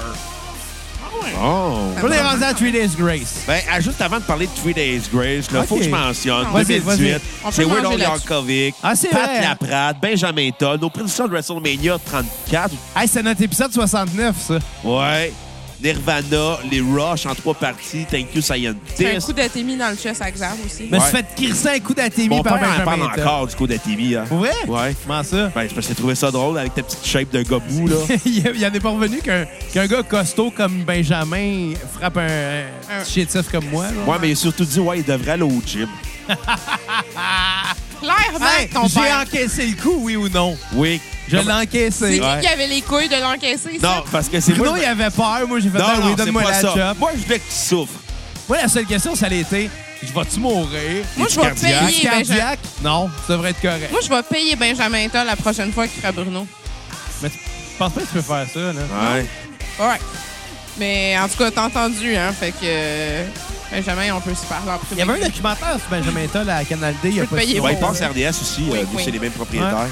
[SPEAKER 3] Ah ouais.
[SPEAKER 2] Oh.
[SPEAKER 1] On est rendu à Three Days Grace.
[SPEAKER 2] Ben, ah, juste avant de parler de Three Days Grace, il faut
[SPEAKER 1] Ok.
[SPEAKER 2] que je mentionne
[SPEAKER 1] Vas-y,
[SPEAKER 2] 2018,
[SPEAKER 1] vas-y.
[SPEAKER 3] On peut
[SPEAKER 2] c'est
[SPEAKER 3] manger
[SPEAKER 2] Willow
[SPEAKER 3] là-dessus.
[SPEAKER 2] Yankovic,
[SPEAKER 1] Ah, c'est
[SPEAKER 2] Pat
[SPEAKER 1] vrai.
[SPEAKER 2] Laprade, Benjamin Todd, nos prédictions de WrestleMania 34,
[SPEAKER 1] Hey, c'est notre épisode 69, ça.
[SPEAKER 2] ouais, Nirvana, les Rush en trois parties, Thank You
[SPEAKER 3] C'est un coup
[SPEAKER 2] Scientist.
[SPEAKER 3] d'atémie dans le chest à Xav aussi.
[SPEAKER 1] Je me suis
[SPEAKER 2] Ouais.
[SPEAKER 1] fait crisser un coup d'ATV
[SPEAKER 2] Mon
[SPEAKER 1] par
[SPEAKER 2] père en parle
[SPEAKER 1] Benjamin Todd.
[SPEAKER 2] encore du coup de la TV. Hein.
[SPEAKER 1] Pour vrai?
[SPEAKER 2] Ouais.
[SPEAKER 1] Comment ça?
[SPEAKER 2] Ben, c'est parce que j'ai trouvé ça drôle avec ta petite shape de gobou, là.
[SPEAKER 1] il y en est pas revenu qu'un qu'un gars costaud comme Benjamin frappe un,
[SPEAKER 3] Un-
[SPEAKER 1] un chétif comme moi. Là.
[SPEAKER 2] Ouais, mais il a surtout dit, ouais, il devrait aller au gym.
[SPEAKER 3] Clairement,
[SPEAKER 1] Hey,
[SPEAKER 3] ton
[SPEAKER 1] j'ai
[SPEAKER 3] père.
[SPEAKER 1] encaissé le coup, oui ou non?
[SPEAKER 2] Oui.
[SPEAKER 1] Je
[SPEAKER 2] Comme-
[SPEAKER 1] l'ai
[SPEAKER 3] C'est
[SPEAKER 1] encaissé.
[SPEAKER 3] qui
[SPEAKER 2] Ouais.
[SPEAKER 3] qui avait les couilles de l'encaisser? ça?
[SPEAKER 2] Non, parce que c'est
[SPEAKER 1] Bruno,
[SPEAKER 2] moi.
[SPEAKER 1] il avait peur. Moi, j'ai fait
[SPEAKER 2] Non,
[SPEAKER 1] peur.
[SPEAKER 2] non, c'est
[SPEAKER 1] donne-moi
[SPEAKER 2] pas
[SPEAKER 1] la
[SPEAKER 2] ça.
[SPEAKER 1] chop.
[SPEAKER 2] Moi, je voulais que tu souffres.
[SPEAKER 1] Moi, la seule question, ça l'était. Je vais-tu mourir?
[SPEAKER 3] Moi, je vais
[SPEAKER 2] cardiaque.
[SPEAKER 1] Crise
[SPEAKER 3] payer Benjamin.
[SPEAKER 1] cardiaque? Non, ça devrait être correct.
[SPEAKER 3] Moi, je vais payer Benjamin Toll la prochaine fois qu'il fera Bruno.
[SPEAKER 1] Mais tu- je pense pas que tu peux faire ça, là.
[SPEAKER 2] Ouais.
[SPEAKER 3] Ouais. Mais en tout cas, t'as entendu, hein? Fait que. euh, Benjamin, on peut se parler en privé.
[SPEAKER 1] Il y avait un documentaire sur Benjamin Toll à Canal D il y a
[SPEAKER 3] Je peux
[SPEAKER 1] pas
[SPEAKER 3] te payer
[SPEAKER 1] si
[SPEAKER 2] Ouais, ils
[SPEAKER 1] longtemps.
[SPEAKER 2] pensent à RDS aussi,
[SPEAKER 3] Oui,
[SPEAKER 2] euh,
[SPEAKER 3] oui.
[SPEAKER 2] c'est les mêmes propriétaires.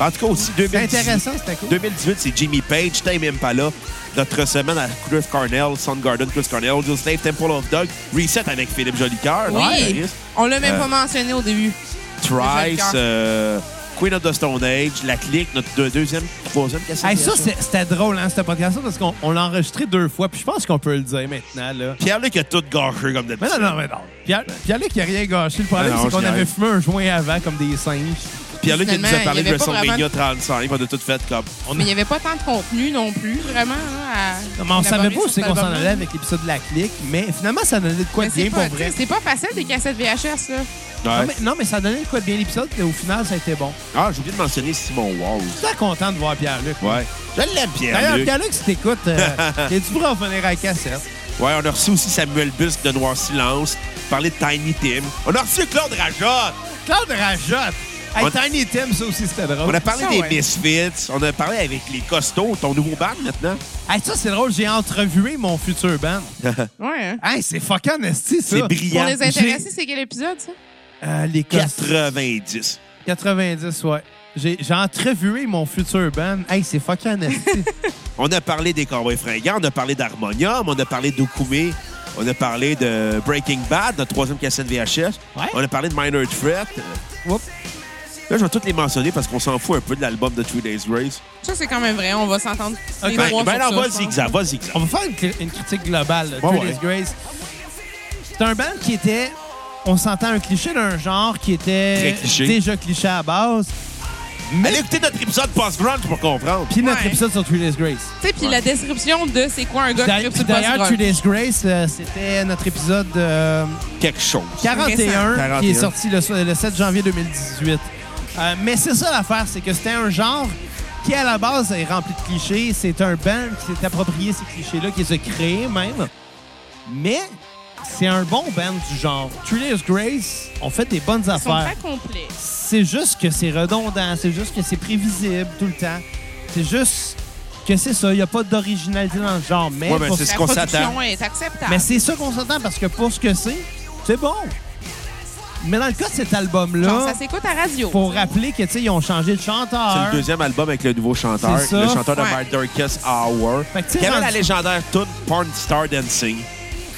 [SPEAKER 2] En tout cas, aussi, 2018,
[SPEAKER 1] C'est intéressant, c'était cool.
[SPEAKER 2] 2018 c'est Jimmy Page, Tame Impala, notre semaine à Cliff Carnell, Soundgarden, Chris Carnell, Jill Slave, Temple of Dog, Reset avec Philippe Jolicoeur,
[SPEAKER 3] Oui.
[SPEAKER 2] Paris,
[SPEAKER 3] On l'a même
[SPEAKER 2] Euh,
[SPEAKER 3] pas mentionné au début.
[SPEAKER 2] Trice,
[SPEAKER 3] Jolicoeur.
[SPEAKER 2] euh, Queen of the Stone Age, La Clique, notre deux- deuxième, troisième question.
[SPEAKER 1] Hey, ça, c'est- c'était drôle, hein, ce podcast parce qu'on on l'a enregistré deux fois, puis je pense qu'on peut le dire maintenant, là.
[SPEAKER 2] Pierre-Luc a tout gâché comme
[SPEAKER 1] Mais
[SPEAKER 2] d'habitude.
[SPEAKER 1] non, non, mais non. Pierre- Pierre-Luc, il a rien gâché. Le problème,
[SPEAKER 2] Ah non,
[SPEAKER 1] c'est qu'on
[SPEAKER 2] je
[SPEAKER 1] avait
[SPEAKER 2] dirais.
[SPEAKER 1] fumé un joint avant, comme des singes.
[SPEAKER 2] Pierre-Luc il nous a
[SPEAKER 3] Finalement,
[SPEAKER 2] parlé
[SPEAKER 3] il y
[SPEAKER 2] de
[SPEAKER 3] avait pas
[SPEAKER 2] WrestleMania 35, on a tout fait comme...
[SPEAKER 1] On-
[SPEAKER 3] Mais il n'y avait pas tant de contenu non plus, vraiment. hein, à
[SPEAKER 1] Non, mais on savait
[SPEAKER 3] élaborer
[SPEAKER 1] pas où
[SPEAKER 3] sur
[SPEAKER 1] c'est
[SPEAKER 3] cet
[SPEAKER 1] qu'on s'en
[SPEAKER 3] album-là.
[SPEAKER 1] allait avec l'épisode de la clique, mais finalement, ça donnait de quoi
[SPEAKER 3] Mais
[SPEAKER 1] de
[SPEAKER 3] c'est
[SPEAKER 1] bien
[SPEAKER 3] pas,
[SPEAKER 1] pour
[SPEAKER 3] tu sais,
[SPEAKER 1] vrai.
[SPEAKER 3] C'est pas facile des cassettes VHS, là.
[SPEAKER 1] Non
[SPEAKER 2] Ouais.
[SPEAKER 1] mais, non, mais ça donnait de quoi de bien l'épisode, et au final, ça a été bon.
[SPEAKER 2] Ah, j'ai oublié de mentionner Simon Walls.
[SPEAKER 1] Je suis content de voir Pierre-Luc.
[SPEAKER 2] Ouais. Je l'aime,
[SPEAKER 1] D'ailleurs,
[SPEAKER 2] Pierre-Luc.
[SPEAKER 1] Pierre-Luc, si t'écoutes, euh, t'es-tu prêt à revenir à la cassette?
[SPEAKER 2] Ouais, on a reçu aussi Samuel Busk de Noir Silence, parler de Tiny Tim. On a reçu Claude Rajot.
[SPEAKER 1] Claude Rajotte! Hey,
[SPEAKER 2] On-
[SPEAKER 1] Tiny Tim, ça aussi, c'était drôle.
[SPEAKER 2] On a parlé
[SPEAKER 3] Ça,
[SPEAKER 2] des
[SPEAKER 3] ouais.
[SPEAKER 2] Misfits. On a parlé avec les Costauds, ton nouveau band maintenant.
[SPEAKER 1] Hey, ça, c'est drôle, j'ai entrevué mon futur band.
[SPEAKER 3] Ouais. hein.
[SPEAKER 1] Hey, c'est fucking esti, ça.
[SPEAKER 2] C'est
[SPEAKER 3] Pour
[SPEAKER 2] brillant.
[SPEAKER 3] les intéressés, c'est quel épisode, ça?
[SPEAKER 1] Euh, les quatre-
[SPEAKER 2] 90.
[SPEAKER 1] 90, ouais. J'ai j'ai entrevué mon futur band. Hey, c'est fucking esti.
[SPEAKER 2] On a parlé des Cowboys fringants, on a parlé d'Harmonium, on a parlé d'Okoumé, on a parlé de Breaking Bad, notre troisième cassette VHS.
[SPEAKER 1] Ouais.
[SPEAKER 2] On a parlé de Minor Threat.
[SPEAKER 1] Oups.
[SPEAKER 2] Là, je vais toutes les mentionner parce qu'on s'en fout un peu de l'album de Three Days Race.
[SPEAKER 3] Ça, c'est quand même vrai. On va s'entendre les
[SPEAKER 2] Ben,
[SPEAKER 3] trois
[SPEAKER 2] ben
[SPEAKER 3] sur
[SPEAKER 2] non,
[SPEAKER 3] ça,
[SPEAKER 2] vas
[SPEAKER 3] je pense.
[SPEAKER 2] zigzag, va zigzag.
[SPEAKER 1] On va faire une, cri- une critique globale. là,
[SPEAKER 2] Ouais,
[SPEAKER 1] Three
[SPEAKER 2] ouais.
[SPEAKER 1] Days Grace. C'est un band qui était, on s'entend, un cliché d'un genre qui était
[SPEAKER 2] Très cliché.
[SPEAKER 1] déjà cliché à la base.
[SPEAKER 2] Allez écouter notre épisode post-grunge pour comprendre.
[SPEAKER 1] Puis notre
[SPEAKER 3] Ouais.
[SPEAKER 1] épisode sur Three Days Grace.
[SPEAKER 3] Tu sais, puis la description de c'est quoi un gars qui
[SPEAKER 1] D'ailleurs,
[SPEAKER 3] tripe sur le
[SPEAKER 1] d'ailleurs, Three
[SPEAKER 3] post-rock.
[SPEAKER 1] Days Grace, euh, c'était notre épisode euh,
[SPEAKER 2] Quelque chose.
[SPEAKER 1] 41
[SPEAKER 2] Récent.
[SPEAKER 1] qui est
[SPEAKER 2] 41.
[SPEAKER 1] sorti le, le 7 janvier 2018. Euh, mais c'est ça l'affaire, c'est que c'était un genre qui, à la base, est rempli de clichés. C'est un band qui s'est approprié ces clichés-là, qui les a créés même. Mais c'est un bon band du genre. Three Days Grace ont fait des bonnes
[SPEAKER 3] Ils sont
[SPEAKER 1] affaires.
[SPEAKER 3] très complets.
[SPEAKER 1] C'est juste que c'est redondant, c'est juste que c'est prévisible tout le temps. C'est juste que c'est ça, il n'y a pas d'originalité dans le genre. Mais
[SPEAKER 2] Ouais, ben,
[SPEAKER 1] pour
[SPEAKER 2] C'est ce
[SPEAKER 3] La
[SPEAKER 2] qu'on s'attend.
[SPEAKER 3] production est acceptable.
[SPEAKER 1] mais c'est ça qu'on s'entend parce que pour ce que c'est, c'est bon. Mais dans le cas de cet
[SPEAKER 3] Genre,
[SPEAKER 1] album-là,
[SPEAKER 3] ça s'écoute à radio.
[SPEAKER 1] faut rappeler que tu sais, ils ont changé de chanteur.
[SPEAKER 2] C'est le deuxième album avec le nouveau chanteur,
[SPEAKER 1] C'est ça.
[SPEAKER 2] le chanteur de
[SPEAKER 3] Ouais.
[SPEAKER 2] My Darkest Hour,
[SPEAKER 1] Fait que tu sais,
[SPEAKER 2] qui avait
[SPEAKER 1] rendu-
[SPEAKER 2] la légendaire tune Porn Star Dancing.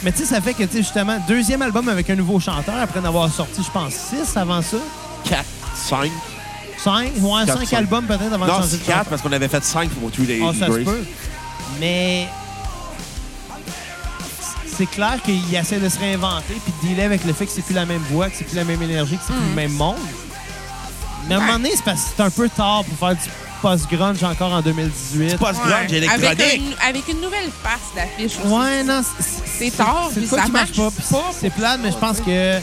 [SPEAKER 1] Mais tu sais, ça fait que tu sais, justement, deuxième album avec un nouveau chanteur après en avoir sorti, je pense, six avant ça.
[SPEAKER 2] 4, 5.
[SPEAKER 1] Cinq, ouais,
[SPEAKER 2] Quatre,
[SPEAKER 1] cinq
[SPEAKER 2] cinq.
[SPEAKER 1] albums peut-être avant
[SPEAKER 2] Non,
[SPEAKER 1] de changer
[SPEAKER 2] c'est
[SPEAKER 1] de
[SPEAKER 2] 4
[SPEAKER 1] chanteur.
[SPEAKER 2] parce qu'on avait fait 5 pour Three Days
[SPEAKER 1] Ah, ça se
[SPEAKER 2] Grace.
[SPEAKER 1] peut. Mais c'est clair qu'il essaie de se réinventer puis de dealer avec le fait que c'est plus la même voix, que c'est plus la même énergie, que c'est
[SPEAKER 3] Mm.
[SPEAKER 1] plus le même monde. Mais à un moment donné, c'est parce que c'est un peu tard pour faire du post-grunge encore en 2018.
[SPEAKER 2] Post-grunge
[SPEAKER 3] Ouais.
[SPEAKER 2] électronique.
[SPEAKER 3] Avec, une- avec une nouvelle face d'affiche aussi.
[SPEAKER 1] Ouais, non,
[SPEAKER 3] C'est tard,
[SPEAKER 1] C'est
[SPEAKER 3] puis
[SPEAKER 1] quoi
[SPEAKER 3] ça
[SPEAKER 1] qui marche pas.
[SPEAKER 3] marche
[SPEAKER 1] puis
[SPEAKER 3] pas.
[SPEAKER 1] C'est plate, mais je pense que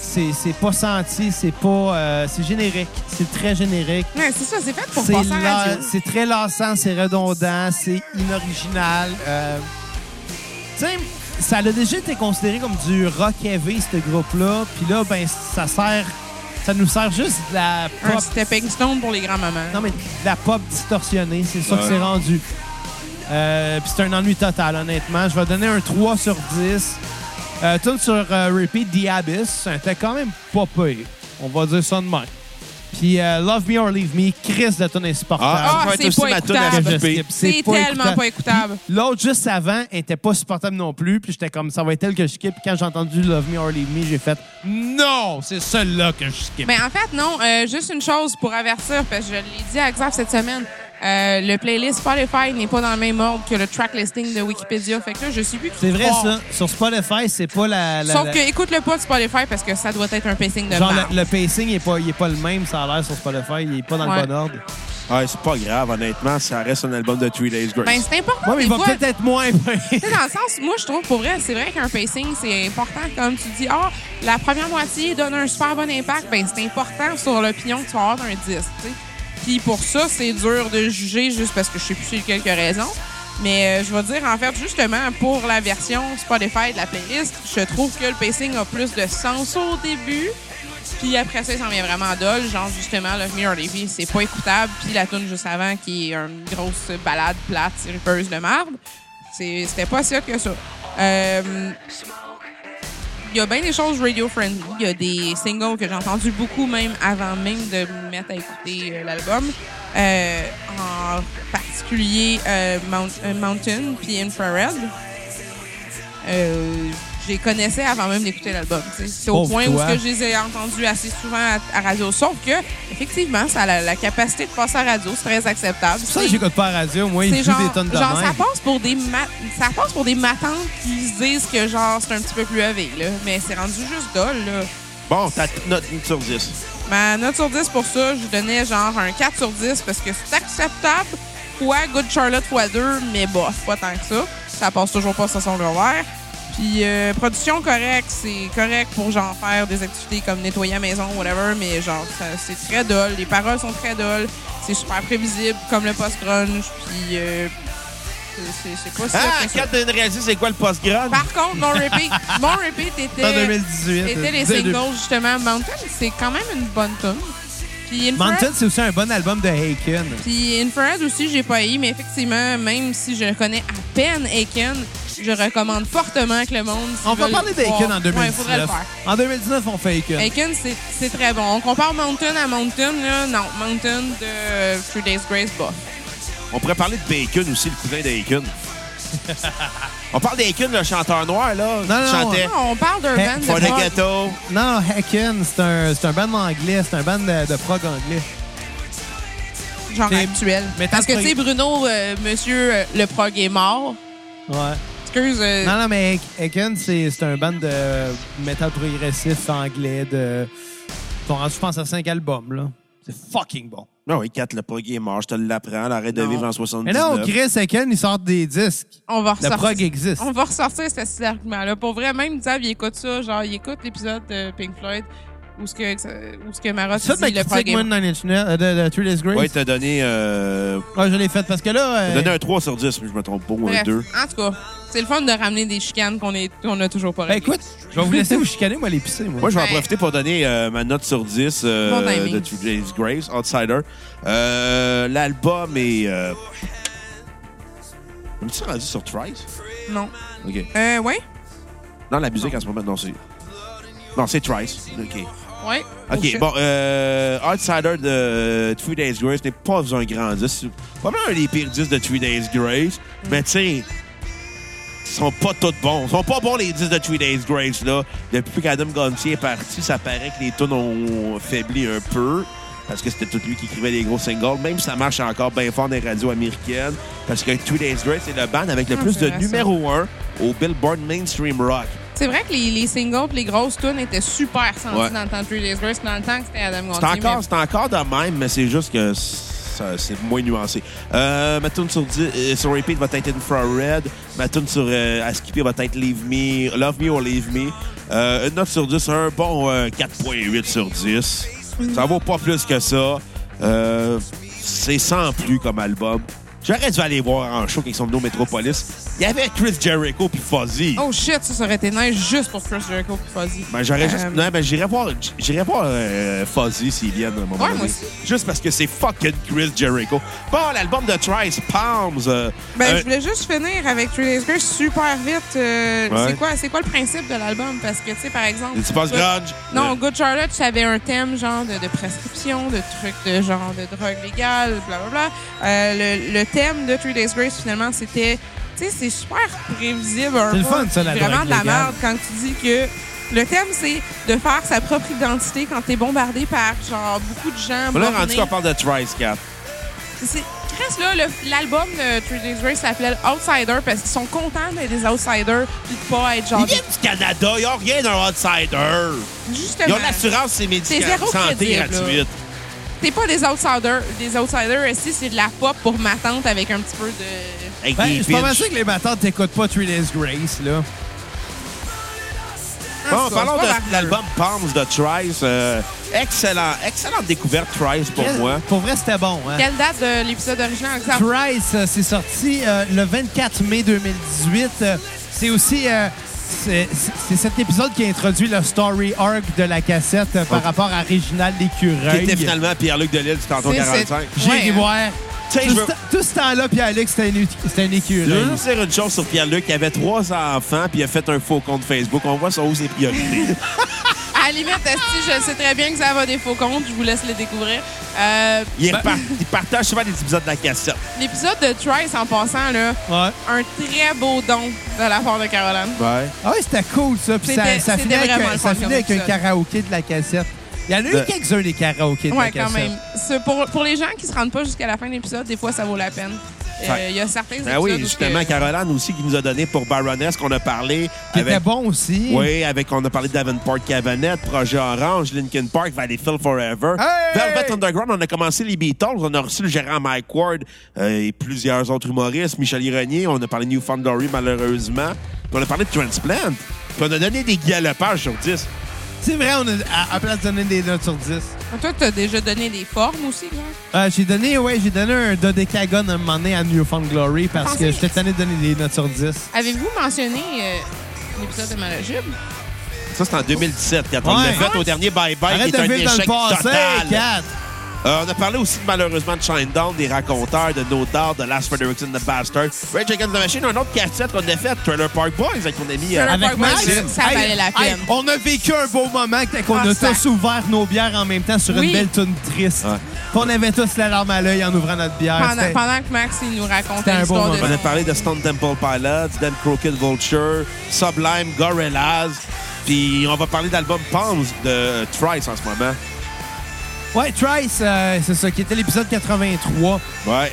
[SPEAKER 1] c'est c'est pas senti, c'est pas. euh, c'est générique. C'est très générique.
[SPEAKER 3] Ouais, c'est ça, c'est fait pour
[SPEAKER 1] C'est
[SPEAKER 3] passer à la
[SPEAKER 1] la-
[SPEAKER 3] radio.
[SPEAKER 1] c'est très lassant, c'est redondant, c'est inoriginal. euh, Tu sais, ça a déjà été considéré comme du rock heavy, ce groupe-là. Puis là, ben, ça sert. Ça nous sert juste de la
[SPEAKER 3] Un
[SPEAKER 1] pop.
[SPEAKER 3] stepping stone pour les grands-mamans.
[SPEAKER 1] Non, mais de la pop distorsionnée, c'est ça que
[SPEAKER 2] Ouais.
[SPEAKER 1] c'est rendu. Euh, Puis c'est un ennui total, honnêtement. Je vais donner un 3 sur 10. Euh, tune sur euh, Repeat The Abyss, c'était quand même pas pire. On va dire ça de même. Puis euh, Love Me or Leave Me, Chris de tonne
[SPEAKER 2] Ah,
[SPEAKER 1] insupportable.
[SPEAKER 2] ça va
[SPEAKER 3] Ah,
[SPEAKER 2] être
[SPEAKER 3] c'est
[SPEAKER 2] aussi
[SPEAKER 3] pas
[SPEAKER 2] ma toune à
[SPEAKER 1] que je
[SPEAKER 3] écoutable.
[SPEAKER 2] skipper.
[SPEAKER 1] skip.
[SPEAKER 3] C'est tellement pas écoutable.
[SPEAKER 1] L'autre juste avant était pas supportable non plus, puis j'étais comme ça va être elle que je skip. Puis quand j'ai entendu Love Me or Leave Me, j'ai fait non, c'est celle-là que je skip.
[SPEAKER 3] Mais en fait, non, euh, juste une chose pour avertir, parce que je l'ai dit à Xav cette semaine, euh, le playlist Spotify n'est pas dans le même ordre que le track listing de Wikipédia. Fait que là, je suis plus qui
[SPEAKER 1] c'est vrai
[SPEAKER 3] croire.
[SPEAKER 1] ça, sur Spotify, c'est pas la. la-
[SPEAKER 3] Oh. Sauf
[SPEAKER 1] la-
[SPEAKER 3] que écoute-le pas de Spotify parce que ça doit être un pacing de
[SPEAKER 1] Genre,
[SPEAKER 3] merde.
[SPEAKER 1] le, le pacing est pas, il est pas le même, ça a l'air sur Spotify, il est pas dans
[SPEAKER 3] Ouais.
[SPEAKER 1] le bon ordre.
[SPEAKER 2] Ouais, c'est pas grave, honnêtement. Ça reste un album de Three Days Grace.
[SPEAKER 3] Ben, c'est important.
[SPEAKER 1] Ouais, mais il
[SPEAKER 3] des
[SPEAKER 1] va
[SPEAKER 3] fois.
[SPEAKER 1] peut-être être moins.
[SPEAKER 3] Tu sais, dans le sens, moi, je trouve pour vrai, c'est vrai qu'un pacing, c'est important. Comme tu dis, ah, la première moitié donne un super bon impact, ben c'est important sur l'opinion que tu vas avoir d'un 10. tu sais. Puis pour ça, c'est dur de juger juste parce que je sais plus c'est quelques raisons. Mais euh, je vais dire, en fait, justement, pour la version Spotify de la playlist, je trouve que le pacing a plus de sens au début. Puis après ça, il s'en vient vraiment dol. Genre, justement, Love Me or Leave Me, c'est pas écoutable. Puis la tune juste avant, qui est une grosse balade plate, ripeuse de marde. C'est- C'était pas sûr que ça. Euh, Il y a bien des choses radio-friendly. Il y a des singles que j'ai entendus beaucoup, même avant même de me mettre à écouter euh, l'album. Euh, en particulier euh, Mount- euh, Mountain puis Infrared. Euh, je les connaissais avant même d'écouter l'album. tu sais. C'est au
[SPEAKER 1] Pauvre
[SPEAKER 3] point où
[SPEAKER 1] toi.
[SPEAKER 3] ce que je les ai entendus assez souvent à, à radio. Sauf que, effectivement, ça a la, la capacité de passer à radio. C'est très acceptable.
[SPEAKER 1] C'est pour ça que
[SPEAKER 3] C'est-
[SPEAKER 1] j'écoute pas la radio, moi, il
[SPEAKER 3] c'est
[SPEAKER 1] joue
[SPEAKER 3] genre,
[SPEAKER 1] des tonnes de
[SPEAKER 3] genre
[SPEAKER 1] même.
[SPEAKER 3] ça passe pour des ma- ça passe pour des matantes qui se disent que genre c'est un petit peu plus élevé là, mais c'est rendu juste dol là.
[SPEAKER 2] Bon, t'as toute notre note sur 10.
[SPEAKER 3] Ma note sur 10 pour ça, je donnais genre un 4 sur 10 parce que c'est acceptable. Fois Good Charlotte fois 2, mais bah, c'est pas tant que ça. Ça passe toujours pas sur son revers. Puis euh, production correcte, c'est correct pour genre faire des activités comme nettoyer la maison, whatever, mais genre ça- c'est très dol. Les paroles sont très dol. C'est super prévisible comme le post-grunge. Puis euh, c'est- c'est c'est pas si
[SPEAKER 2] Ah,
[SPEAKER 3] que ça.
[SPEAKER 2] quand t'as une réalisé, c'est quoi le post-grade?
[SPEAKER 3] Par contre, mon repeat, mon repeat était
[SPEAKER 1] en 2018.
[SPEAKER 3] était les
[SPEAKER 1] Dès-
[SPEAKER 3] singles, justement. Mountain, c'est quand même une bonne tune. Puis Infrared,
[SPEAKER 1] Mountain, c'est aussi un bon album de Haken.
[SPEAKER 3] puis Infrared aussi, j'ai pas eu, mais effectivement, même si je connais à peine Aiken, je recommande fortement que le monde. s'ils
[SPEAKER 1] On va
[SPEAKER 3] veulent
[SPEAKER 1] parler
[SPEAKER 3] le voir.
[SPEAKER 1] d'Aiken en
[SPEAKER 3] Ouais, faudrait le
[SPEAKER 1] 2019.
[SPEAKER 3] faire.
[SPEAKER 1] en 2019, on fait Aiken.
[SPEAKER 3] Aiken, c'est- c'est très bon. On compare Mountain à Mountain, là. Non, Mountain de euh, Three Days Grace, bah.
[SPEAKER 2] On pourrait parler de Bacon aussi, le cousin d'Aiken. On parle d'Aiken, le chanteur noir, là. qui
[SPEAKER 1] non,
[SPEAKER 2] chantait
[SPEAKER 3] Non, on parle d'un
[SPEAKER 1] Hey,
[SPEAKER 3] band de
[SPEAKER 2] Pour le
[SPEAKER 3] prog.
[SPEAKER 2] gâteau.
[SPEAKER 1] Non, Haken, c'est un, c'est un band anglais, c'est un band de, de prog anglais.
[SPEAKER 3] genre
[SPEAKER 1] C'est-
[SPEAKER 3] actuel.
[SPEAKER 1] mais
[SPEAKER 3] Parce que,
[SPEAKER 1] t'as-
[SPEAKER 3] tu sais, Bruno, euh, monsieur, euh, le prog est mort.
[SPEAKER 1] Ouais.
[SPEAKER 3] Excuse. euh,
[SPEAKER 1] Non, non, mais Haken, c'est c'est un band de métal progressif anglais de. Ils ont rendu, je pense, à 5 albums, là. C'est fucking bon.
[SPEAKER 2] Non, Ah oui, Kat, le prog est mort, je te l'apprends. Elle arrête de
[SPEAKER 3] Non.
[SPEAKER 2] vivre en
[SPEAKER 1] Mais
[SPEAKER 2] 79.
[SPEAKER 1] non, Chris Haken, ils sortent des disques.
[SPEAKER 3] on va
[SPEAKER 1] La
[SPEAKER 3] ressortir.
[SPEAKER 1] prog existe.
[SPEAKER 3] On va ressortir cet argument-là. Pour vrai, même Xav, il écoute ça. Genre, il écoute l'épisode de Pink Floyd où ce que, où ce que Marat
[SPEAKER 1] C'est ça de ma
[SPEAKER 3] dit le
[SPEAKER 1] critique, moi,
[SPEAKER 3] programme.
[SPEAKER 1] de Nine Inch Nails- euh, de, de Three Days Grace.
[SPEAKER 2] Oui, t'as donné, euh,
[SPEAKER 1] Ouais, je l'ai faite parce que là.
[SPEAKER 2] t'as
[SPEAKER 1] euh,
[SPEAKER 2] donné un 3 sur 10, mais je me trompe pas, ou un
[SPEAKER 3] Bref,
[SPEAKER 2] 2.
[SPEAKER 3] en tout cas, c'est le fun de ramener des chicanes qu'on est- qu'on a toujours pas
[SPEAKER 1] ben,
[SPEAKER 3] réglées.
[SPEAKER 1] écoute, je vais vous laisser vous chicaner, moi, les pisser, moi.
[SPEAKER 2] Moi, je vais en
[SPEAKER 3] Ouais.
[SPEAKER 2] profiter pour donner euh, ma note sur 10 euh,
[SPEAKER 3] Bon timing.
[SPEAKER 2] de Two Days Graves, Outsider. Euh, L'album est. Euh... Je me suis rendu sur Trice?
[SPEAKER 3] Non.
[SPEAKER 2] OK.
[SPEAKER 3] Euh, ouais?
[SPEAKER 2] Non, la musique en ce moment, non, c'est. Non, c'est Trice. OK.
[SPEAKER 3] Ouais. Oh,
[SPEAKER 2] OK,
[SPEAKER 3] shit.
[SPEAKER 2] bon, euh, Outsider de Three Days Grace n'est pas un grand disque. C'est probablement un des pires disques de Three Days Grace, mais tu sais, ils sont pas tous bons. Ils sont pas bons, les disques de Three Days Grace, là. Depuis qu'Adam Gontier est parti, ça paraît que les tunes ont faibli un peu, parce que c'était tout lui qui écrivait les gros singles, même si ça marche encore bien fort dans les radios américaines, parce que Three Days Grace c'est le band avec le
[SPEAKER 3] Ah,
[SPEAKER 2] plus
[SPEAKER 3] c'est
[SPEAKER 2] de
[SPEAKER 3] vrai, ça.
[SPEAKER 2] numéro 1 au Billboard Mainstream Rock.
[SPEAKER 3] C'est vrai que les, les singles pis les grosses tunes étaient super senties
[SPEAKER 2] Ouais.
[SPEAKER 3] dans le temps de Three Days Grace, dans le temps que c'était Adam
[SPEAKER 2] C'est
[SPEAKER 3] Gontier.
[SPEAKER 2] encore,
[SPEAKER 3] mais-
[SPEAKER 2] c'est encore de même, mais c'est juste que ça- c'est moins nuancé. Euh, ma tune sur, dix- euh, sur Repeat va être Infrared. Ma tune sur euh, à skipper va être Leave Me, Love Me or Leave Me. Euh, une note sur 10, un bon euh, 4.8 sur 10. Ça vaut pas plus que ça. Euh, c'est sans plus comme album. J'aurais dû aller voir en show quand ils sont venus au Metropolis. Il y avait Chris Jericho puis Fuzzy.
[SPEAKER 3] Oh shit, ça, ça aurait été nice juste pour Chris Jericho et Fuzzy.
[SPEAKER 2] Ben, j'aurais juste.
[SPEAKER 3] Euh,
[SPEAKER 2] Non, ben, j'irais voir, j'irais voir euh, Fuzzy s'il vient à un moment
[SPEAKER 3] Ouais,
[SPEAKER 2] donné.
[SPEAKER 3] moi aussi.
[SPEAKER 2] Juste parce que c'est fucking Chris Jericho. Bon, l'album de Trice Palms. euh,
[SPEAKER 3] Ben,
[SPEAKER 2] euh,
[SPEAKER 3] je voulais juste finir avec Three Days Grace super vite. Euh,
[SPEAKER 2] Ouais.
[SPEAKER 3] C'est quoi, c'est quoi le principe de l'album? Parce que, tu sais, par exemple...
[SPEAKER 2] Et tu passes
[SPEAKER 3] Good-
[SPEAKER 2] grunge?
[SPEAKER 3] Non,
[SPEAKER 2] Euh.
[SPEAKER 3] Good Charlotte, ça avait un thème genre de, de prescription, de trucs de genre de drogue légale, blablabla. Euh, le, le thème de Three Days Grace, finalement, c'était... Tu sais, c'est super prévisible un
[SPEAKER 1] C'est le
[SPEAKER 3] peu,
[SPEAKER 1] fun, ça, la
[SPEAKER 3] puis Vraiment
[SPEAKER 1] drogue
[SPEAKER 3] de la
[SPEAKER 1] légale.
[SPEAKER 3] merde quand tu dis que... Le thème, c'est de faire sa propre identité quand t'es bombardé par, genre, beaucoup de gens.
[SPEAKER 2] Mais là,
[SPEAKER 3] bornés.
[SPEAKER 2] rendu qu'on parle de Trice, Cap.
[SPEAKER 3] C'est Chris, là, le- l'album de Three Days Grace s'appelait Outsider parce qu'ils sont contents d'être des outsiders puis de pas être genre.
[SPEAKER 2] Ils viennent du Canada, ils ont rien d'un outsider. Ils
[SPEAKER 3] Justement.
[SPEAKER 2] ont l'assurance, c'est
[SPEAKER 3] Ben, C'est
[SPEAKER 2] médicaments,
[SPEAKER 3] zéro
[SPEAKER 2] santé
[SPEAKER 3] crédible,
[SPEAKER 2] gratuite.
[SPEAKER 3] T'es pas des outsiders. Des outsiders, ici, c'est de la pop pour ma tante avec un petit peu de.
[SPEAKER 2] Avec
[SPEAKER 1] Ben,
[SPEAKER 2] des
[SPEAKER 1] je suis pas mal
[SPEAKER 2] pitchs.
[SPEAKER 1] sûr que les matantes t'écoutent pas Three Days Grace, là.
[SPEAKER 2] Bon,
[SPEAKER 3] Ça,
[SPEAKER 2] Ah, parlons
[SPEAKER 3] Ah, c'est
[SPEAKER 2] de
[SPEAKER 3] pas varieux.
[SPEAKER 2] l'album Palms de Trice. euh, excellent, excellente découverte, Trice, pour
[SPEAKER 1] Quel-
[SPEAKER 2] moi.
[SPEAKER 1] Pour vrai, c'était bon, hein?
[SPEAKER 3] Quelle date de l'épisode original, exemple?
[SPEAKER 1] Price, euh, c'est sorti euh, le 24 mai 2018. Euh, c'est aussi. euh, c'est c'est cet épisode qui a introduit le story arc de la cassette euh, par
[SPEAKER 2] Oh.
[SPEAKER 1] rapport à Réginald
[SPEAKER 2] Qui
[SPEAKER 1] L'écureuil.
[SPEAKER 2] était finalement Pierre-Luc Delisle du Canton
[SPEAKER 3] C'est-
[SPEAKER 2] 45.
[SPEAKER 1] J'ai
[SPEAKER 3] Ouais,
[SPEAKER 1] été
[SPEAKER 3] hein.
[SPEAKER 1] voir.
[SPEAKER 2] Tu sais,
[SPEAKER 1] Tout,
[SPEAKER 2] je
[SPEAKER 1] ce
[SPEAKER 2] veux-
[SPEAKER 1] temps- tout ce temps-là, Pierre-Luc, c'était un, écu- c'était un
[SPEAKER 2] Je
[SPEAKER 1] écureuil.
[SPEAKER 2] veux juste dire une chose sur Pierre-Luc. Il avait trois enfants, puis il a fait un faux compte Facebook. On voit son haut ses priorités.
[SPEAKER 3] À la limite, esti, je sais très bien que ça va des faux comptes. Je vous laisse les découvrir. Euh,
[SPEAKER 2] Il,
[SPEAKER 1] Ben,
[SPEAKER 2] repart- il partage souvent des épisodes de la cassette.
[SPEAKER 3] l'épisode de Trice, en passant, là,
[SPEAKER 1] Ouais.
[SPEAKER 3] un très beau don de la part de Caroline.
[SPEAKER 2] Ouais.
[SPEAKER 1] Ah oui, c'était cool, ça. Puis ça,
[SPEAKER 3] C'était-
[SPEAKER 1] ça
[SPEAKER 3] c'était
[SPEAKER 1] finit avec,
[SPEAKER 3] vraiment
[SPEAKER 1] un-
[SPEAKER 3] le
[SPEAKER 1] ça
[SPEAKER 3] fun
[SPEAKER 1] finit
[SPEAKER 3] comme
[SPEAKER 1] avec un
[SPEAKER 3] épisode.
[SPEAKER 1] karaoké de la cassette. Il y en a
[SPEAKER 2] De-
[SPEAKER 1] eu quelques-uns, des karaokés de
[SPEAKER 3] Ouais,
[SPEAKER 1] la cassette.
[SPEAKER 3] quand
[SPEAKER 2] hein.
[SPEAKER 3] même. C'est Pour, pour les gens qui se rendent pas jusqu'à la fin de l'épisode, des fois, ça vaut la peine. Euh, Il
[SPEAKER 2] Ouais.
[SPEAKER 3] y a certains
[SPEAKER 2] Ben
[SPEAKER 3] épisodes
[SPEAKER 2] oui,
[SPEAKER 3] où
[SPEAKER 2] justement,
[SPEAKER 3] que-
[SPEAKER 2] Caroline aussi, qui nous a donné pour Baroness, qu'on a parlé
[SPEAKER 1] Qui
[SPEAKER 2] avec
[SPEAKER 1] était bon aussi.
[SPEAKER 2] Oui, avec on a parlé de Davenport Cavanette, Projet Orange, Linkin Park, Valleyfield Forever.
[SPEAKER 1] Hey!
[SPEAKER 2] Velvet Underground, on a commencé les Beatles, on a reçu le gérant Mike Ward euh, et plusieurs autres humoristes, Michel Ironier, on a parlé de Newfound Glory malheureusement, Puis on a parlé de Transplant, puis on a donné des galopages sur 10.
[SPEAKER 1] C'est vrai, on a, à, à place de donner des notes sur 10.
[SPEAKER 3] Toi, t'as déjà donné des formes aussi, hein. là.
[SPEAKER 1] Euh, j'ai donné, ouais, j'ai donné un dodécagone à un moment donné à Newfound Glory parce que
[SPEAKER 3] Pensez-
[SPEAKER 1] j'étais tanné de donner des notes sur 10.
[SPEAKER 3] Avez-vous mentionné euh, l'épisode de Malajib?
[SPEAKER 2] Ça, c'est en 2017, quand on l'a
[SPEAKER 1] Ouais.
[SPEAKER 2] fait au dernier Bye Bye,
[SPEAKER 1] Arrête
[SPEAKER 2] qui est
[SPEAKER 1] de
[SPEAKER 2] un
[SPEAKER 1] vivre dans
[SPEAKER 2] échec
[SPEAKER 1] le passé,
[SPEAKER 2] total.
[SPEAKER 1] Kat!
[SPEAKER 2] Euh, on a parlé aussi malheureusement de Shinedown, des raconteurs, de No Doubt, de Last Frederickson, de Bastard, Rage Against the Machine, un autre cassette qu'on a fait, Trailer Park Boys, avec mon ami... euh,
[SPEAKER 3] Trailer
[SPEAKER 1] Avec
[SPEAKER 3] Park
[SPEAKER 1] Max,
[SPEAKER 3] Boys, ça
[SPEAKER 1] hey,
[SPEAKER 3] valait la
[SPEAKER 1] hey,
[SPEAKER 3] peine.
[SPEAKER 1] on a vécu un beau moment quand on
[SPEAKER 3] Ah,
[SPEAKER 1] a
[SPEAKER 3] ça.
[SPEAKER 1] tous ouvert nos bières en même temps sur
[SPEAKER 3] Oui.
[SPEAKER 1] une belle tune triste.
[SPEAKER 2] Ouais.
[SPEAKER 1] Puis on avait tous la larme à l'œil en ouvrant notre bière.
[SPEAKER 3] Pendant,
[SPEAKER 1] Ah, C'était-
[SPEAKER 3] pendant que Max il nous racontait
[SPEAKER 1] C'était un beau
[SPEAKER 3] l'histoire de
[SPEAKER 1] moment.
[SPEAKER 2] On a
[SPEAKER 3] son-
[SPEAKER 2] parlé de Stone Temple Pilots, Dan Crooked Vulture, Sublime, Gorillaz. Puis on va parler d'album Palms de Trice en ce moment.
[SPEAKER 1] Ouais, Trice, euh, c'est ça, qui était l'épisode 83.
[SPEAKER 2] Ouais.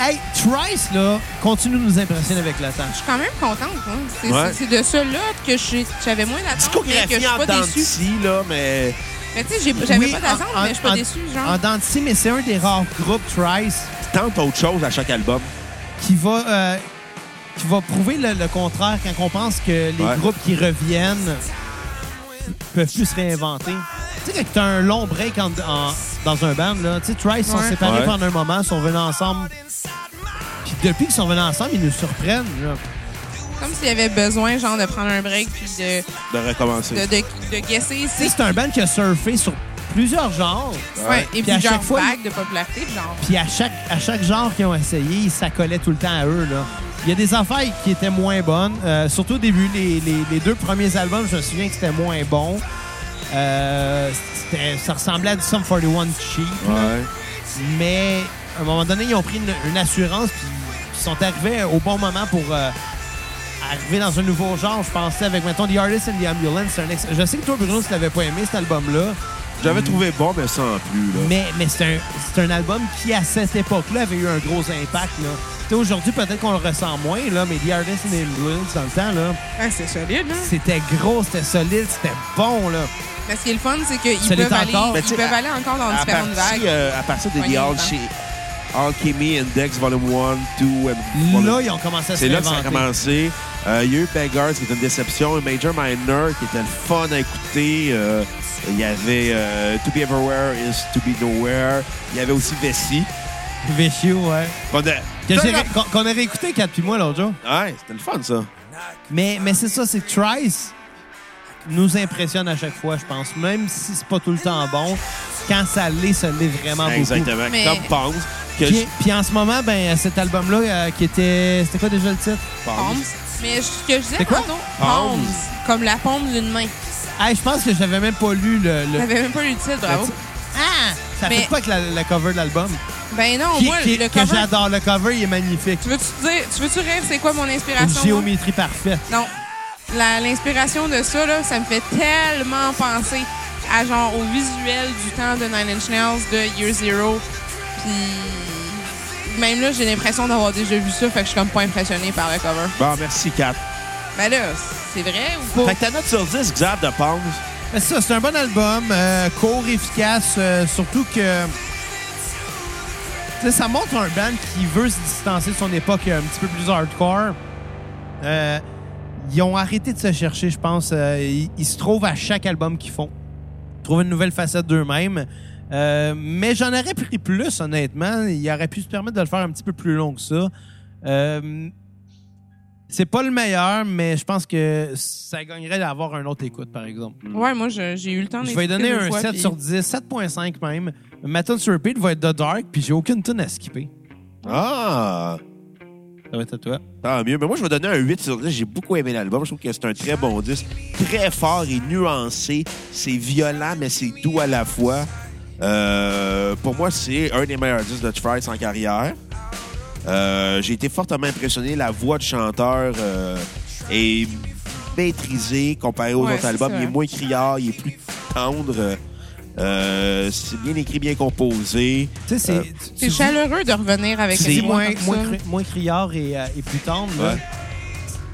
[SPEAKER 1] Hey, Trice, là, continue de nous impressionner avec le temps.
[SPEAKER 3] Je suis quand même contente. hein. C'est
[SPEAKER 2] Ouais.
[SPEAKER 3] c'est- c'est de ça là que j'ai- j'avais moins d'attente, mais que je
[SPEAKER 2] Discographie
[SPEAKER 3] suis
[SPEAKER 2] en
[SPEAKER 3] pas
[SPEAKER 2] dents de
[SPEAKER 3] déçue.
[SPEAKER 2] scie, là, mais
[SPEAKER 3] Mais tu sais, j'ai- j'avais
[SPEAKER 1] Oui,
[SPEAKER 3] pas d'attente,
[SPEAKER 1] en-
[SPEAKER 3] mais je suis pas
[SPEAKER 1] en-
[SPEAKER 3] déçue, genre.
[SPEAKER 1] En dents de scie, mais c'est un des rares groupes, Trice,
[SPEAKER 2] qui tente autre chose à chaque album.
[SPEAKER 1] qui va, euh, qui va prouver le, le contraire quand on pense que les
[SPEAKER 2] Ouais.
[SPEAKER 1] groupes qui reviennent peuvent plus se réinventer. Tu sais, quand t'as un long break en- en- dans un band, là, tu sais, Trice sont
[SPEAKER 3] Ouais.
[SPEAKER 1] séparés
[SPEAKER 2] Ouais.
[SPEAKER 1] pendant un moment, sont venus ensemble. Puis depuis qu'ils sont venus ensemble, ils nous surprennent. là.
[SPEAKER 3] Comme s'il y avait besoin, genre, de prendre un break puis de,
[SPEAKER 2] De recommencer.
[SPEAKER 3] de, de, de guesser.
[SPEAKER 1] Tu sais, c'est un band qui a surfé sur plusieurs genres.
[SPEAKER 3] Ouais, et
[SPEAKER 1] Puis à
[SPEAKER 3] puis genre
[SPEAKER 1] chaque fois,
[SPEAKER 3] vague de popularité, genre.
[SPEAKER 1] Puis à chaque, à chaque genre qu'ils ont essayé, ça collait tout le temps à eux. Là. Il y a des affaires qui étaient moins bonnes. euh, surtout au début, les, les- les deux premiers albums, je me souviens que c'était moins bon. Euh, c'était- ça ressemblait à du Sum 41 cheap.
[SPEAKER 2] Ouais.
[SPEAKER 1] Mais à un moment donné, ils ont pris une, une assurance puis ils sont arrivés au bon moment pour euh, arriver dans un nouveau genre. Je pensais avec, mettons, The Artist and the Ambulance. c'est un ex- Je sais que toi, Bruno, tu l'avais pas aimé, cet album-là.
[SPEAKER 2] J'avais trouvé bon, mais sans plus, là.
[SPEAKER 1] Mais, mais c'est un, c'est un album qui, à cette époque-là, avait eu un gros impact. là. Tu sais, Aujourd'hui, peut-être qu'on le ressent moins, là, mais The Artist and the Blues, dans le temps, là,
[SPEAKER 3] Ouais, c'est solide, hein?
[SPEAKER 1] c'était gros, c'était solide, c'était bon. là.
[SPEAKER 3] Mais ce qui est le fun, c'est
[SPEAKER 1] Ça
[SPEAKER 3] qu'ils
[SPEAKER 1] l'est
[SPEAKER 3] peuvent, aller,
[SPEAKER 1] encore.
[SPEAKER 2] Mais
[SPEAKER 3] ils
[SPEAKER 2] Ben, tu sais,
[SPEAKER 3] peuvent
[SPEAKER 2] à-
[SPEAKER 3] aller encore dans
[SPEAKER 2] à,
[SPEAKER 3] différentes
[SPEAKER 2] partir,
[SPEAKER 3] vagues.
[SPEAKER 2] euh, à partir de The
[SPEAKER 3] Prenez le
[SPEAKER 2] Al-
[SPEAKER 3] temps.
[SPEAKER 2] chez Alchemy Index Volume 1, 2, and Volume
[SPEAKER 1] Là, ils ont commencé à se
[SPEAKER 2] C'est là que ça a
[SPEAKER 1] réinventer.
[SPEAKER 2] commencé. Euh, Il y a eu Beggars, qui était une déception. Et Major Minor, qui était le fun à écouter. Euh, Il y avait euh, To Be Everywhere is To Be Nowhere. Il y avait aussi Vessi.
[SPEAKER 1] Vicious, ouais.
[SPEAKER 2] Qu'on a-
[SPEAKER 1] Que j'ai
[SPEAKER 2] Ouais,
[SPEAKER 1] ré- Qu'on qu'on a réécouté, Kat puis moi, l'autre jour.
[SPEAKER 2] c'était le fun, ça.
[SPEAKER 1] Mais, mais c'est ça, c'est que Trice nous impressionne à chaque fois, je pense. Même si c'est pas tout le temps bon, quand ça l'est, ça l'est vraiment beaucoup.
[SPEAKER 2] Exactement.
[SPEAKER 3] Mais-
[SPEAKER 2] Comme Ponce, que
[SPEAKER 1] Puis,
[SPEAKER 2] je
[SPEAKER 1] puis en ce moment, ben cet album-là, euh, qui était... C'était quoi déjà le titre?
[SPEAKER 2] pense.
[SPEAKER 3] Palms. Mais je- ce que je disais
[SPEAKER 1] C'est quoi?
[SPEAKER 3] tantôt,
[SPEAKER 2] Palms.
[SPEAKER 3] palms. Comme la paume d'une main.
[SPEAKER 1] Hey, je pense que j'avais même pas lu le... le-
[SPEAKER 3] T'avais même pas lu le titre, bravo.
[SPEAKER 1] Ah! Ça
[SPEAKER 3] Mais-
[SPEAKER 1] fait pas que la, la cover de l'album.
[SPEAKER 3] Ben non,
[SPEAKER 1] Qui-
[SPEAKER 3] moi,
[SPEAKER 1] qui-
[SPEAKER 3] le
[SPEAKER 1] Que
[SPEAKER 3] cover...
[SPEAKER 1] j'adore. Le cover, il est magnifique.
[SPEAKER 3] Tu veux-tu te dire, tu veux-tu rêver c'est quoi mon
[SPEAKER 1] Une
[SPEAKER 3] inspiration? moi?
[SPEAKER 1] géométrie parfaite.
[SPEAKER 3] Non. La- L'inspiration de ça, là, ça me fait tellement penser à genre au visuel du temps de Nine Inch Nails de Year Zero. Puis même là, j'ai l'impression d'avoir déjà vu ça, fait que je suis comme pas impressionnée par le cover.
[SPEAKER 2] Bon, merci, Kat.
[SPEAKER 3] Ben là, c'est vrai ou pas?
[SPEAKER 2] Fait que ta note sur 10, Xav, de Ponce.
[SPEAKER 1] Mais c'est ça, c'est un bon album, euh, court, efficace, euh, surtout que. tu sais, ça montre un band qui veut se distancer de son époque un petit peu plus hardcore. Euh, ils ont arrêté de se chercher, je pense. Euh, ils, ils se trouvent à chaque album qu'ils font. Ils trouvent une nouvelle facette d'eux-mêmes. Euh, mais j'en aurais pris plus, honnêtement. Ils auraient pu se permettre de le faire un petit peu plus long que ça. Euh, c'est pas le meilleur, mais je pense que ça gagnerait d'avoir un autre écoute, par exemple.
[SPEAKER 3] Ouais, moi, je- j'ai eu le temps
[SPEAKER 1] Je vais lui
[SPEAKER 3] d'écouter
[SPEAKER 1] donner
[SPEAKER 3] deux
[SPEAKER 1] un
[SPEAKER 3] fois,
[SPEAKER 1] 7
[SPEAKER 3] puis-
[SPEAKER 1] sur 10, 7.5 même. Ma tune sur repeat va être The Dark, puis j'ai aucune tune à skipper.
[SPEAKER 2] Ah!
[SPEAKER 1] Ça va être à toi.
[SPEAKER 2] Tant mieux. Mais moi, je vais donner un 8 sur 10. J'ai beaucoup aimé l'album. Je trouve que c'est un très bon disque. Très fort et nuancé. C'est violent, mais c'est doux à la fois. Euh, pour moi, c'est un des meilleurs disques de Trice en carrière. Euh, J'ai été fortement impressionné. La voix du chanteur euh, est maîtrisée comparée aux
[SPEAKER 3] Ouais,
[SPEAKER 2] autres
[SPEAKER 3] c'est
[SPEAKER 2] albums.
[SPEAKER 3] ça.
[SPEAKER 2] Il est moins criard, il est plus tendre. Euh, c'est bien écrit, bien composé.
[SPEAKER 1] Tu sais, c'est.
[SPEAKER 2] Euh,
[SPEAKER 1] tu- tu
[SPEAKER 3] C'est
[SPEAKER 1] dis-
[SPEAKER 3] chaleureux de revenir avec
[SPEAKER 1] tu dis
[SPEAKER 3] les mots
[SPEAKER 1] moins,
[SPEAKER 3] comme
[SPEAKER 1] moins,
[SPEAKER 3] ça.
[SPEAKER 1] cri- moins criard et, euh, et plus tendre. là.
[SPEAKER 2] Ouais.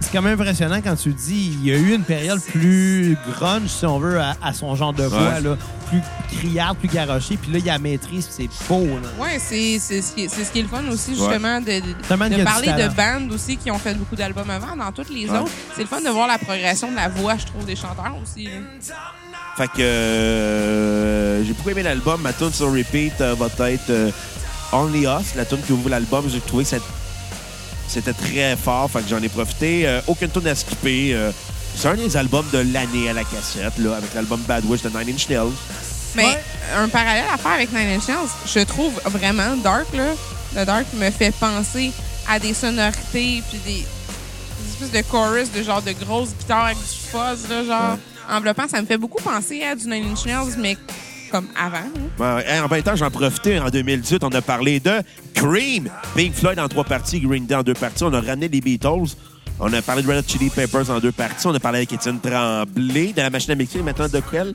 [SPEAKER 1] C'est quand même impressionnant quand tu dis il y a eu une période plus grunge, si on veut, à, à son genre de voix,
[SPEAKER 2] Ouais.
[SPEAKER 1] là, plus criard, plus garoché, puis là, il y a la maîtrise, puis c'est beau. Là.
[SPEAKER 3] Ouais, c'est c'est ce, qui est- c'est ce qui est le fun aussi, justement, de-
[SPEAKER 1] Tellement
[SPEAKER 3] de,
[SPEAKER 1] qu'il y
[SPEAKER 3] de
[SPEAKER 1] a du
[SPEAKER 3] parler de
[SPEAKER 1] talent.
[SPEAKER 3] bandes aussi qui ont fait beaucoup d'albums avant, dans toutes les
[SPEAKER 2] Ouais.
[SPEAKER 3] autres. C'est le fun de voir la progression de la voix, je trouve, des chanteurs aussi. là.
[SPEAKER 2] Fait que euh, j'ai beaucoup aimé l'album. Ma tune sur repeat euh, va être euh, Only Us, la tune qui ouvre l'album. J'ai trouvé que c'est- c'était très fort. Fait que j'en ai profité. Euh, aucune tune à skipper. Euh, c'est un des albums de l'année à la cassette, là, avec l'album Bad Wish de Nine Inch Nails.
[SPEAKER 3] Mais
[SPEAKER 1] Ouais.
[SPEAKER 3] un parallèle à faire avec Nine Inch Nails, je trouve vraiment Dark, là. Le Dark me fait penser à des sonorités, puis des, des espèces de chorus de genre de grosses guitares avec du fuzz, là, genre enveloppant. Ça me fait beaucoup penser à du Nine Inch Nails, mais comme avant. hein.
[SPEAKER 2] Ouais, ouais. Euh, Hey, en même temps, j'en profitais. En 2018, on a parlé de Cream, Pink Floyd en trois parties, Green Day en deux parties. On a ramené les Beatles. On a parlé de Red Hot Chili Peppers en deux parties. On a parlé avec Étienne Tremblay de la machine à mixer. Maintenant, de quelle?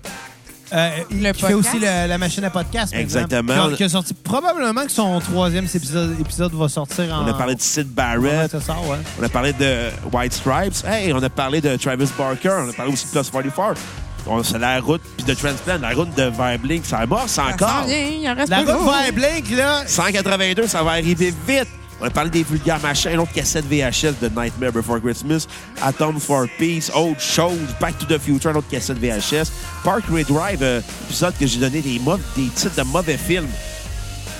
[SPEAKER 1] Euh, il
[SPEAKER 3] Le
[SPEAKER 1] qui fait
[SPEAKER 3] podcast.
[SPEAKER 1] aussi le- la machine à podcast. par exemple.
[SPEAKER 2] Exactement.
[SPEAKER 1] Qui a- qui a sorti, probablement que son troisième épisode, épisode va sortir en.
[SPEAKER 2] On a parlé de Sid
[SPEAKER 1] Ouais,
[SPEAKER 2] Barrett.
[SPEAKER 1] ça sort, ouais.
[SPEAKER 2] On a parlé de White Stripes. Hey, on a parlé de Travis Barker. On a parlé aussi de Plus 44. On, c'est la route puis de Transplant, la route de Verblink. Ça morce
[SPEAKER 3] Ça
[SPEAKER 2] encore.
[SPEAKER 3] sent bien, il en reste
[SPEAKER 1] La
[SPEAKER 3] pas
[SPEAKER 1] route
[SPEAKER 3] beaucoup.
[SPEAKER 1] vers Blink, là,
[SPEAKER 2] 182, ça va arriver vite. On a parlé des vulgaires machins, une autre cassette VHS de Nightmare Before Christmas, Atom for Peace, Old Shows, Back to the Future, une autre cassette VHS, Parkway Drive, euh, épisode que j'ai donné des, mo- des titres de mauvais films.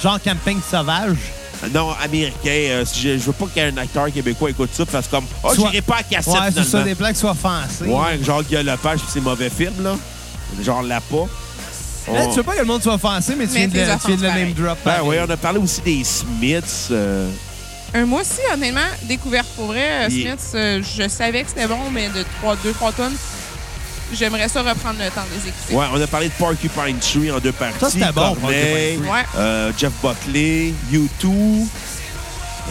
[SPEAKER 1] genre camping sauvage.
[SPEAKER 2] Euh, Non, américain. euh, si je, je veux pas qu'un acteur québécois écoute ça, parce que comme, oh,
[SPEAKER 1] Soit-
[SPEAKER 2] j'irai pas à cassette
[SPEAKER 1] Ouais, c'est ça,
[SPEAKER 2] finalement.
[SPEAKER 1] des plaques qui soient fancées.
[SPEAKER 2] Ouais, genre Guy Lepage pis ses mauvais films, là. Genre La pas. Oh.
[SPEAKER 1] Là, Eh, tu veux pas que le monde soit offensé, mais tu
[SPEAKER 3] Mais
[SPEAKER 1] viens de, tu
[SPEAKER 3] t'es
[SPEAKER 1] viens de le
[SPEAKER 3] offensé
[SPEAKER 1] name drop.
[SPEAKER 2] Ben
[SPEAKER 1] pareil.
[SPEAKER 2] oui, on a parlé aussi des Smiths. euh,
[SPEAKER 3] Euh, moi aussi, honnêtement, découverte pour vrai. euh,
[SPEAKER 2] Il-
[SPEAKER 3] Smiths, euh, je savais que c'était bon, mais de 3, 2, 3 tonnes, j'aimerais ça reprendre le temps de les écouter.
[SPEAKER 2] Ouais, on a parlé de Porcupine Tree en deux parties.
[SPEAKER 1] Ça, c'était bon,
[SPEAKER 2] Corneille,
[SPEAKER 1] Porcupine Tree.
[SPEAKER 3] Ouais.
[SPEAKER 2] euh, Jeff Buckley, U2,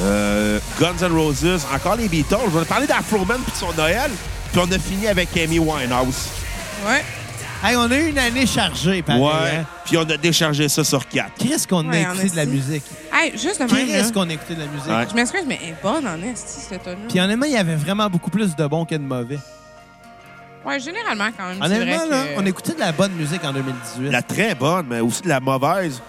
[SPEAKER 2] euh, Guns N' Roses, encore les Beatles. On a parlé d'Afroman puis de son Noël. Puis on a fini avec Amy Winehouse.
[SPEAKER 3] Ouais.
[SPEAKER 1] Hey, on a eu une année chargée, pareil.
[SPEAKER 2] ouais.
[SPEAKER 1] hein.
[SPEAKER 2] Puis on a déchargé ça sur 4.
[SPEAKER 1] Qu'est-ce qu'on
[SPEAKER 3] Ouais,
[SPEAKER 1] a
[SPEAKER 3] hein. en
[SPEAKER 1] écouté de la
[SPEAKER 3] esti.
[SPEAKER 1] musique?
[SPEAKER 3] Hey, juste de même, là,
[SPEAKER 1] Qu'est-ce qu'on a écouté de la musique?
[SPEAKER 2] Ouais.
[SPEAKER 3] je m'excuse, mais elle est bonne en esti, cette tonne
[SPEAKER 1] Puis honnêtement, il y avait vraiment beaucoup plus de bons que de mauvais.
[SPEAKER 3] Ouais, généralement, quand même, c'est vrai
[SPEAKER 1] Honnêtement, là,
[SPEAKER 3] que...
[SPEAKER 1] on écoutait de la bonne musique en 2018.
[SPEAKER 2] La très bonne, mais aussi de la mauvaise.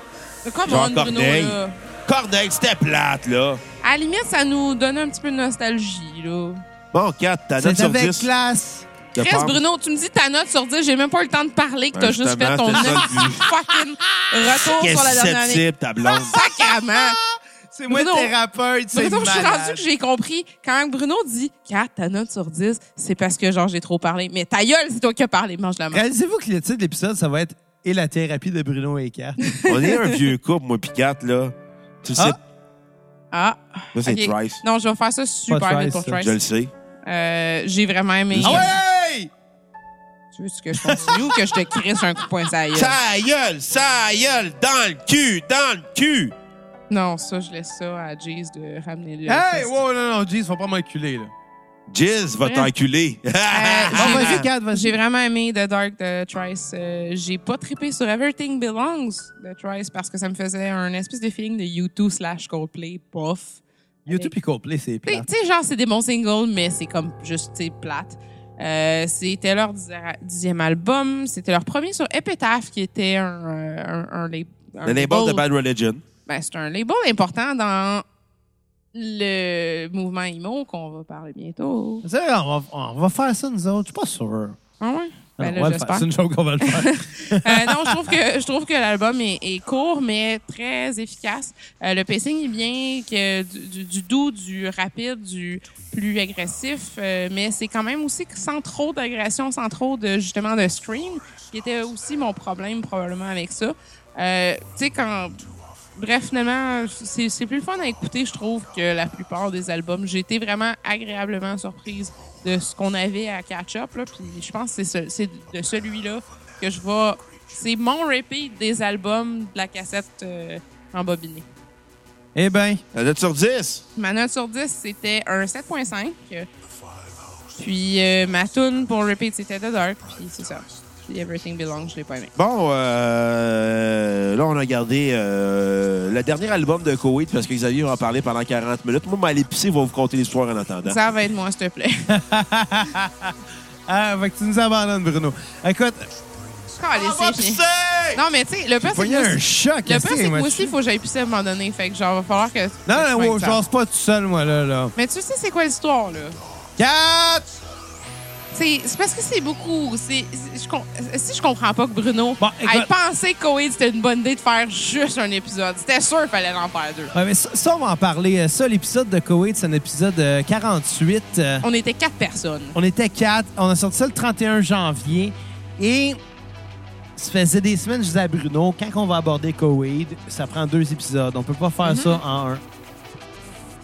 [SPEAKER 3] Comme
[SPEAKER 2] Jean
[SPEAKER 3] on, Bruno,
[SPEAKER 2] Corneille.
[SPEAKER 3] là.
[SPEAKER 2] Corneille, c'était plate, là.
[SPEAKER 3] À la limite, ça nous donne un petit peu de nostalgie, là.
[SPEAKER 2] Bon, 4, ta note
[SPEAKER 1] C'est
[SPEAKER 2] sur
[SPEAKER 1] avec
[SPEAKER 2] 10.
[SPEAKER 1] classe.
[SPEAKER 2] de
[SPEAKER 3] Chris,
[SPEAKER 2] part.
[SPEAKER 3] Bruno, tu me dis ta note sur 10, j'ai même pas eu le temps de parler que t'as
[SPEAKER 2] Ouais,
[SPEAKER 3] juste
[SPEAKER 2] justement,
[SPEAKER 3] fait ton
[SPEAKER 2] c'était ça le
[SPEAKER 3] fucking retour sur la
[SPEAKER 2] Qu'est-ce
[SPEAKER 3] dernière
[SPEAKER 2] que
[SPEAKER 3] année.
[SPEAKER 2] c'est, ta blonde?
[SPEAKER 3] Sacrement!
[SPEAKER 1] Ah! C'est moi le
[SPEAKER 3] Bruno,
[SPEAKER 1] thérapeute, c'est
[SPEAKER 3] Bruno, je suis rendu
[SPEAKER 1] malade.
[SPEAKER 3] que j'ai compris. Quand Bruno dit 4, ta note sur 10, c'est parce que genre j'ai trop parlé. Mais ta gueule, c'est toi qui as parlé, mange la main.
[SPEAKER 1] Réalisez-vous que le titre de l'épisode, ça va être « Et la thérapie de Bruno et Kat
[SPEAKER 2] On est un vieux couple, moi pis Kat, là. Tu le sais.
[SPEAKER 1] Ah.
[SPEAKER 3] Ah.
[SPEAKER 2] Moi, c'est
[SPEAKER 3] ok.
[SPEAKER 2] Trice.
[SPEAKER 3] Non, je vais faire ça super
[SPEAKER 1] Pas Trice,
[SPEAKER 3] vite pour
[SPEAKER 1] ça.
[SPEAKER 2] Je le
[SPEAKER 3] Trice.
[SPEAKER 2] sais.
[SPEAKER 3] Euh, j'ai vraiment aimé.
[SPEAKER 2] Ah
[SPEAKER 1] ouais!
[SPEAKER 3] Tu veux que je continue ou que je te crisse un coup de poing ça
[SPEAKER 2] Ça gueule, ça gueule, dans le cul, dans le cul!
[SPEAKER 3] Non, ça, je laisse ça à Jeez de ramener le.
[SPEAKER 1] Hey,
[SPEAKER 3] test. Euh,
[SPEAKER 1] wow, non, non, Jeez, faut pas m'enculer, là.
[SPEAKER 2] Jizz va
[SPEAKER 3] Ouais.
[SPEAKER 2] t'enculer.
[SPEAKER 3] Euh,
[SPEAKER 1] Ah,
[SPEAKER 3] j'ai-
[SPEAKER 1] vas-y, Kat, vas-y.
[SPEAKER 3] J'ai vraiment aimé The Dark de Trice. Euh, j'ai pas trippé sur Everything Belongs de Trice parce que ça me faisait un espèce de feeling de YouTube slash Coldplay, bof.
[SPEAKER 1] YouTube et Coldplay, c'est
[SPEAKER 3] Tu sais-
[SPEAKER 1] plate.
[SPEAKER 3] tu sais, genre, c'est des bons singles, mais c'est comme juste, tu sais, plate. Euh, c'était leur dizi- dixième album. C'était leur premier sur Epitaph, qui était un, euh, un, un, lab- un
[SPEAKER 2] Le label de Bad Religion.
[SPEAKER 3] Ben, c'est un label important dans le mouvement IMO qu'on va parler bientôt.
[SPEAKER 1] Tu sais, on va, on va faire ça, nous autres. Je suis pas sûr.
[SPEAKER 3] Ah ouais? Ben
[SPEAKER 1] Non,
[SPEAKER 3] là,
[SPEAKER 1] on va le faire.
[SPEAKER 3] j'espère.
[SPEAKER 1] C'est une joke qu'on va le faire.
[SPEAKER 3] Euh, non, je trouve que je trouve que l'album est, est court mais très efficace. Euh, le pacing est bien, que du, du- du doux, du rapide, du plus agressif, euh, mais c'est quand même aussi que sans trop d'agression, sans trop de justement de scream, qui était aussi mon problème probablement avec ça. Euh, tu sais quand Bref, finalement, c'est c'est plus le fun à écouter, je trouve, que la plupart des albums. J'ai été vraiment agréablement surprise de ce qu'on avait à Catch Up. Là, puis je pense que c'est ce- c'est de celui-là que je vais... C'est mon repeat des albums de la cassette euh, embobinée.
[SPEAKER 1] eh ben,
[SPEAKER 2] La note sur 10.
[SPEAKER 3] Ma note sur 10, c'était un 7.5. Puis euh, ma tune pour repeat, c'était The Dark. Puis c'est ça. Puis Everything Belongs, je l'ai pas aimé.
[SPEAKER 2] Bon, euh, là, on a gardé euh, le dernier album de Koweït parce que Xavier en parlait pendant 40 minutes. Moi, m'aller pisser, va vous conter l'histoire en attendant.
[SPEAKER 3] Ça va être moi, s'il te plaît.
[SPEAKER 1] ah, fait que tu nous abandonnes, Bruno. Écoute,
[SPEAKER 3] Calé,
[SPEAKER 2] Va
[SPEAKER 3] c'est fini.
[SPEAKER 2] pisser!
[SPEAKER 3] Non, mais tu sais, le pire, c'est que
[SPEAKER 1] il
[SPEAKER 3] moi,
[SPEAKER 1] un choc.
[SPEAKER 3] Le
[SPEAKER 1] est-ce
[SPEAKER 3] pire,
[SPEAKER 1] que
[SPEAKER 3] c'est que moi
[SPEAKER 1] moi,
[SPEAKER 3] aussi, il
[SPEAKER 1] je-
[SPEAKER 3] faut que j'aille pisser à un moment donné. Fait que genre, va falloir que.
[SPEAKER 1] Non, non,
[SPEAKER 3] que je
[SPEAKER 1] wow,
[SPEAKER 3] fasse
[SPEAKER 1] je
[SPEAKER 3] ça.
[SPEAKER 1] lance pas tout seul, moi, là. là.
[SPEAKER 3] Mais tu sais, c'est quoi l'histoire, là?
[SPEAKER 1] Kat!
[SPEAKER 3] C'est c'est parce que c'est beaucoup. C'est- c'est- je com- Si je comprends pas que Bruno
[SPEAKER 1] Bon, écoute.
[SPEAKER 3] ait pensé que Coed, c'était une bonne idée de faire juste un épisode. C'était sûr qu'il fallait en faire deux.
[SPEAKER 1] Ouais, mais ça, ça, on va en parler. Euh, Ça, l'épisode de Koweït, c'est un épisode euh, 48. euh,
[SPEAKER 3] On était quatre personnes.
[SPEAKER 1] On était quatre. On a sorti ça le 31 janvier. Et ça faisait des semaines, je disais à Bruno, quand on va aborder Koweïd, ça prend deux épisodes. On peut pas faire ça en un.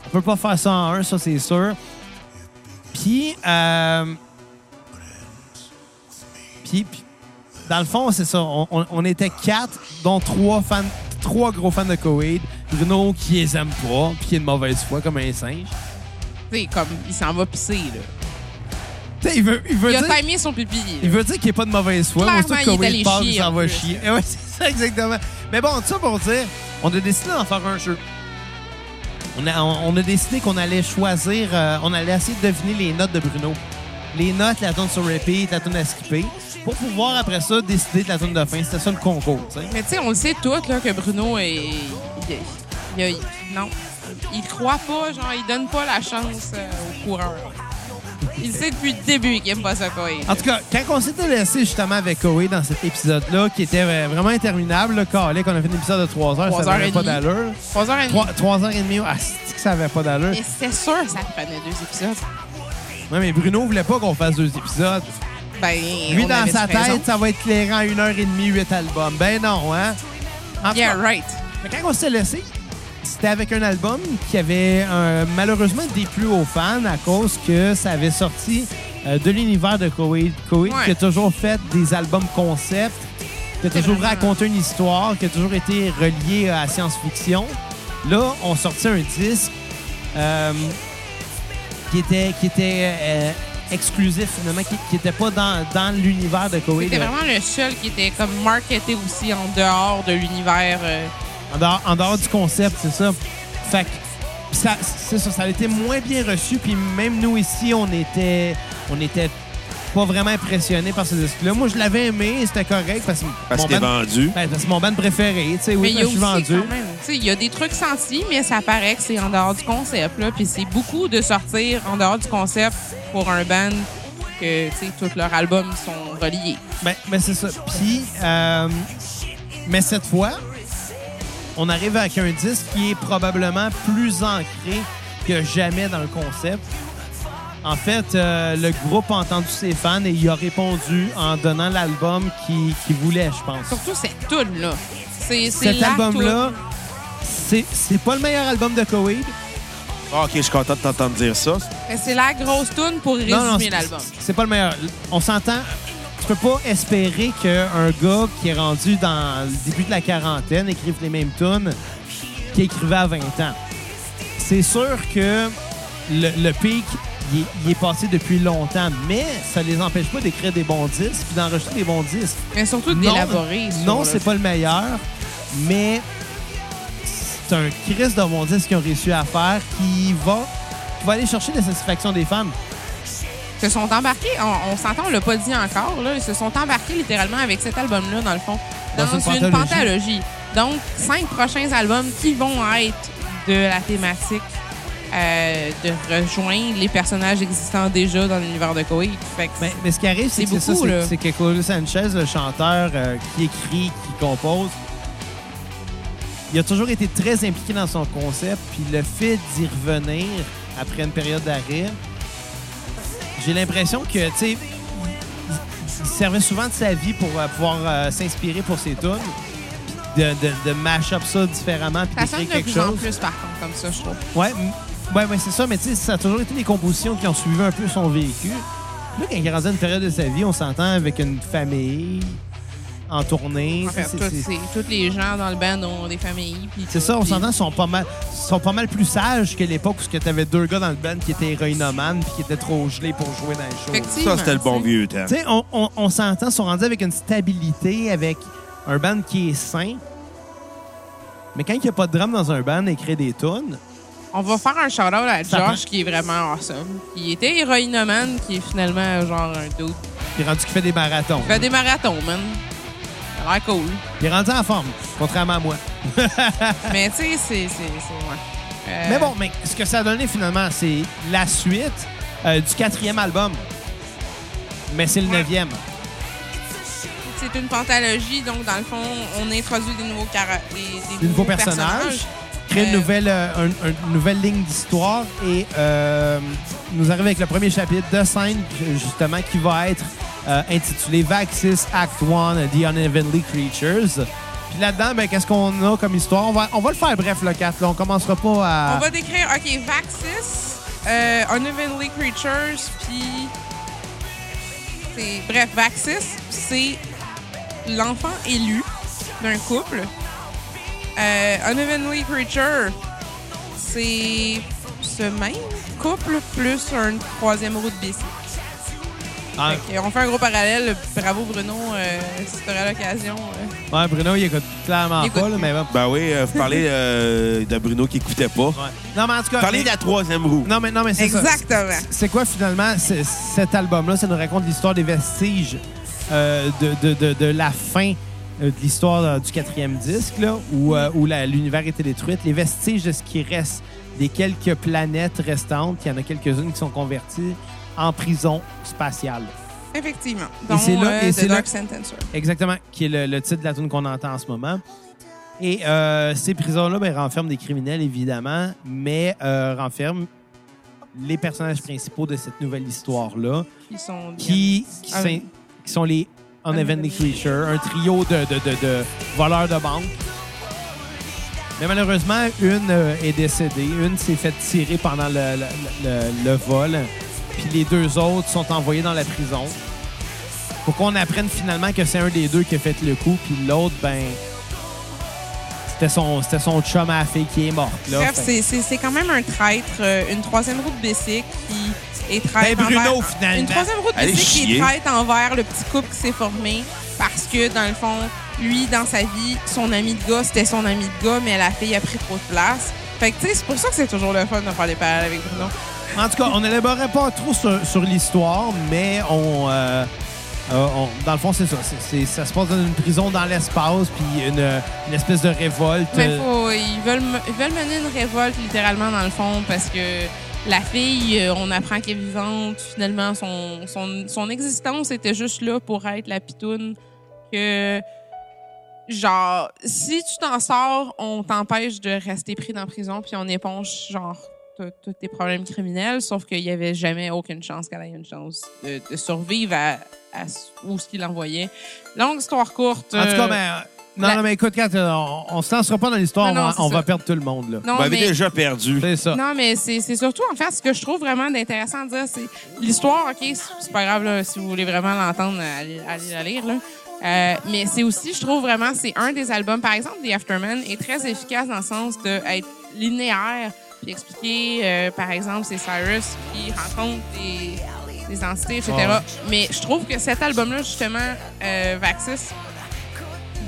[SPEAKER 1] On peut pas faire ça en un, ça c'est sûr. Puis, euh, puis, puis, dans le fond, c'est ça. On, on- on était quatre, dont trois fans, trois gros fans de Koweïd. Bruno qui les aime pas, puis qui est de mauvaise foi comme un singe.
[SPEAKER 3] Tu sais, comme, il s'en va pisser, là.
[SPEAKER 1] Tu sais, il veut, il veut
[SPEAKER 3] Il a
[SPEAKER 1] dire-
[SPEAKER 3] timé son pipi. là.
[SPEAKER 1] il veut dire qu'il n'est pas de mauvaise foi.
[SPEAKER 3] Clairement,
[SPEAKER 1] Aussitôt
[SPEAKER 3] il est
[SPEAKER 1] qu'on
[SPEAKER 3] allé
[SPEAKER 1] le passe,
[SPEAKER 3] chier,
[SPEAKER 1] il s'en
[SPEAKER 3] en
[SPEAKER 1] va
[SPEAKER 3] plus.
[SPEAKER 1] chier. Eh ouais, c'est ça, exactement. Mais bon, tout ça pour dire, on a décidé d'en faire un jeu. On a, on a décidé qu'on allait choisir, euh, on allait essayer de deviner les notes de Bruno. Les notes, la tune sur repeat, la tune à skipper, pour pouvoir après ça décider de la tune de fin. C'était ça le concours, tu sais.
[SPEAKER 3] Mais tu sais, on le sait tous, là, que Bruno est. il- il- il- non. Il croit pas, genre, il donne pas la chance euh, au coureur. Il sait depuis le début qu'il aime pas ça, quoi.
[SPEAKER 1] En tout cas, quand on s'était laissé justement avec Koei dans cet épisode-là, qui était euh, vraiment interminable, le calé, qu'on a fait un épisode de 3 heures,
[SPEAKER 3] Trois
[SPEAKER 1] ça n'avait
[SPEAKER 3] heures et
[SPEAKER 1] pas
[SPEAKER 3] demie.
[SPEAKER 1] d'allure. 3,
[SPEAKER 3] h
[SPEAKER 1] heures et demie, ah, c'est-tu que ça n'avait pas d'allure.
[SPEAKER 3] Et c'était sûr que ça prenait deux épisodes.
[SPEAKER 1] Ouais, mais Bruno voulait pas qu'on fasse deux épisodes.
[SPEAKER 3] Ben,
[SPEAKER 1] Lui,
[SPEAKER 3] on
[SPEAKER 1] dans
[SPEAKER 3] avait
[SPEAKER 1] sa
[SPEAKER 3] raison.
[SPEAKER 1] tête, ça va être clair en une heure et demie, huit albums. Ben non, hein? En tout
[SPEAKER 3] Yeah,
[SPEAKER 1] cas,
[SPEAKER 3] right.
[SPEAKER 1] mais quand on s'est laissé, c'était avec un album qui avait euh, malheureusement déplu aux fans à cause que ça avait sorti euh, de l'univers de Koweïd. Koweïd
[SPEAKER 3] Ouais.
[SPEAKER 1] qui a toujours fait des albums concept, qui a
[SPEAKER 3] C'est
[SPEAKER 1] toujours
[SPEAKER 3] vraiment-
[SPEAKER 1] raconté une histoire, qui a toujours été relié à la science-fiction. Là, on sortit un disque euh, qui était, qui était euh, exclusif finalement, qui n'était pas dans, dans l'univers de Koweïd.
[SPEAKER 3] C'était vraiment le seul qui était comme marketé aussi en dehors de l'univers. euh,
[SPEAKER 1] En dehors, en dehors du concept, c'est ça. Fait que pis ça, c'est ça, ça a été moins bien reçu. Puis même nous ici, on était, on était pas vraiment impressionnés par ce disque-là. Moi, je l'avais aimé, c'était correct parce que
[SPEAKER 2] Parce
[SPEAKER 1] mon
[SPEAKER 2] qu'il est
[SPEAKER 1] band,
[SPEAKER 2] vendu.
[SPEAKER 1] ben, parce que mon band préféré. Tu sais,
[SPEAKER 3] mais
[SPEAKER 1] oui,
[SPEAKER 3] il y
[SPEAKER 1] je
[SPEAKER 3] a
[SPEAKER 1] suis
[SPEAKER 3] aussi
[SPEAKER 1] vendu.
[SPEAKER 3] quand même. tu sais, Il y a des trucs sentis, mais ça paraît que c'est en dehors du concept. Là, puis c'est beaucoup de sortir en dehors du concept pour un band que tu sais, tous leurs albums sont reliés.
[SPEAKER 1] Ben, mais c'est ça. Puis, euh, mais cette fois, on arrive avec un disque qui est probablement plus ancré que jamais dans le concept. En fait, euh, le groupe a entendu ses fans et il a répondu en donnant l'album qu'il qu'il voulait, je pense.
[SPEAKER 3] Surtout cette toune là. C'est c'est
[SPEAKER 1] Cet
[SPEAKER 3] la
[SPEAKER 1] album-là, c'est c'est pas le meilleur album de Koweït.
[SPEAKER 2] Ah, OK, je suis content de t'entendre dire ça.
[SPEAKER 3] toune. Mais Ben, C'est la grosse toune pour
[SPEAKER 1] Non, non,
[SPEAKER 3] résumer
[SPEAKER 1] c'est-
[SPEAKER 3] l'album.
[SPEAKER 1] C'est pas le meilleur. On s'entend. Tu peux pas espérer qu'un gars qui est rendu dans le début de la quarantaine écrive les mêmes tunes qu'il écrivait à 20 ans. C'est sûr que le, le pic, il est- il est passé depuis longtemps, mais ça les empêche pas d'écrire des bons disques puis d'enregistrer des bons disques.
[SPEAKER 3] Mais surtout
[SPEAKER 1] Non,
[SPEAKER 3] d'élaborer. sur
[SPEAKER 1] Non,
[SPEAKER 3] le-
[SPEAKER 1] c'est pas le meilleur, mais c'est un Chris de mon disque qu'ils ont réussi à faire qui va, qui va aller chercher la satisfaction des fans.
[SPEAKER 3] se sont embarqués, on, on s'entend, on l'a pas dit encore, là, ils se sont embarqués littéralement avec cet album-là, dans le fond,
[SPEAKER 1] Dans
[SPEAKER 3] dans,
[SPEAKER 1] une pentalogie.
[SPEAKER 3] une, pantalogie. Donc, cinq prochains albums qui vont être de la thématique euh, de rejoindre les personnages existants déjà dans l'univers de Koei. Fait que
[SPEAKER 1] Mais, mais ce qui arrive, c'est que
[SPEAKER 3] C'est
[SPEAKER 1] c'est ça,
[SPEAKER 3] beaucoup,
[SPEAKER 1] c'est-
[SPEAKER 3] là.
[SPEAKER 1] c'est que Claudio Sanchez, le chanteur euh, qui écrit, qui compose, il a toujours été très impliqué dans son concept, puis le fait d'y revenir après une période d'arrêt, j'ai l'impression que, tu sais, il- il servait souvent de sa vie pour euh, pouvoir euh, s'inspirer pour ses tunes, puis de, de, de mash up ça différemment, puis
[SPEAKER 3] ça sonne
[SPEAKER 1] d'écrire
[SPEAKER 3] de
[SPEAKER 1] quelque
[SPEAKER 3] plus en
[SPEAKER 1] chose.
[SPEAKER 3] plus, par contre, comme ça, je trouve.
[SPEAKER 1] Ouais, m- ouais, ouais, c'est ça, mais tu sais, ça a toujours été des compositions qui ont suivi un peu son vécu. Là, quand il est rendu à une période de sa vie, on s'entend avec une famille en tournée.
[SPEAKER 3] En fait,
[SPEAKER 1] Ça, c'est-
[SPEAKER 3] tous
[SPEAKER 1] c'est-
[SPEAKER 3] ces- tous les gens dans le band ont des familles. puis
[SPEAKER 1] C'est
[SPEAKER 3] tout,
[SPEAKER 1] ça, on
[SPEAKER 3] puis-
[SPEAKER 1] s'entend, sont pas mal, sont pas mal plus sages que l'époque où tu avais deux gars dans le band qui étaient héroïnomanes puis qui étaient trop gelés pour jouer dans les shows.
[SPEAKER 3] Effectivement,
[SPEAKER 2] Ça, c'était le bon
[SPEAKER 3] tu sais.
[SPEAKER 2] vieux temps.
[SPEAKER 1] Tu sais, on, on, on s'entend, ils sont rendus avec une stabilité, avec un band qui est sain. Mais quand il n'y a pas de drame dans un band, écrire des tunes,
[SPEAKER 3] On va faire un shout-out à
[SPEAKER 1] Ça
[SPEAKER 3] Josh qui est vraiment awesome. Il était héroïnomane, qui est finalement genre un doute.
[SPEAKER 1] il est rendu qu'il fait des marathons.
[SPEAKER 3] Il fait des marathons, man. Ça a l'air cool.
[SPEAKER 1] Il est rendu en forme, contrairement à moi.
[SPEAKER 3] Mais tu sais, c'est. c'est- c'est- ouais. Euh,
[SPEAKER 1] Ah. Mais bon, mais ce que ça a donné finalement, c'est la suite euh, du quatrième album. Mais c'est le neuvième.
[SPEAKER 3] C'est une pentalogie, donc dans le fond, on introduit des nouveaux, cara- des, des
[SPEAKER 1] Des nouveaux personnages, créer une
[SPEAKER 3] Euh,
[SPEAKER 1] nouvelle, euh, un- un- une nouvelle ligne d'histoire et euh, nous arrive avec le premier chapitre de scène, justement, qui va être euh, intitulé Vaxis Act 1 The Unevenly Creatures. Puis là-dedans, ben, qu'est-ce qu'on a comme histoire? On va, on va le faire bref, le 4. Là. On commencera pas à.
[SPEAKER 3] On va décrire, OK, Vaxis, euh, Unevenly Creatures, puis. c'est- Bref, Vaxis, c'est l'enfant élu d'un couple. Euh, Unevenly Creature, c'est ce même couple plus un troisième roue de bicycle.
[SPEAKER 1] Ah,
[SPEAKER 3] Fait que, on fait un gros parallèle. Bravo Bruno, euh, si tu l'occasion. euh.
[SPEAKER 1] ouais, Bruno, il écoute clairement
[SPEAKER 3] Il écoute
[SPEAKER 1] pas, là,
[SPEAKER 3] plus.
[SPEAKER 1] mais bon.
[SPEAKER 2] Ben oui, euh, vous parlez euh, de Bruno qui écoutait pas.
[SPEAKER 1] Ouais. Non, mais en tout cas.
[SPEAKER 2] Vous parlez de la troisième roue.
[SPEAKER 1] Non, mais, non, mais c'est ça.
[SPEAKER 3] Exactement.
[SPEAKER 1] C'est quoi finalement c- cet album-là? Ça nous raconte l'histoire des vestiges euh, de, de- de- de la fin euh, de l'histoire euh, du quatrième disque, là, où, euh, où la- l'univers était détruit, les vestiges de ce qui reste des quelques planètes restantes. Il y en a quelques-unes qui sont converties en prison spatiale.
[SPEAKER 3] Effectivement. Donc,
[SPEAKER 1] c'est là- et
[SPEAKER 3] euh,
[SPEAKER 1] c'est
[SPEAKER 3] The
[SPEAKER 1] là-
[SPEAKER 3] Dark Sentencer.
[SPEAKER 1] Exactement, qui est le, le titre de la tune qu'on entend en ce moment. Et euh, ces prisons-là ben, renferment des criminels, évidemment, mais euh, renferment les personnages principaux de cette nouvelle histoire-là,
[SPEAKER 3] Ils sont
[SPEAKER 1] qui, qui,
[SPEAKER 3] Ah
[SPEAKER 1] s'in-
[SPEAKER 3] oui.
[SPEAKER 1] qui sont les Unevenly Creatures, un trio de, de- de- de voleurs de banque. Mais malheureusement, une euh, est décédée, une s'est faite tirer pendant le, le- le- le vol, puis les deux autres sont envoyés dans la prison. Pour qu'on apprenne finalement que c'est un des deux qui a fait le coup, puis l'autre, ben. C'était son, c'était son chum à la fille qui est morte. Là.
[SPEAKER 3] Bref,
[SPEAKER 1] Fait-
[SPEAKER 3] c'est- c'est c'est quand même un traître, euh, une troisième roue de bicycle qui est traître.
[SPEAKER 1] Ben, Bruno,
[SPEAKER 3] envers-
[SPEAKER 1] finalement.
[SPEAKER 3] Une troisième roue de
[SPEAKER 2] Allez
[SPEAKER 3] bicycle qui
[SPEAKER 2] chier.
[SPEAKER 3] est traître envers le petit couple qui s'est formé parce que, dans le fond, lui, dans sa vie, son ami de gars, c'était son ami de gars, mais la fille a pris trop de place. Fait que, tu sais, c'est pour ça que c'est toujours le fun de faire des parallèles avec Bruno.
[SPEAKER 1] En tout cas, on n'élaborait pas trop sur, sur l'histoire, mais on, euh, euh, on- dans le fond, c'est ça. C'est- c'est- ça se passe dans une prison dans l'espace, puis une, une espèce de révolte.
[SPEAKER 3] Mais faut- ils, veulent, me- ils veulent mener une révolte littéralement dans le fond parce que la fille, euh, on apprend qu'elle est vivante. Finalement, son, son, son existence était juste là pour être la pitoune que genre, si tu t'en sors, on t'empêche de rester pris dans la prison, puis on éponge, genre, tous- tous tes problèmes criminels, sauf qu'il n'y avait jamais aucune chance qu'elle ait une chance de, de survivre à, à ce- où ce qu'il envoyait. Longue histoire courte.
[SPEAKER 1] En tout
[SPEAKER 3] euh,
[SPEAKER 1] cas, ben, non,
[SPEAKER 3] la-
[SPEAKER 1] non, mais écoute, Kat, on, on se lancera pas dans l'histoire.
[SPEAKER 3] Non, non,
[SPEAKER 1] On, va-
[SPEAKER 3] c'est
[SPEAKER 1] on
[SPEAKER 3] ça.
[SPEAKER 1] va perdre tout le monde, là.
[SPEAKER 3] non,
[SPEAKER 2] Vous m'avez
[SPEAKER 3] mais-
[SPEAKER 2] déjà perdu.
[SPEAKER 1] C'est ça.
[SPEAKER 3] Non, mais c'est c'est surtout, en fait, ce que je trouve vraiment d'intéressant à dire, c'est l'histoire, OK, c'est c'est pas grave, là, si vous voulez vraiment l'entendre, allez, allez la lire, là. Euh, mais c'est aussi, je trouve vraiment, c'est un des albums, par exemple, des Afterman, est très efficace dans le sens d'être linéaire, puis expliquer, euh, par exemple, c'est Cyrus qui rencontre des, des entités, etc.
[SPEAKER 1] Ouais, ouais.
[SPEAKER 3] Mais je trouve que cet album-là, justement, euh, Vaxis,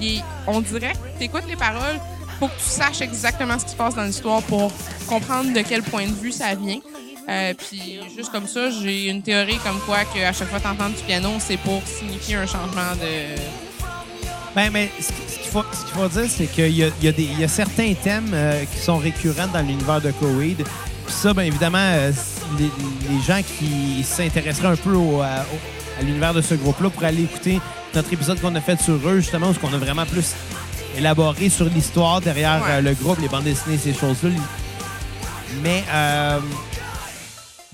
[SPEAKER 3] il est- on dirait que tu écoutes les paroles, faut que tu saches exactement ce qui se passe dans l'histoire pour comprendre de quel point de vue ça vient. Euh, puis juste comme ça, j'ai une théorie comme quoi que à chaque fois que t'entends du piano, c'est pour signifier un changement de...
[SPEAKER 1] Ben, mais ce qui- ce qu'il faut, ce qu'il faut dire, c'est qu'il y a, il y a des- il y a certains thèmes euh, qui sont récurrents dans l'univers de Coed. Puis ça, bien évidemment, euh, les, les gens qui s'intéresseraient un peu au- à, au- à l'univers de ce groupe-là pourraient aller écouter notre épisode qu'on a fait sur eux, justement, où on a vraiment plus élaboré sur l'histoire derrière
[SPEAKER 3] Ouais.
[SPEAKER 1] euh, le groupe, les bandes dessinées, ces choses-là. Mais euh,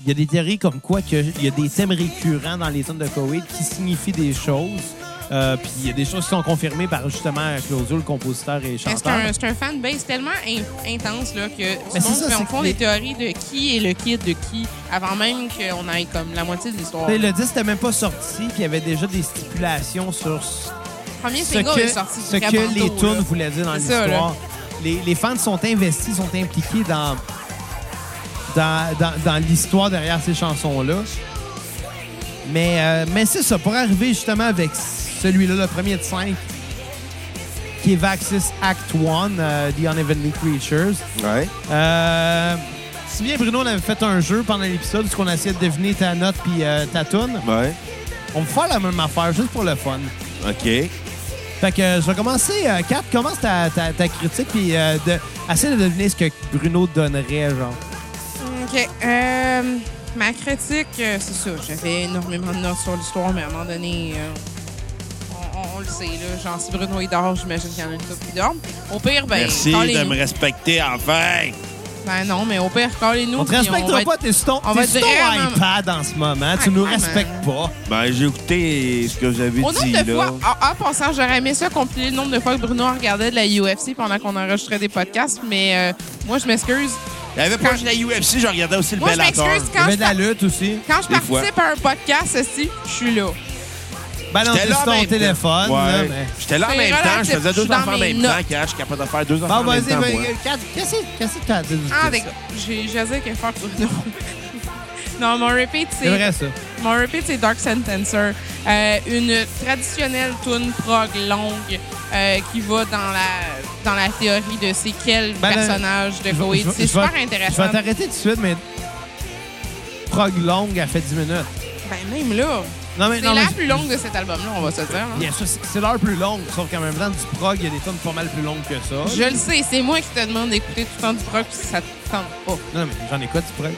[SPEAKER 1] il y a des théories comme quoi que il y a des thèmes récurrents dans les thèmes de Koweït qui signifient des choses. Euh, Puis il y a des choses qui sont confirmées par justement Claudio, le compositeur et
[SPEAKER 3] Mais C'est
[SPEAKER 1] chanteur. Ben,
[SPEAKER 3] un, Ben, c'est un fanbase tellement in- intense là, que tout
[SPEAKER 1] c'est
[SPEAKER 3] le monde
[SPEAKER 1] ça,
[SPEAKER 3] fait-
[SPEAKER 1] c'est
[SPEAKER 3] on font
[SPEAKER 1] que les-
[SPEAKER 3] des théories de qui est le kid de qui avant même qu'on aille comme la moitié de l'histoire.
[SPEAKER 1] Tu sais,
[SPEAKER 3] Le
[SPEAKER 1] Le disque n'était même pas sorti, puis il y avait déjà des stipulations sur ce
[SPEAKER 3] premier
[SPEAKER 1] ce
[SPEAKER 3] single
[SPEAKER 1] que,
[SPEAKER 3] est sorti
[SPEAKER 1] ce
[SPEAKER 3] vraiment
[SPEAKER 1] que les
[SPEAKER 3] tôt,
[SPEAKER 1] tunes
[SPEAKER 3] là.
[SPEAKER 1] voulaient dire dans
[SPEAKER 3] C'est ça, là.
[SPEAKER 1] l'histoire. Les, les fans sont investis, sont impliqués dans, dans, dans, dans l'histoire derrière ces chansons-là. Mais, euh, mais c'est ça, pour arriver justement avec celui-là, le premier de cinq, qui est Vaxis Act 1, euh, The Unevenly Creatures.
[SPEAKER 2] Ouais.
[SPEAKER 1] Euh, si bien Bruno, on avait fait un jeu pendant l'épisode, ce qu'on essayait de deviner ta note puis euh, ta tune,
[SPEAKER 2] Ouais.
[SPEAKER 1] on va faire la même affaire juste pour le fun.
[SPEAKER 2] OK.
[SPEAKER 3] Ben,
[SPEAKER 1] Fait que euh, je vais commencer. euh, Kat, commence ta, ta, ta critique puis euh, de, essaie de deviner ce que Bruno donnerait, genre.
[SPEAKER 3] OK. Euh, ma critique, euh, c'est ça. J'avais énormément de notes sur l'histoire, mais à un moment donné, euh, on, on- on le sait. Là, genre, si Bruno il dort, j'imagine qu'il y en a une couple qui dorment. Au pire, ben,
[SPEAKER 2] Merci de
[SPEAKER 3] callez-nous.
[SPEAKER 2] me respecter, enfin.
[SPEAKER 3] Ben non, mais au pire, callez-nous.
[SPEAKER 1] On te
[SPEAKER 3] puis va
[SPEAKER 1] respectera
[SPEAKER 3] être-
[SPEAKER 1] pas, t'es sur ton,
[SPEAKER 3] on
[SPEAKER 1] t'es
[SPEAKER 3] va
[SPEAKER 1] sur
[SPEAKER 3] être
[SPEAKER 1] ton
[SPEAKER 3] vraiment-
[SPEAKER 1] iPad en ce moment. Tu
[SPEAKER 3] Ah,
[SPEAKER 1] nous
[SPEAKER 3] vraiment.
[SPEAKER 1] respectes pas.
[SPEAKER 2] Ben, j'ai écouté ce que vous avez
[SPEAKER 3] Au
[SPEAKER 2] dit,
[SPEAKER 3] nombre de
[SPEAKER 2] là.
[SPEAKER 3] fois, en, en passant, j'aurais aimé ça compiler le nombre de fois que Bruno regardait de la UFC pendant qu'on enregistrait des podcasts, mais euh, moi, je m'excuse.
[SPEAKER 2] Il y avait pas juste la UFC, je regardais aussi le
[SPEAKER 3] Moi, je
[SPEAKER 2] Bellator.
[SPEAKER 3] m'excuse
[SPEAKER 1] Il y
[SPEAKER 3] quand
[SPEAKER 1] avait
[SPEAKER 3] je,
[SPEAKER 1] de la
[SPEAKER 3] par-
[SPEAKER 1] lutte aussi.
[SPEAKER 3] quand je
[SPEAKER 2] Des fois.
[SPEAKER 3] participe à un podcast, aussi, je suis là.
[SPEAKER 1] Ben non,
[SPEAKER 2] J'étais
[SPEAKER 1] t'es
[SPEAKER 2] là
[SPEAKER 1] sur
[SPEAKER 2] en
[SPEAKER 1] ton
[SPEAKER 2] même
[SPEAKER 1] téléphone. là,
[SPEAKER 2] Ouais.
[SPEAKER 1] mais-
[SPEAKER 2] J'étais là en
[SPEAKER 3] C'est
[SPEAKER 2] même temps, je
[SPEAKER 3] relatif,
[SPEAKER 2] faisais
[SPEAKER 3] je suis
[SPEAKER 2] deux
[SPEAKER 3] dans
[SPEAKER 2] enfants en
[SPEAKER 3] mes
[SPEAKER 2] même temps,
[SPEAKER 3] notes.
[SPEAKER 2] Cash, je suis capable de faire deux enfants
[SPEAKER 1] Bon,
[SPEAKER 2] en même
[SPEAKER 1] vas-y,
[SPEAKER 2] temps.
[SPEAKER 1] ben,
[SPEAKER 2] moi.
[SPEAKER 1] Kat, qu'est-ce que- qu'est-ce que t'as à dire? du-
[SPEAKER 3] Ah,
[SPEAKER 1] de
[SPEAKER 3] d'accord.
[SPEAKER 1] ça?
[SPEAKER 3] J'ai j'osais que faire Bruno. non, mon repeat,
[SPEAKER 1] C'est
[SPEAKER 3] c'est
[SPEAKER 1] vrai, ça.
[SPEAKER 3] mon repeat, c'est Dark Sentencer. Euh, une traditionnelle tune prog longue euh, qui va dans la dans la théorie de c'est quel
[SPEAKER 1] Ben, là,
[SPEAKER 3] personnage de
[SPEAKER 1] Je vais-
[SPEAKER 3] Coed.
[SPEAKER 1] je vais-
[SPEAKER 3] C'est
[SPEAKER 1] je vais-
[SPEAKER 3] super
[SPEAKER 1] Je
[SPEAKER 3] intéressant.
[SPEAKER 1] vais t'arrêter tout de suite, mais. Prog longue, elle fait 10 minutes.
[SPEAKER 3] Ben, même là,
[SPEAKER 1] Non, mais
[SPEAKER 3] c'est
[SPEAKER 1] non,
[SPEAKER 3] la
[SPEAKER 1] mais-
[SPEAKER 3] plus longue de cet album-là, on va se dire. hein.
[SPEAKER 1] Bien sûr, c'est c'est l'heure plus longue, sauf qu'en même temps, du prog, il y a des tonnes pas mal plus longues que ça.
[SPEAKER 3] Je le sais, c'est moi qui te demande d'écouter tout le temps du prog si ça te tente pas.
[SPEAKER 1] Non, non, mais j'en écoute du prog.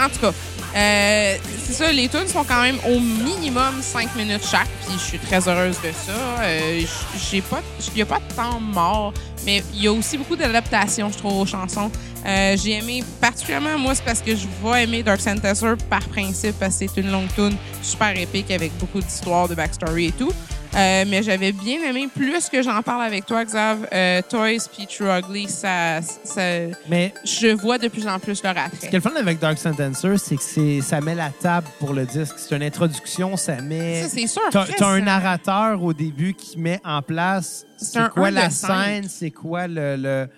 [SPEAKER 3] En tout cas, euh, c'est ça, les tunes sont quand même au minimum 5 minutes chaque, puis je suis très heureuse de ça. Euh, j- j'ai pas, il n'y a pas de temps mort, mais il y a aussi beaucoup d'adaptations, je trouve, aux chansons. Euh, j'ai aimé particulièrement, moi, c'est parce que je vais aimer Dark Synthesizer par principe, parce que c'est une longue tune super épique avec beaucoup d'histoires, de backstory et tout. Euh, mais j'avais bien aimé, plus que j'en parle avec toi, Xav, euh, Toys puis True Ugly, ça, ça-
[SPEAKER 1] Mais
[SPEAKER 3] je vois de plus en plus leur attrait.
[SPEAKER 1] ce qui est le fun avec Dark Sentencer, c'est que c'est- ça met la table pour le disque. C'est une introduction, ça met.
[SPEAKER 3] Ça, c'est sûr.
[SPEAKER 1] T'as
[SPEAKER 3] Chris,
[SPEAKER 1] t'as un
[SPEAKER 3] euh,
[SPEAKER 1] narrateur au début qui met en place
[SPEAKER 3] C'est
[SPEAKER 1] c'est
[SPEAKER 3] un
[SPEAKER 1] quoi
[SPEAKER 3] un
[SPEAKER 1] la
[SPEAKER 3] de cinq.
[SPEAKER 1] scène, c'est quoi le le-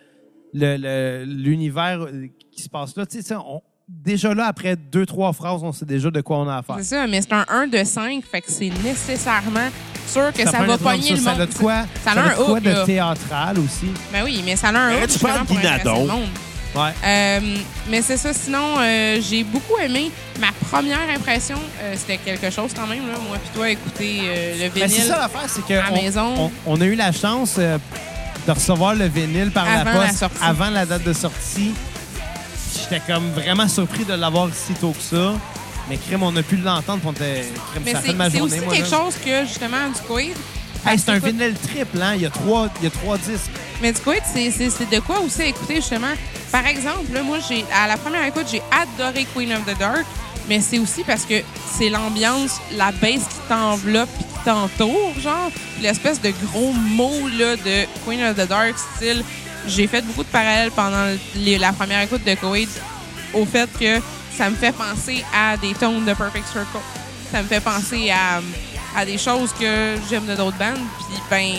[SPEAKER 1] le- le- l'univers euh, qui se passe là. Tu sais, ça, on- déjà là, après deux, trois phrases, on sait déjà de quoi on a affaire.
[SPEAKER 3] C'est ça, mais c'est un 1 de 5, fait que c'est nécessairement sûr que ça,
[SPEAKER 1] prend
[SPEAKER 3] va
[SPEAKER 1] une introduction,
[SPEAKER 3] pogner le monde.
[SPEAKER 1] Ça a de quoi,
[SPEAKER 3] Ça a
[SPEAKER 1] ça a
[SPEAKER 3] un
[SPEAKER 1] de, quoi
[SPEAKER 3] hook,
[SPEAKER 1] de
[SPEAKER 3] là.
[SPEAKER 1] théâtral aussi.
[SPEAKER 3] Ben oui, mais ça a un
[SPEAKER 2] Arrête,
[SPEAKER 3] autre
[SPEAKER 2] tu parles
[SPEAKER 3] justement pour intéresser
[SPEAKER 2] d'Inadon.
[SPEAKER 3] le monde.
[SPEAKER 1] Ouais.
[SPEAKER 3] Euh, mais c'est ça. Sinon, euh, j'ai beaucoup aimé. Ma première impression, euh, c'était quelque chose quand même. Là. Moi puis toi, écouter euh, le
[SPEAKER 1] Ben, c'est
[SPEAKER 3] vinyle
[SPEAKER 1] ça l'affaire, c'est
[SPEAKER 3] à
[SPEAKER 1] que on-
[SPEAKER 3] maison.
[SPEAKER 1] on, on a eu la chance euh, de recevoir le vinyle par la
[SPEAKER 3] Avant la
[SPEAKER 1] poste
[SPEAKER 3] sortie.
[SPEAKER 1] avant la date de sortie. J'étais comme vraiment surpris de l'avoir si tôt que ça. Mais crime, on a pu l'entendre. puis On était crime,
[SPEAKER 3] Mais
[SPEAKER 1] ça a fait
[SPEAKER 3] c'est
[SPEAKER 1] de ma
[SPEAKER 3] c'est
[SPEAKER 1] journée.
[SPEAKER 3] aussi
[SPEAKER 1] moi,
[SPEAKER 3] quelque
[SPEAKER 1] là.
[SPEAKER 3] chose que, justement, du quid,
[SPEAKER 1] Hey, c'est un
[SPEAKER 3] Écoute.
[SPEAKER 1] vinyle triple, hein? Il y a trois, il y a trois disques.
[SPEAKER 3] Mais du coup, c'est c'est- c'est de quoi aussi écouter, justement. Par exemple, là, moi, j'ai à la première écoute, j'ai adoré Queen of the Dark, mais c'est aussi parce que c'est l'ambiance, la baisse qui t'enveloppe puis qui t'entoure, genre. Puis l'espèce de gros mot là, de Queen of the Dark, style. J'ai fait beaucoup de parallèles pendant les- la première écoute de Koweït au fait que ça me fait penser à des tones de Perfect Circle. Ça me fait penser à, à des choses que j'aime de d'autres bandes. Puis, ben,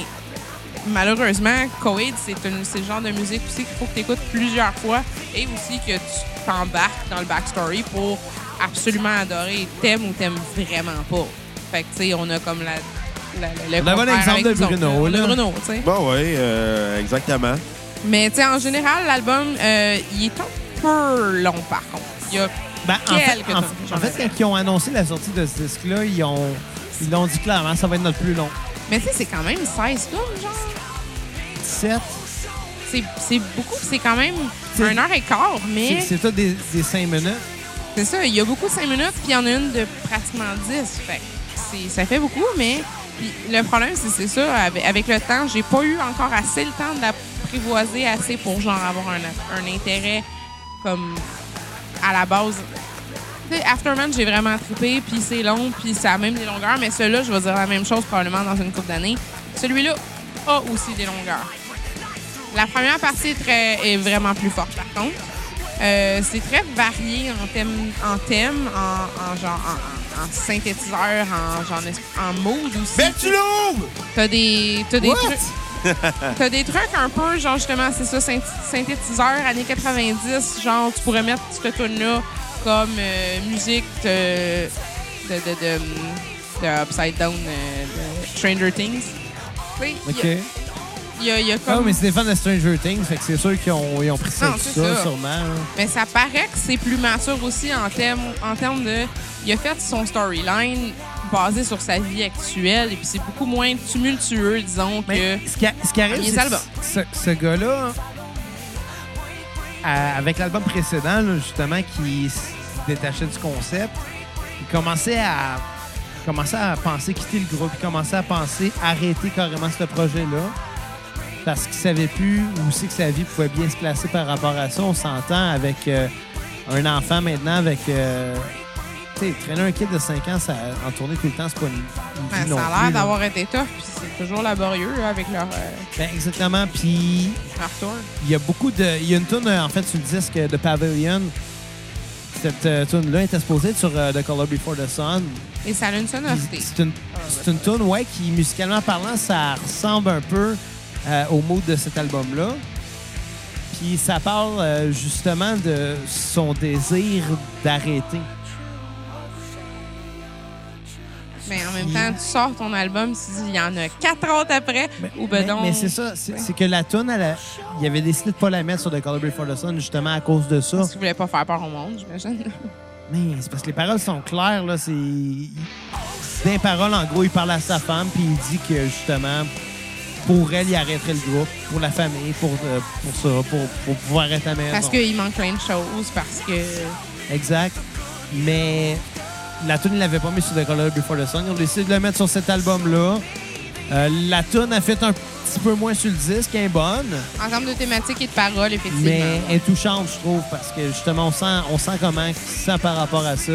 [SPEAKER 3] malheureusement, Coed, c'est une- c'est le genre de musique aussi qu'il faut que tu écoutes plusieurs fois et aussi que tu t'embarques dans le backstory pour absolument adorer. T'aimes ou t'aimes vraiment pas. Fait que, tu sais, on a comme la. la, la- le
[SPEAKER 1] On a un
[SPEAKER 3] contraire
[SPEAKER 1] exemple
[SPEAKER 3] avec
[SPEAKER 1] de
[SPEAKER 3] nous autres,
[SPEAKER 1] Bruno,
[SPEAKER 3] là.
[SPEAKER 1] là.
[SPEAKER 3] De Bruno, tu sais.
[SPEAKER 2] Bon, oui, euh, exactement.
[SPEAKER 3] Mais, tu sais, en général, l'album, euh, il est un peu long, par contre. Il y a
[SPEAKER 1] Ben, en fait,
[SPEAKER 3] Quelques
[SPEAKER 1] en,
[SPEAKER 3] tonnes, j'en
[SPEAKER 1] en fait,
[SPEAKER 3] avais.
[SPEAKER 1] quand ils ont annoncé la sortie de ce disque-là, ils ont, ils l'ont dit clairement, ça va être notre plus long.
[SPEAKER 3] Mais tu sais, c'est quand même 16 tours, genre.
[SPEAKER 1] 17,
[SPEAKER 3] C'est c'est beaucoup, c'est quand même
[SPEAKER 1] C'est-
[SPEAKER 3] un heure et quart,
[SPEAKER 1] c'est
[SPEAKER 3] mais
[SPEAKER 1] c'est tout des, des 5 minutes.
[SPEAKER 3] c'est ça, il y a beaucoup de 5 minutes, puis il y en a une de pratiquement 10. Fait que c'est- ça fait beaucoup, mais puis le problème, c'est c'est ça, avec, avec le temps, j'ai pas eu encore assez le temps d'apprivoiser assez pour genre avoir un, un intérêt comme à la base. Tu sais, Afterman, j'ai vraiment trippé, puis c'est long, puis ça a même des longueurs, mais celui-là, je vais dire la même chose probablement dans une couple d'années. Celui-là a aussi des longueurs. La première partie est, très- est vraiment plus forte, par contre. Euh, c'est très varié en thème, en, thème, en, en genre, en, en- en synthétiseur, en, genre, es- en mode aussi.
[SPEAKER 2] Mais Ben, tu l'ouvres!
[SPEAKER 3] T'as des, t'as des
[SPEAKER 1] What?
[SPEAKER 3] trucs. T'as des trucs un peu, genre justement, c'est ça, synth- synthétiseur, années 90, genre tu pourrais mettre cette tune-là comme euh, musique de, de, de, de, de Upside Down, euh, de Stranger Things. Tu sais,
[SPEAKER 1] OK.
[SPEAKER 3] il y a- il y, a- il y a
[SPEAKER 1] Ah,
[SPEAKER 3] comme.
[SPEAKER 1] mais c'est des fans de Stranger Things, fait que c'est sûr qu'ils ont, ils ont pris ça,
[SPEAKER 3] Non,
[SPEAKER 1] tout
[SPEAKER 3] c'est
[SPEAKER 1] ça,
[SPEAKER 3] ça.
[SPEAKER 1] sûrement. hein.
[SPEAKER 3] Mais ça paraît que c'est plus mature aussi en termes en termes de. Il a fait son storyline basé sur sa vie actuelle et puis c'est beaucoup moins tumultueux, disons,
[SPEAKER 1] Mais
[SPEAKER 3] que.
[SPEAKER 1] ce qui, a- ce qui arrive,
[SPEAKER 3] Les
[SPEAKER 1] c'est que
[SPEAKER 3] albums.
[SPEAKER 1] ce, ce gars-là, hein, à- avec l'album précédent, là, justement, qui se détachait du concept, il commençait à, il commençait à penser quitter le groupe, il commençait à penser arrêter carrément ce projet-là, parce qu'il savait plus où c'est que sa vie pouvait bien se placer par rapport à ça. On s'entend avec euh, un enfant maintenant, avec... euh, tu sais, traîner un kid de 5 ans ça, en tournée tout le temps, c'est pas une, une
[SPEAKER 3] Ben,
[SPEAKER 1] vie non
[SPEAKER 3] ça a
[SPEAKER 1] plus,
[SPEAKER 3] l'air
[SPEAKER 1] là.
[SPEAKER 3] d'avoir été tough, puis c'est toujours laborieux là, avec leur, euh,
[SPEAKER 1] Ben, exactement. Puis
[SPEAKER 3] leur tour.
[SPEAKER 1] il y a beaucoup de. Il y a une tune en fait sur le disque de Pavilion. Cette euh, tune-là était supposée être sur euh, The Color Before the Sun.
[SPEAKER 3] Et ça a une sonorité.
[SPEAKER 1] C'est une, c'est une tune, ouais, qui musicalement parlant, ça ressemble un peu euh, au mood de cet album-là. Puis ça parle euh, justement de son désir d'arrêter.
[SPEAKER 3] Mais en même temps, tu sors ton album, tu dis, il y en a quatre autres après, ou ben
[SPEAKER 1] mais,
[SPEAKER 3] donc.
[SPEAKER 1] mais c'est ça, c'est c'est que la tune, elle a- il avait décidé de pas la mettre sur The Color Before the Sun justement à cause de ça.
[SPEAKER 3] Parce qu'ils voulaient pas faire peur au monde, j'imagine.
[SPEAKER 1] Mais c'est parce que les paroles sont claires, là. C'est. D'un parole, en gros, il parle à sa femme, puis il dit que justement, pour elle, il arrêterait le groupe, pour la famille, pour, euh, pour ça, pour, pour pouvoir être à la maison.
[SPEAKER 3] Parce qu'il manque plein de choses, parce que.
[SPEAKER 1] Exact. Mais la tune, il l'avait pas mis sur The Color Before the Sun. Ils ont décidé de le mettre sur cet album-là. Euh, la tune a fait un petit peu moins sur le disque, elle est bonne,
[SPEAKER 3] En termes de thématiques et de paroles, effectivement.
[SPEAKER 1] mais elle est touchante, je trouve, parce que justement, on sent, on sent comment il se sent par rapport à ça.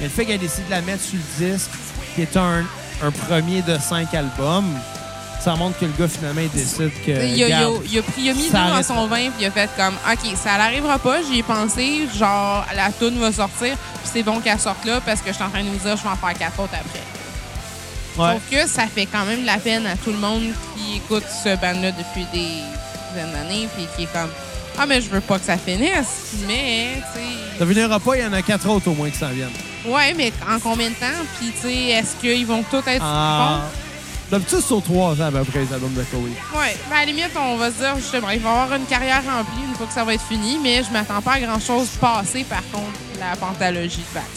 [SPEAKER 1] Mais le fait qu'elle décide de la mettre sur le disque, qui est un, un premier de cinq albums, ça montre que le gars, finalement, il décide que.
[SPEAKER 3] Il a, il a-
[SPEAKER 1] garde,
[SPEAKER 3] il a pris, il a mis
[SPEAKER 1] ça
[SPEAKER 3] l'eau dans
[SPEAKER 1] arrête
[SPEAKER 3] son vin, puis il a fait comme, OK, ça l'arrivera pas, j'y ai pensé, genre, la toune va sortir, puis c'est bon qu'elle sorte là, parce que je suis en train de me dire, je vais en faire quatre autres après.
[SPEAKER 1] Ouais.
[SPEAKER 3] Sauf que ça fait quand même de la peine à tout le monde qui écoute ce band-là depuis des dizaines d'années, puis qui est comme, ah, mais je veux pas que ça finisse, mais, tu sais.
[SPEAKER 1] Ça viendra pas, il y en a quatre autres au moins qui s'en viennent.
[SPEAKER 3] Ouais, mais en combien de temps? Puis, tu sais, est-ce qu'ils vont tous être
[SPEAKER 1] Ah, D'habitude, c'est sur trois ans, à peu près, les albums de Koei.
[SPEAKER 3] bons? Ouais, ben, à la limite, on va se dire, justement, il va y avoir une carrière remplie une fois que ça va être fini, mais je m'attends pas à grand-chose passer, par contre, la pantalogie de Vax.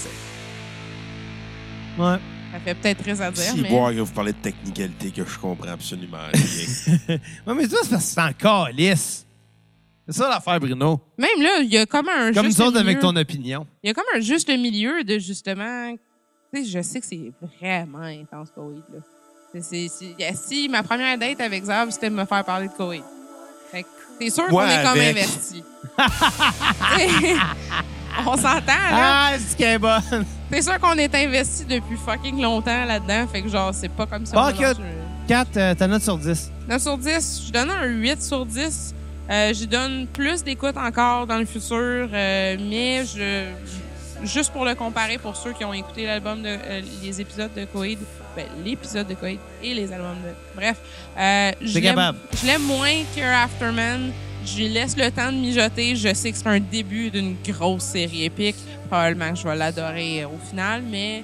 [SPEAKER 1] Ouais.
[SPEAKER 3] Ça fait peut-être très à dire,
[SPEAKER 2] Si,
[SPEAKER 3] mais...
[SPEAKER 2] boire que vous parlez de technicalité que je comprends absolument rien.
[SPEAKER 1] Ouais, mais ça, c'est parce que c'est encore lisse. C'est ça l'affaire, Bruno.
[SPEAKER 3] Même là, il y a comme un
[SPEAKER 1] Comme
[SPEAKER 3] juste
[SPEAKER 1] nous autres
[SPEAKER 3] milieu.
[SPEAKER 1] avec ton opinion.
[SPEAKER 3] Il y a comme un juste milieu de justement. Tu sais, je sais que c'est vraiment intense, Covid, là. C'est C'est- c'est- c'est- yeah, si ma première date avec Zab, c'était de me faire parler de Koei. Fait que t'es sûr
[SPEAKER 2] Moi,
[SPEAKER 3] qu'on est comme
[SPEAKER 2] avec.
[SPEAKER 3] investi. on s'entend,
[SPEAKER 1] Ah,
[SPEAKER 3] là.
[SPEAKER 1] c'est qu'elle est bonne.
[SPEAKER 3] T'es sûr qu'on est investi depuis fucking longtemps là-dedans. Fait que genre, c'est pas comme ça.
[SPEAKER 1] Bon, que- 4, euh, ta note sur 10.
[SPEAKER 3] 9 sur 10, je donne un 8 sur 10. Euh, J'y donne plus d'écoute encore dans le futur, euh, mais je, juste pour le comparer pour ceux qui ont écouté l'album de euh, les épisodes de Coïd, ben, l'épisode de Coïd et les albums de. Bref, euh, je
[SPEAKER 1] T'es
[SPEAKER 3] l'aime
[SPEAKER 1] capable.
[SPEAKER 3] je l'aime moins que Afterman. Je lui laisse le temps de mijoter. Je sais que c'est un début d'une grosse série épique. Probablement que je vais l'adorer euh, au final, mais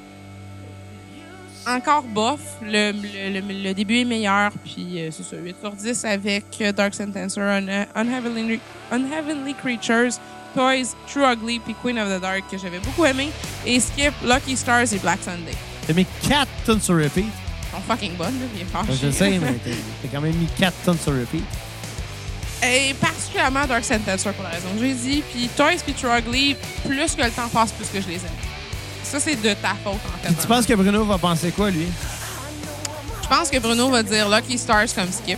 [SPEAKER 3] encore bof. Le, le, le- le début est meilleur, puis euh, c'est ça, 8 sur 10 avec euh, Dark Sentencer, Un- Unheavenly, Unheavenly Creatures, Toys, True Ugly, puis Queen of the Dark, que j'avais beaucoup aimé, et Skip, Lucky Stars et Black Sunday.
[SPEAKER 1] T'as mis 4 tonnes sur repeat.
[SPEAKER 3] Ils sont fucking bonnes, là, viens fâcher.
[SPEAKER 1] Je sais, mais t'as t'as quand même mis 4 tonnes sur repeat.
[SPEAKER 3] Et particulièrement Dark Sentencer pour la raison que j'ai dit, puis Toys puis True Ugly, plus que le temps passe, plus que je les aime. Ça, c'est de ta faute, en fait.
[SPEAKER 1] Puis tu penses que Bruno va penser quoi, lui?
[SPEAKER 3] Je pense que Bruno va dire Lucky Stars comme Skip.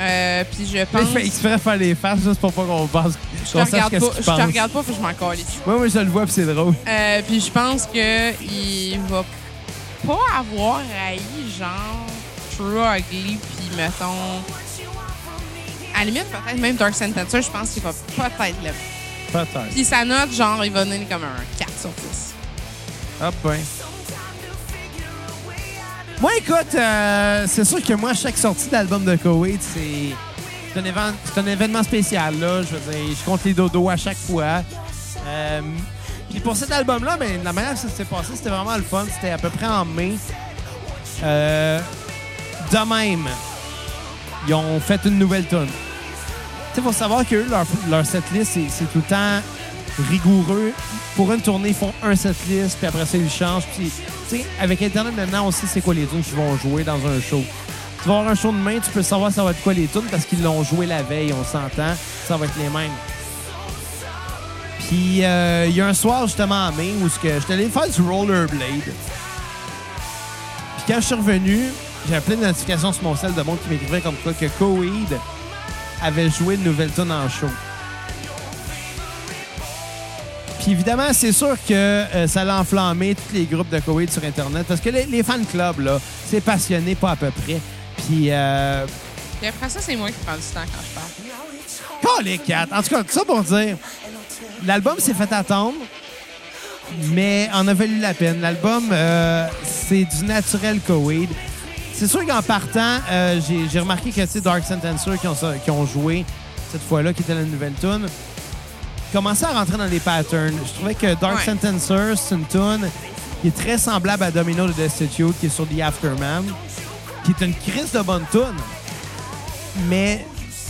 [SPEAKER 3] Euh, puis je
[SPEAKER 1] Il
[SPEAKER 3] pense...
[SPEAKER 1] fait exprès de faire les faces juste pour pas qu'on pense
[SPEAKER 3] Je
[SPEAKER 1] qu'on
[SPEAKER 3] te
[SPEAKER 1] sache
[SPEAKER 3] regarde
[SPEAKER 1] qu'est-ce
[SPEAKER 3] pas,
[SPEAKER 1] qu'il
[SPEAKER 3] je
[SPEAKER 1] pense.
[SPEAKER 3] te regarde pas, puis je m'en calisse.
[SPEAKER 1] Oui, oui, je le vois, puis c'est drôle.
[SPEAKER 3] Euh, puis je pense que il va pas avoir haï, genre, True Ugly, puis mettons... À la limite, peut-être même Dark Sentencer, je pense qu'il va peut-être le...
[SPEAKER 1] Peut-être.
[SPEAKER 3] Puis sa note, genre, il va donner comme un 4 sur 10.
[SPEAKER 1] Hop, ben. Moi, écoute, euh, c'est sûr que moi, chaque sortie d'album de Koweït, c'est c'est un, évén- c'est un événement spécial. Là. Je veux dire, je compte les dodos à chaque fois. Euh, Puis pour cet album-là, ben, la manière que ça s'est passé, c'était vraiment le fun. C'était à peu près en mai. Euh, de même, ils ont fait une nouvelle tonne. Tu sais, faut savoir que eux, leur, leur setlist, c'est c'est tout le temps rigoureux. Pour une tournée, ils font un setlist, puis après ça, ils le changent. Puis, tu sais, avec Internet, maintenant, on sait c'est quoi les tunes qu'ils vont jouer dans un show. Tu vas avoir un show demain, tu peux savoir ça va être quoi les tunes parce qu'ils l'ont joué la veille, on s'entend. Ça va être les mêmes. Puis, euh, il y a un soir, justement, en mai, où ce que j'étais allé faire du rollerblade. Puis quand je suis revenu, j'avais plein de notifications sur mon sel de monde qui m'écrivait comme quoi que Coheed avait joué une nouvelle tune en show. Puis évidemment, c'est sûr que euh, ça l'a enflammé tous les groupes de Koweït sur Internet parce que les, les fan clubs, là, c'est passionné pas à peu près. Puis, euh,
[SPEAKER 3] Puis après ça, c'est moi qui prends du temps quand je parle.
[SPEAKER 1] oh, les quatre. En tout cas, tout ça pour dire, l'album s'est fait attendre, mais en a valu la peine. L'album, euh, c'est du naturel Koweïd. C'est sûr qu'en partant, euh, j'ai- j'ai remarqué que tu sais, Dark Sentencer qui ont, qui ont joué cette fois-là, qui était la nouvelle tune, commençait à rentrer dans les patterns. Je trouvais que Dark
[SPEAKER 3] Ouais.
[SPEAKER 1] Sentencer, c'est une tune qui est très semblable à Domino de Destitute, qui est sur The Afterman, qui est une crise de bonne tune. Mais,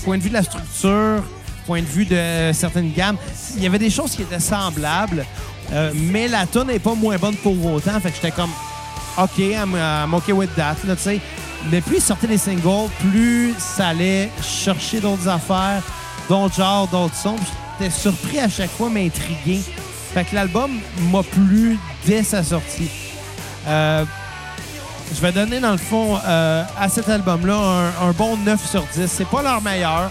[SPEAKER 1] point de vue de la structure, point de vue de certaines gammes, il y avait des choses qui étaient semblables, euh, mais la tune n'est pas moins bonne pour autant. Fait que j'étais comme, OK, I'm, uh, I'm OK with that, là, tu sais. Mais plus ils sortaient des singles, plus ça allait chercher d'autres affaires, d'autres genres, d'autres sons. Puis J'étais surpris à chaque fois, mais intrigué. Fait que l'album m'a plu dès sa sortie. Euh, je vais donner, dans le fond, euh, à cet album-là un, un bon 9 sur 10. C'est pas leur meilleur,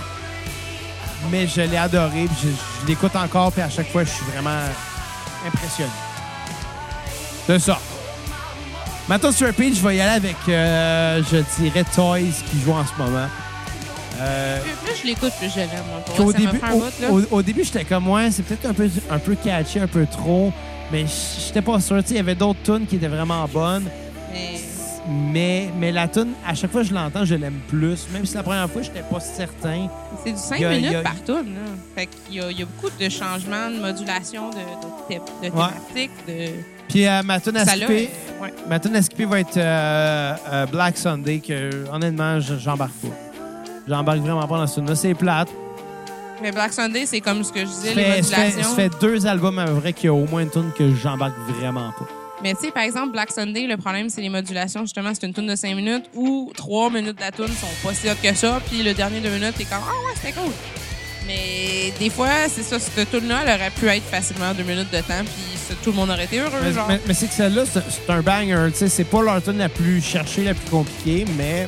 [SPEAKER 1] mais je l'ai adoré. puis Je, je l'écoute encore, puis à chaque fois, je suis vraiment impressionné. C'est ça. Maintenant, sur repeat, je vais y aller avec, euh, je dirais, Toys qui joue en ce moment. Euh,
[SPEAKER 3] Plus, plus je l'écoute, plus je l'aime. moi, pour
[SPEAKER 1] puis au,
[SPEAKER 3] vrai, ça
[SPEAKER 1] début,
[SPEAKER 3] me fait un
[SPEAKER 1] au-
[SPEAKER 3] bout, là.
[SPEAKER 1] au- au début, j'étais comme, ouais, c'est peut-être un peu, un peu catchy, un peu trop, mais j'étais pas sûr. Tu sais, Il y avait d'autres tunes qui étaient vraiment bonnes.
[SPEAKER 3] Mais
[SPEAKER 1] Mais, mais la tune, à chaque fois que je l'entends, je l'aime plus. Même si la première fois, je n'étais pas certain.
[SPEAKER 3] c'est du 5
[SPEAKER 1] Il y a- il y a-
[SPEAKER 3] minutes par tune, là. Fait qu'il y a, il y a beaucoup de changements, de modulation, de, de, thé- de thématique,
[SPEAKER 1] Puis euh, ma tune
[SPEAKER 3] de...
[SPEAKER 1] à
[SPEAKER 3] Ça l'a...
[SPEAKER 1] skipper,
[SPEAKER 3] euh, ouais.
[SPEAKER 1] ma tune à skipper va être euh, euh, Black Sunday, que honnêtement, je- j'embarque pas. J'embarque vraiment pas dans ce tune-là. C'est plate.
[SPEAKER 3] Mais Black Sunday, c'est comme ce que je
[SPEAKER 1] Ça
[SPEAKER 3] disais, les
[SPEAKER 1] fait, ça fait-
[SPEAKER 3] modulations.
[SPEAKER 1] ça fait deux albums à vrai qu'il y a au moins une tune que j'embarque vraiment pas.
[SPEAKER 3] Mais tu sais, par exemple, Black Sunday, le problème, c'est les modulations. Justement, c'est une tune de 5 minutes où 3 minutes de la tune sont pas si hot que ça. Puis le dernier 2 minutes, t'es comme Ah ouais, c'était cool. Mais des fois, c'est ça, cette tune-là, elle aurait pu être facilement 2 minutes de temps. Puis c'est- tout le monde aurait été heureux,
[SPEAKER 1] Mais,
[SPEAKER 3] genre.
[SPEAKER 1] mais- mais c'est que celle-là, c'est c'est un banger. tu sais, C'est pas leur tune la plus cherchée, la plus compliquée, mais.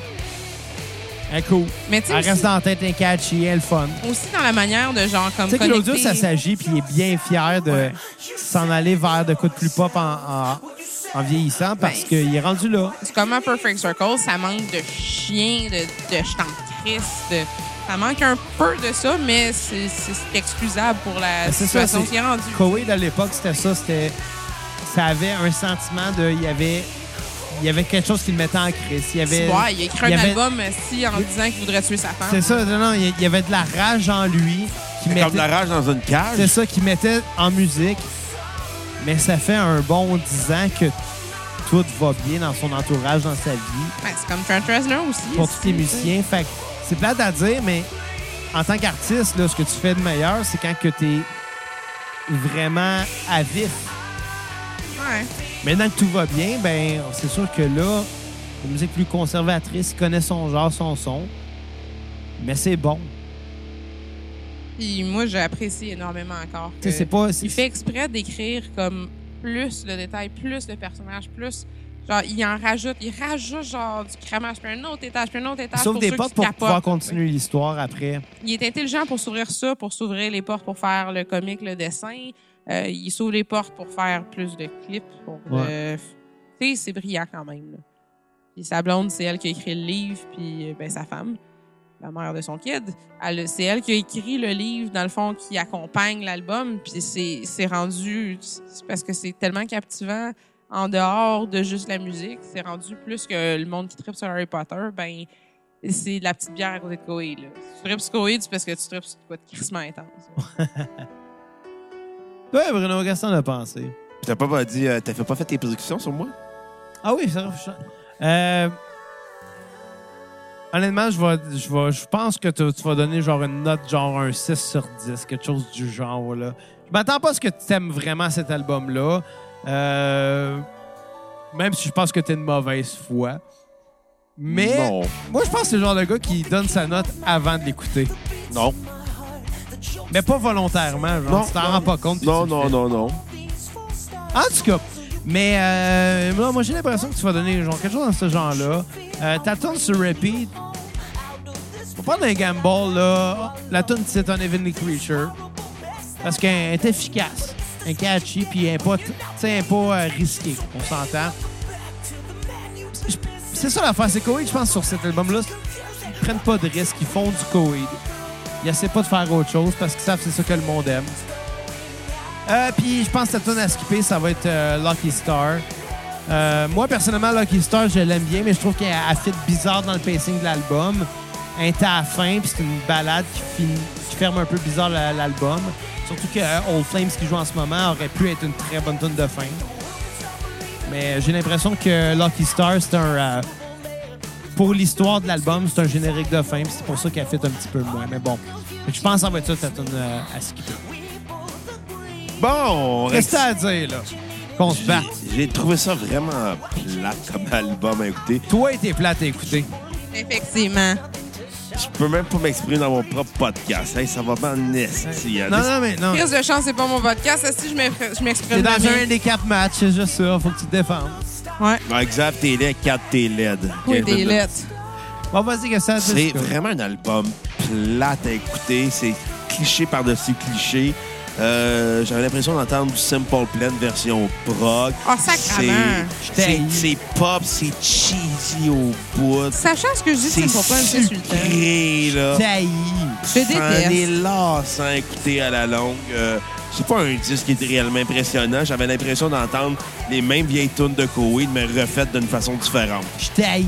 [SPEAKER 1] Un coup.
[SPEAKER 3] Mais tu
[SPEAKER 1] Elle reste
[SPEAKER 3] sais, aussi,
[SPEAKER 1] dans la tête, elle est catchy, elle est fun.
[SPEAKER 3] aussi dans la manière de genre comme
[SPEAKER 1] Tu sais, Claudio,
[SPEAKER 3] connecter-
[SPEAKER 1] ça s'agit, puis il est bien fier de s'en aller vers de coups de plus pop en, en- en vieillissant parce
[SPEAKER 3] Ben,
[SPEAKER 1] qu'il est rendu là.
[SPEAKER 3] C'est comme un Perfect Circle, ça manque de chien, de, de je t'en crisse, de- Ça manque un peu de ça, mais c'est c'est- c'est excusable pour la
[SPEAKER 1] Ben, c'est ça,
[SPEAKER 3] situation
[SPEAKER 1] c'est-
[SPEAKER 3] qui est rendue.
[SPEAKER 1] Koweïd, à l'époque, c'était ça. C'était, ça avait un sentiment de. Il y avait, il y avait quelque chose qui le mettait en crise. Il y avait.
[SPEAKER 3] Ouais, il a écrit
[SPEAKER 1] il y
[SPEAKER 3] un
[SPEAKER 1] avait-
[SPEAKER 3] album euh, hein. si en disant qu'il voudrait tuer sa femme.
[SPEAKER 1] C'est ça, non, non, il y avait de la rage en lui. Qui
[SPEAKER 2] C'est
[SPEAKER 1] mettait,
[SPEAKER 2] comme la rage dans une
[SPEAKER 1] C'est
[SPEAKER 2] cage.
[SPEAKER 1] ça qu'il mettait en musique. Mais ça fait un bon 10 ans que tout va bien dans son entourage, dans sa vie,
[SPEAKER 3] Ben, c'est comme Trent Reznor aussi.
[SPEAKER 1] pour
[SPEAKER 3] c'est-
[SPEAKER 1] tous les musiciens. Fait que c'est plate à dire, mais en tant qu'artiste, là, ce que tu fais de meilleur, c'est quand que t'es vraiment à vif.
[SPEAKER 3] Ouais.
[SPEAKER 1] Maintenant que tout va bien, ben c'est sûr que là, la musique plus conservatrice il connaît son genre, son son. Mais c'est bon.
[SPEAKER 3] Puis moi, j'apprécie énormément encore.
[SPEAKER 1] Tu sais,
[SPEAKER 3] que-
[SPEAKER 1] c'est pas.
[SPEAKER 3] Euh, Il fait exprès d'écrire comme plus de détails, plus de personnages, plus. Genre, il en rajoute, il rajoute genre du cramage, puis un autre étage, puis un autre étage.
[SPEAKER 1] Sauf
[SPEAKER 3] pour
[SPEAKER 1] des
[SPEAKER 3] ceux
[SPEAKER 1] potes
[SPEAKER 3] qui
[SPEAKER 1] pour
[SPEAKER 3] capotent.
[SPEAKER 1] pouvoir continuer l'histoire après.
[SPEAKER 3] Il est intelligent pour s'ouvrir ça, pour s'ouvrir les portes pour faire le comique, le dessin. Euh, il s'ouvre les portes pour faire plus de clips. Pour
[SPEAKER 1] Ouais.
[SPEAKER 3] le- Tu sais, c'est brillant quand même. là. Puis sa blonde, c'est elle qui a écrit le livre, puis euh, ben, sa femme, la mère de son kid, elle- c'est elle qui a écrit le livre, dans le fond, qui accompagne l'album. Puis c'est c'est rendu, c'est parce que c'est tellement captivant en dehors de juste la musique, c'est rendu plus que le monde qui tripe sur Harry Potter, ben c'est de la petite bière à côté de Koweïd. là. Tu tripes sur Koweïd, c'est parce que tu tripes sur de quoi de crissement intense.
[SPEAKER 1] Ouais, Bruno, qu'est-ce que t'en as pensé?
[SPEAKER 2] Puis T'as pas dit, euh, t'as fait pas fait tes productions sur moi?
[SPEAKER 1] Ah oui, ça je- euh, Honnêtement, je vais- je vais- je pense que tu, tu vas donner genre une note, genre un 6 sur 10, quelque chose du genre. Là. Je m'attends pas à ce que tu aimes vraiment cet album-là. Euh, même si je pense que tu es une mauvaise foi. Mais
[SPEAKER 2] Non.
[SPEAKER 1] moi, je pense que c'est le genre de gars qui donne sa note avant de l'écouter.
[SPEAKER 2] Non.
[SPEAKER 1] Mais pas volontairement. Genre,
[SPEAKER 2] Non,
[SPEAKER 1] tu t'en
[SPEAKER 2] non.
[SPEAKER 1] rends pas compte. puis
[SPEAKER 2] Non,
[SPEAKER 1] tu le
[SPEAKER 2] non,
[SPEAKER 1] fais.
[SPEAKER 2] non, non.
[SPEAKER 1] En tout cas, mais euh, non, moi j'ai l'impression que tu vas donner genre, quelque chose dans ce genre-là. Euh, ta tune sur repeat, faut prendre un gamble là. La tune c'est un Heavenly Creature parce qu'elle est efficace, elle est catchy puis elle est pas, t- tu sais, elle est pas euh, risquée. On s'entend. Je- C'est ça l'affaire, c'est Coheed, je pense, sur cet album-là. Ils prennent pas de risques, ils font du Coheed. Ils essaient pas de faire autre chose parce qu'ils savent que c'est ça que le monde aime. Euh, Puis je pense que la tune à skipper, ça va être euh, Lucky Star. Euh, moi, personnellement, Lucky Star, je l'aime bien, mais je trouve qu'elle elle fit bizarre dans le pacing de l'album. Elle est à la fin, puis c'est une balade qui, finit- qui ferme un peu bizarre la- l'album. Surtout que euh, Old Flames qui joue en ce moment aurait pu être une très bonne tune de fin. Mais euh, j'ai l'impression que Lucky Star, c'est un. euh, pour l'histoire de l'album, c'est un générique de fin, puis c'est pour ça qu'elle fit un petit peu moins. Mais bon, Fait que je pense que ça va être ça, ta tune euh, à skipper.
[SPEAKER 2] Bon,
[SPEAKER 1] Qu'est-ce que
[SPEAKER 2] Rex-
[SPEAKER 1] t'as à dire, là? Qu'on se batte.
[SPEAKER 2] J'ai- J'ai trouvé ça vraiment plate comme album à écouter.
[SPEAKER 1] Toi, t'es plate à écouter.
[SPEAKER 3] Effectivement.
[SPEAKER 2] Je peux même pas m'exprimer dans mon propre podcast. Hey, ça va pas en esti, hein.
[SPEAKER 1] Non, non, mais non.
[SPEAKER 3] Prise de chance, c'est pas mon podcast. Ça, si je m'eff- je
[SPEAKER 1] T'es
[SPEAKER 3] m'exprime.
[SPEAKER 1] dans
[SPEAKER 3] bien.
[SPEAKER 1] un des quatre matchs, c'est juste ça. Faut que tu te défendes.
[SPEAKER 3] Ouais.
[SPEAKER 2] Bon, Exemple, t'es laid, 4 t'es laid.
[SPEAKER 3] Oui,
[SPEAKER 2] Kevin.
[SPEAKER 3] des lettres.
[SPEAKER 1] Bon, vas-y, que
[SPEAKER 3] Ah,
[SPEAKER 1] ça
[SPEAKER 2] C'est vraiment un album plate à écouter. C'est cliché par-dessus cliché. Euh, J'avais l'impression d'entendre du Simple Plan version prog.
[SPEAKER 3] Ah, sacrément.
[SPEAKER 2] C'est-
[SPEAKER 1] Je t'haïs.
[SPEAKER 2] c'est- C'est pop, c'est cheesy au bout.
[SPEAKER 3] Sachant ce que je dis, c'est pour pas me
[SPEAKER 2] C'est
[SPEAKER 3] sur le temps.
[SPEAKER 2] sucré, là.
[SPEAKER 1] Taillis.
[SPEAKER 3] Je
[SPEAKER 2] On est
[SPEAKER 3] déteste.
[SPEAKER 2] là sans écouter à la longue. Euh, c'est pas un disque qui était réellement impressionnant. J'avais l'impression d'entendre les mêmes vieilles tunes de Koweïd, mais refaites d'une façon différente.
[SPEAKER 1] Je taillis.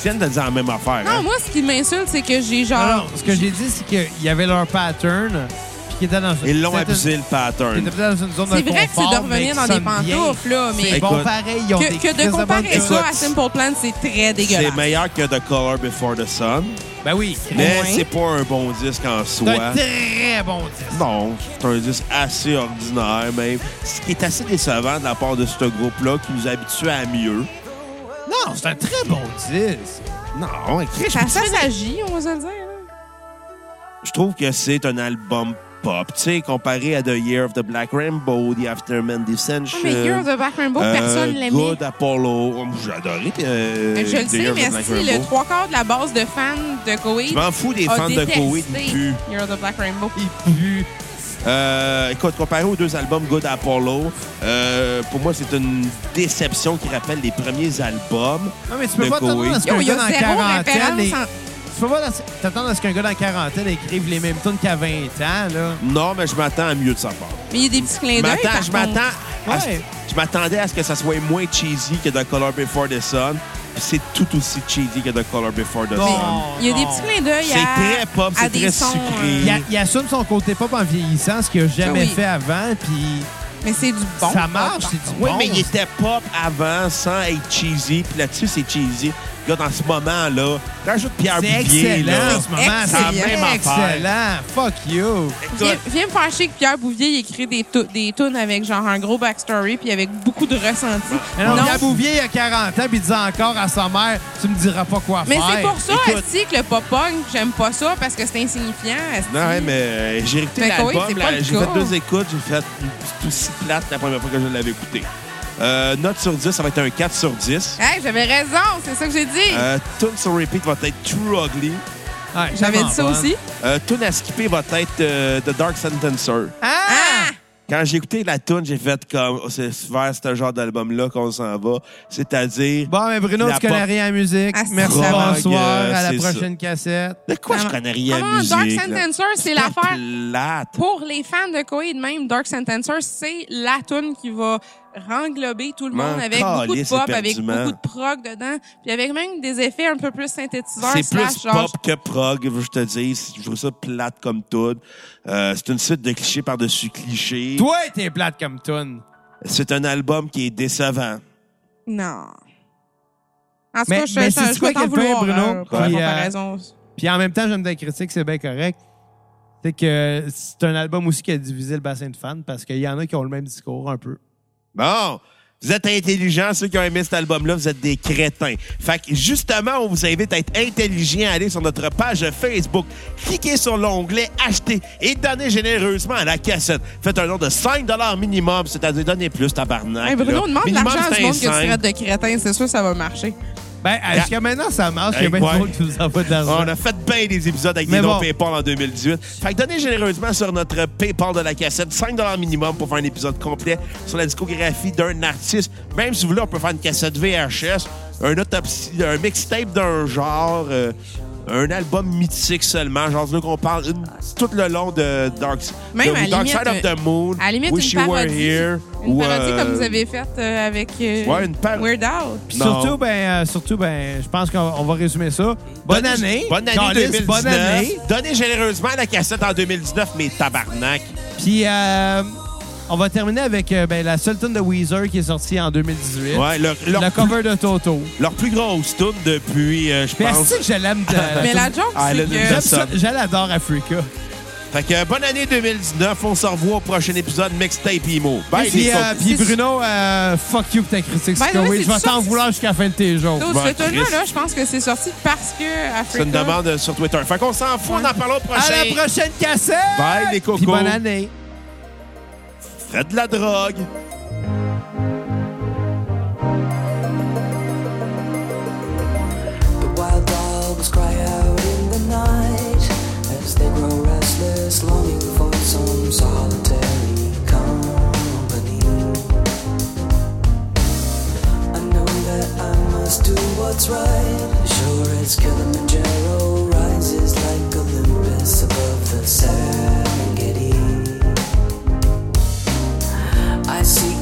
[SPEAKER 2] Tu viens de dire la même affaire,
[SPEAKER 3] Non,
[SPEAKER 2] hein?
[SPEAKER 3] moi, ce qui m'insulte, c'est que j'ai genre.
[SPEAKER 1] Alors, ce que j'ai dit, c'est qu'il y avait leur pattern, puis qu'ils étaient dans une.
[SPEAKER 2] Ils l'ont
[SPEAKER 1] c'était
[SPEAKER 2] abusé, le
[SPEAKER 1] une- Ils
[SPEAKER 2] pattern.
[SPEAKER 1] étaient peut-être dans une zone de
[SPEAKER 3] C'est vrai que c'est
[SPEAKER 1] confort,
[SPEAKER 3] de
[SPEAKER 1] mais qui
[SPEAKER 3] revenir dans des
[SPEAKER 1] sonne bien.
[SPEAKER 3] pantoufles, là,
[SPEAKER 1] C'est
[SPEAKER 3] mais.
[SPEAKER 2] Écoute,
[SPEAKER 1] bon, pareil, ils ont
[SPEAKER 3] Que,
[SPEAKER 1] des
[SPEAKER 3] que de
[SPEAKER 1] crises bonnes
[SPEAKER 3] comparer
[SPEAKER 1] tunes.
[SPEAKER 3] ça à Simple Plan, c'est très
[SPEAKER 2] C'est
[SPEAKER 3] dégueulasse.
[SPEAKER 2] meilleur que The Color Before the Sun,
[SPEAKER 1] Ben oui.
[SPEAKER 2] mais
[SPEAKER 3] moins.
[SPEAKER 2] c'est pas un bon disque en
[SPEAKER 1] C'est
[SPEAKER 2] soi.
[SPEAKER 1] un très bon disque.
[SPEAKER 2] Non, c'est un disque assez ordinaire, même. Ce qui est assez décevant de la part de ce groupe-là, qui nous habitue à mieux.
[SPEAKER 1] Non, c'est un très bon disque.
[SPEAKER 2] Non, écoute,
[SPEAKER 3] Ça s'agit, on va se le dire. là.
[SPEAKER 2] Je trouve que c'est un album pop, tu sais, comparé à The Year of the Black Rainbow, The Afterman Descension.
[SPEAKER 3] Ah, mais Year of the Black Rainbow,
[SPEAKER 2] euh,
[SPEAKER 3] personne l'aimait.
[SPEAKER 2] Good Apollo. Oh, moi, J'ai adoré. euh,
[SPEAKER 3] Je le
[SPEAKER 2] The
[SPEAKER 3] sais,
[SPEAKER 2] Year of the
[SPEAKER 3] mais
[SPEAKER 2] Black
[SPEAKER 3] si le
[SPEAKER 2] Rainbow.
[SPEAKER 3] trois quarts de la base de fans de Koei
[SPEAKER 2] Je m'en fous des
[SPEAKER 3] a
[SPEAKER 2] fans de
[SPEAKER 3] détesté
[SPEAKER 2] Koei depuis.
[SPEAKER 3] Year of the Black Rainbow.
[SPEAKER 1] Il pue.
[SPEAKER 2] Euh, écoute, comparé aux deux albums Good Apollo, euh, pour moi, c'est une déception qui rappelle les premiers albums.
[SPEAKER 1] Non, mais tu peux
[SPEAKER 2] De
[SPEAKER 1] pas t'attendre
[SPEAKER 2] Koei.
[SPEAKER 1] à ce
[SPEAKER 3] Yo,
[SPEAKER 1] qu'un
[SPEAKER 3] il y
[SPEAKER 1] gars dans
[SPEAKER 3] a
[SPEAKER 1] la
[SPEAKER 3] zéro
[SPEAKER 1] quarantaine...
[SPEAKER 3] référence
[SPEAKER 1] et-
[SPEAKER 3] en...
[SPEAKER 1] Tu peux pas t'attendre à ce qu'un gars dans la quarantaine écrive les mêmes tunes qu'à 20 ans, là.
[SPEAKER 2] Non, mais je m'attends à mieux de sa part.
[SPEAKER 3] Mais il y a des petits clins
[SPEAKER 2] Je
[SPEAKER 3] d'œil.
[SPEAKER 2] m'attends-
[SPEAKER 3] par
[SPEAKER 2] je
[SPEAKER 3] contre.
[SPEAKER 2] m'attends à ce-
[SPEAKER 1] Ouais.
[SPEAKER 2] je m'attendais à ce que ça soit moins cheesy que The Color Before the Sun. Puis C'est tout aussi cheesy que The Color Before the
[SPEAKER 1] Non.
[SPEAKER 2] Sun.
[SPEAKER 3] Il y a des
[SPEAKER 1] non.
[SPEAKER 3] petits clins d'œil
[SPEAKER 2] C'est
[SPEAKER 3] à.
[SPEAKER 2] très pop, c'est
[SPEAKER 3] à des
[SPEAKER 2] très
[SPEAKER 3] sons, euh,
[SPEAKER 2] sucré.
[SPEAKER 1] Il, a- il assume son côté pop en vieillissant, ce qu'il a jamais
[SPEAKER 3] Ah oui.
[SPEAKER 1] fait avant, puis
[SPEAKER 3] Mais c'est du bon.
[SPEAKER 1] ça marche, c'est du
[SPEAKER 2] Oui,
[SPEAKER 1] bon.
[SPEAKER 2] mais il était pop avant sans être cheesy. Puis là-dessus, c'est cheesy. Regarde, dans ce moment-là, rajoute Pierre
[SPEAKER 1] C'est
[SPEAKER 2] Bouvier,
[SPEAKER 1] excellent
[SPEAKER 2] là.
[SPEAKER 1] en ce moment.
[SPEAKER 3] C'est
[SPEAKER 1] C'est la
[SPEAKER 3] excellent.
[SPEAKER 1] même affaire. Excellent. Fuck you.
[SPEAKER 3] Viens, viens me faire chier que Pierre Bouvier il écrit des, tou- des tunes avec genre un gros backstory puis avec beaucoup de ressenti.
[SPEAKER 1] Alors, Pierre Bouvier, il a 40 ans, puis il disait encore à sa mère, tu me diras pas quoi
[SPEAKER 3] mais
[SPEAKER 1] faire.
[SPEAKER 3] c'est pour ça
[SPEAKER 2] écoute.
[SPEAKER 3] aussi que le pop-punk, j'aime pas ça parce que c'est insignifiant. esti.
[SPEAKER 2] Non, ouais, mais euh, j'ai écouté
[SPEAKER 3] Mais Koei,
[SPEAKER 2] l'album.
[SPEAKER 3] c'est
[SPEAKER 2] là,
[SPEAKER 3] pas le
[SPEAKER 2] J'ai
[SPEAKER 3] cas.
[SPEAKER 2] fait deux écoutes. J'ai fait tout aussi plate la première fois que je l'avais écouté. Euh, note sur 10, ça va être un 4 sur 10.
[SPEAKER 3] Hey, j'avais raison, c'est ça que j'ai dit.
[SPEAKER 2] Euh, Tune sur repeat va être True Ugly.
[SPEAKER 1] Ouais,
[SPEAKER 3] j'avais
[SPEAKER 1] tellement
[SPEAKER 3] dit ça
[SPEAKER 1] bonne.
[SPEAKER 3] aussi.
[SPEAKER 2] Euh, tune à skipper va être euh, The Dark Sentencer.
[SPEAKER 1] Ah!
[SPEAKER 3] Ah!
[SPEAKER 2] Quand j'ai écouté la tune, j'ai fait comme oh, c'est vers ce genre d'album-là qu'on s'en va. C'est-à-dire.
[SPEAKER 1] Bon, mais Bruno,
[SPEAKER 2] La
[SPEAKER 1] tu connais
[SPEAKER 2] pop-
[SPEAKER 1] rien à la musique.
[SPEAKER 3] Ah, c'est
[SPEAKER 1] Merci,
[SPEAKER 3] ça.
[SPEAKER 2] Drogue,
[SPEAKER 1] bonsoir. À la
[SPEAKER 2] c'est ça.
[SPEAKER 1] prochaine cassette.
[SPEAKER 2] De quoi je
[SPEAKER 3] Comment-
[SPEAKER 2] connais rien à
[SPEAKER 3] Comment
[SPEAKER 2] musique?
[SPEAKER 3] Dark
[SPEAKER 2] là?
[SPEAKER 3] Sentencer, c'est
[SPEAKER 2] Pas
[SPEAKER 3] l'affaire
[SPEAKER 2] plate.
[SPEAKER 3] pour les fans de Koei de même, Dark Sentencer, c'est la tune qui va renglober tout le
[SPEAKER 2] M'en
[SPEAKER 3] monde avec beaucoup de
[SPEAKER 2] calisse
[SPEAKER 3] pop, avec
[SPEAKER 2] éperdument.
[SPEAKER 3] beaucoup de prog dedans, puis avec même des effets un peu plus synthétiseurs.
[SPEAKER 2] C'est
[SPEAKER 3] slash
[SPEAKER 2] plus
[SPEAKER 3] genre-
[SPEAKER 2] pop que prog, je te dis. Je trouve ça plate comme tout. Euh, c'est une suite de clichés par-dessus clichés.
[SPEAKER 1] Toi, t'es plate comme tune.
[SPEAKER 2] C'est un album qui est décevant.
[SPEAKER 3] Non. En tout
[SPEAKER 1] Mais-
[SPEAKER 3] cas, je,
[SPEAKER 1] mais
[SPEAKER 3] je,
[SPEAKER 1] c'est-tu
[SPEAKER 3] je
[SPEAKER 1] quoi
[SPEAKER 3] peux t'en
[SPEAKER 1] qu'elle fait,
[SPEAKER 3] vouloir,
[SPEAKER 1] Bruno?
[SPEAKER 3] euh, pour la
[SPEAKER 1] Puis, euh,
[SPEAKER 3] comparaison.
[SPEAKER 1] Puis en même temps, j'aime des critiques, c'est bien correct. C'est que c'est un album aussi qui a divisé le bassin de fans parce qu'il y en a qui ont le même discours un peu.
[SPEAKER 2] Bon, vous êtes intelligents, ceux qui ont aimé cet album-là, vous êtes des crétins. Fait que justement, on vous invite à être intelligent, à aller sur notre page Facebook, cliquez sur l'onglet Acheter et donnez généreusement à la cassette. Faites un don de 5 minimum, c'est-à-dire donnez plus, tabarnak.
[SPEAKER 3] Hey, Bruno,
[SPEAKER 2] Ah, là.
[SPEAKER 3] demande
[SPEAKER 2] Minimum,
[SPEAKER 3] l'argent à
[SPEAKER 2] c'est
[SPEAKER 3] du
[SPEAKER 2] un
[SPEAKER 3] monde que tu
[SPEAKER 2] 5.
[SPEAKER 3] traites de crétin. C'est sûr que ça va marcher.
[SPEAKER 1] Ben, jusqu'à maintenant, ça marche. Il y a
[SPEAKER 2] Hey,
[SPEAKER 1] bien
[SPEAKER 2] ouais.
[SPEAKER 1] du monde qui nous envoie de l'argent.
[SPEAKER 2] Ah, On a fait bien des épisodes avec
[SPEAKER 1] Mais
[SPEAKER 2] des noms
[SPEAKER 1] bon.
[SPEAKER 2] PayPal en 2018. Fait que donnez généreusement sur notre PayPal de la cassette 5 minimum pour faire un épisode complet sur la discographie d'un artiste. Même si vous voulez, on peut faire une cassette VHS, un, autopsie, un mixtape d'un genre, euh, un album mythique seulement. Genre, c'est là qu'on parle une- tout le long de Dark,
[SPEAKER 3] Même
[SPEAKER 2] de-
[SPEAKER 3] à
[SPEAKER 2] Dark
[SPEAKER 3] limite,
[SPEAKER 2] Side of the Moon,
[SPEAKER 3] À la limite,
[SPEAKER 2] Wish
[SPEAKER 3] une
[SPEAKER 2] You Were
[SPEAKER 3] parodie.
[SPEAKER 2] Here.
[SPEAKER 3] Une
[SPEAKER 2] ou,
[SPEAKER 3] parodie
[SPEAKER 2] euh,
[SPEAKER 3] comme vous avez faite euh, avec euh,
[SPEAKER 2] Ouais, une par-
[SPEAKER 3] Weird Al.
[SPEAKER 1] Puis
[SPEAKER 2] Oh, Non.
[SPEAKER 1] surtout, ben, euh, surtout, ben, je pense qu'on on va résumer ça. Bonne année.
[SPEAKER 2] Bonne année
[SPEAKER 1] Calice,
[SPEAKER 2] 2019.
[SPEAKER 1] Bonne année.
[SPEAKER 2] Donnez généreusement à la cassette en 2019, mais tabarnak.
[SPEAKER 1] Puis euh, on va terminer avec euh, ben, la seule tune de Weezer qui est sortie en 2018.
[SPEAKER 2] Ouais, leur, leur
[SPEAKER 1] La
[SPEAKER 2] plus-
[SPEAKER 1] cover de Toto.
[SPEAKER 2] leur plus grosse tune depuis, euh, je
[SPEAKER 1] Puis est-ce
[SPEAKER 2] pense.
[SPEAKER 1] que je l'aime? de-
[SPEAKER 3] Mais la joke,
[SPEAKER 2] Ah, elle a
[SPEAKER 3] c'est
[SPEAKER 2] une
[SPEAKER 3] que...
[SPEAKER 1] J'aime
[SPEAKER 2] belle
[SPEAKER 1] ça.
[SPEAKER 2] somme.
[SPEAKER 1] Je l'adore, Africa.
[SPEAKER 2] Fait que euh, bonne année 2019. On se revoit au prochain épisode Mixtape Imo. Bye,
[SPEAKER 1] Puis,
[SPEAKER 2] les
[SPEAKER 1] euh,
[SPEAKER 2] folks.
[SPEAKER 1] puis
[SPEAKER 3] c'est-
[SPEAKER 1] Bruno, euh, fuck you pour ta critique.
[SPEAKER 3] Ben
[SPEAKER 1] Scott.
[SPEAKER 3] oui,
[SPEAKER 1] Oui,
[SPEAKER 3] c'est
[SPEAKER 1] je vais
[SPEAKER 3] ça,
[SPEAKER 1] t'en
[SPEAKER 3] c'est-
[SPEAKER 1] vouloir jusqu'à la fin de tes jours.
[SPEAKER 3] Donc,
[SPEAKER 2] Bon,
[SPEAKER 3] ce tune-là,
[SPEAKER 2] Chris.
[SPEAKER 3] là, je pense que c'est sorti parce que
[SPEAKER 2] C'est une
[SPEAKER 3] Africa...
[SPEAKER 2] demande euh, sur Twitter. Fait qu'on s'en fout. On en parle au
[SPEAKER 1] À
[SPEAKER 2] prochain.
[SPEAKER 1] la prochaine cassette!
[SPEAKER 2] Bye,
[SPEAKER 1] Puis
[SPEAKER 2] les cocos.
[SPEAKER 1] bonne année.
[SPEAKER 2] Faites de la drogue.
[SPEAKER 4] The wild dogs cry out in the night as they grow restless, longing for some solitary company. I know that I must do what's right. Sure as Kilimanjaro rises like Olympus above the Serengeti. I seek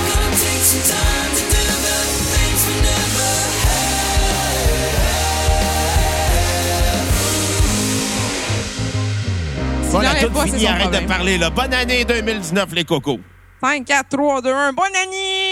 [SPEAKER 5] Time to do the things we never had.
[SPEAKER 2] Bon, la
[SPEAKER 3] Sinon, elle
[SPEAKER 2] toute
[SPEAKER 3] boit, c'est
[SPEAKER 2] finie,
[SPEAKER 3] son
[SPEAKER 2] arrête de
[SPEAKER 3] problème.
[SPEAKER 2] parler, là. Bonne année 2019, les cocos.
[SPEAKER 3] 5, 4, 3, 2, 1. Bonne année!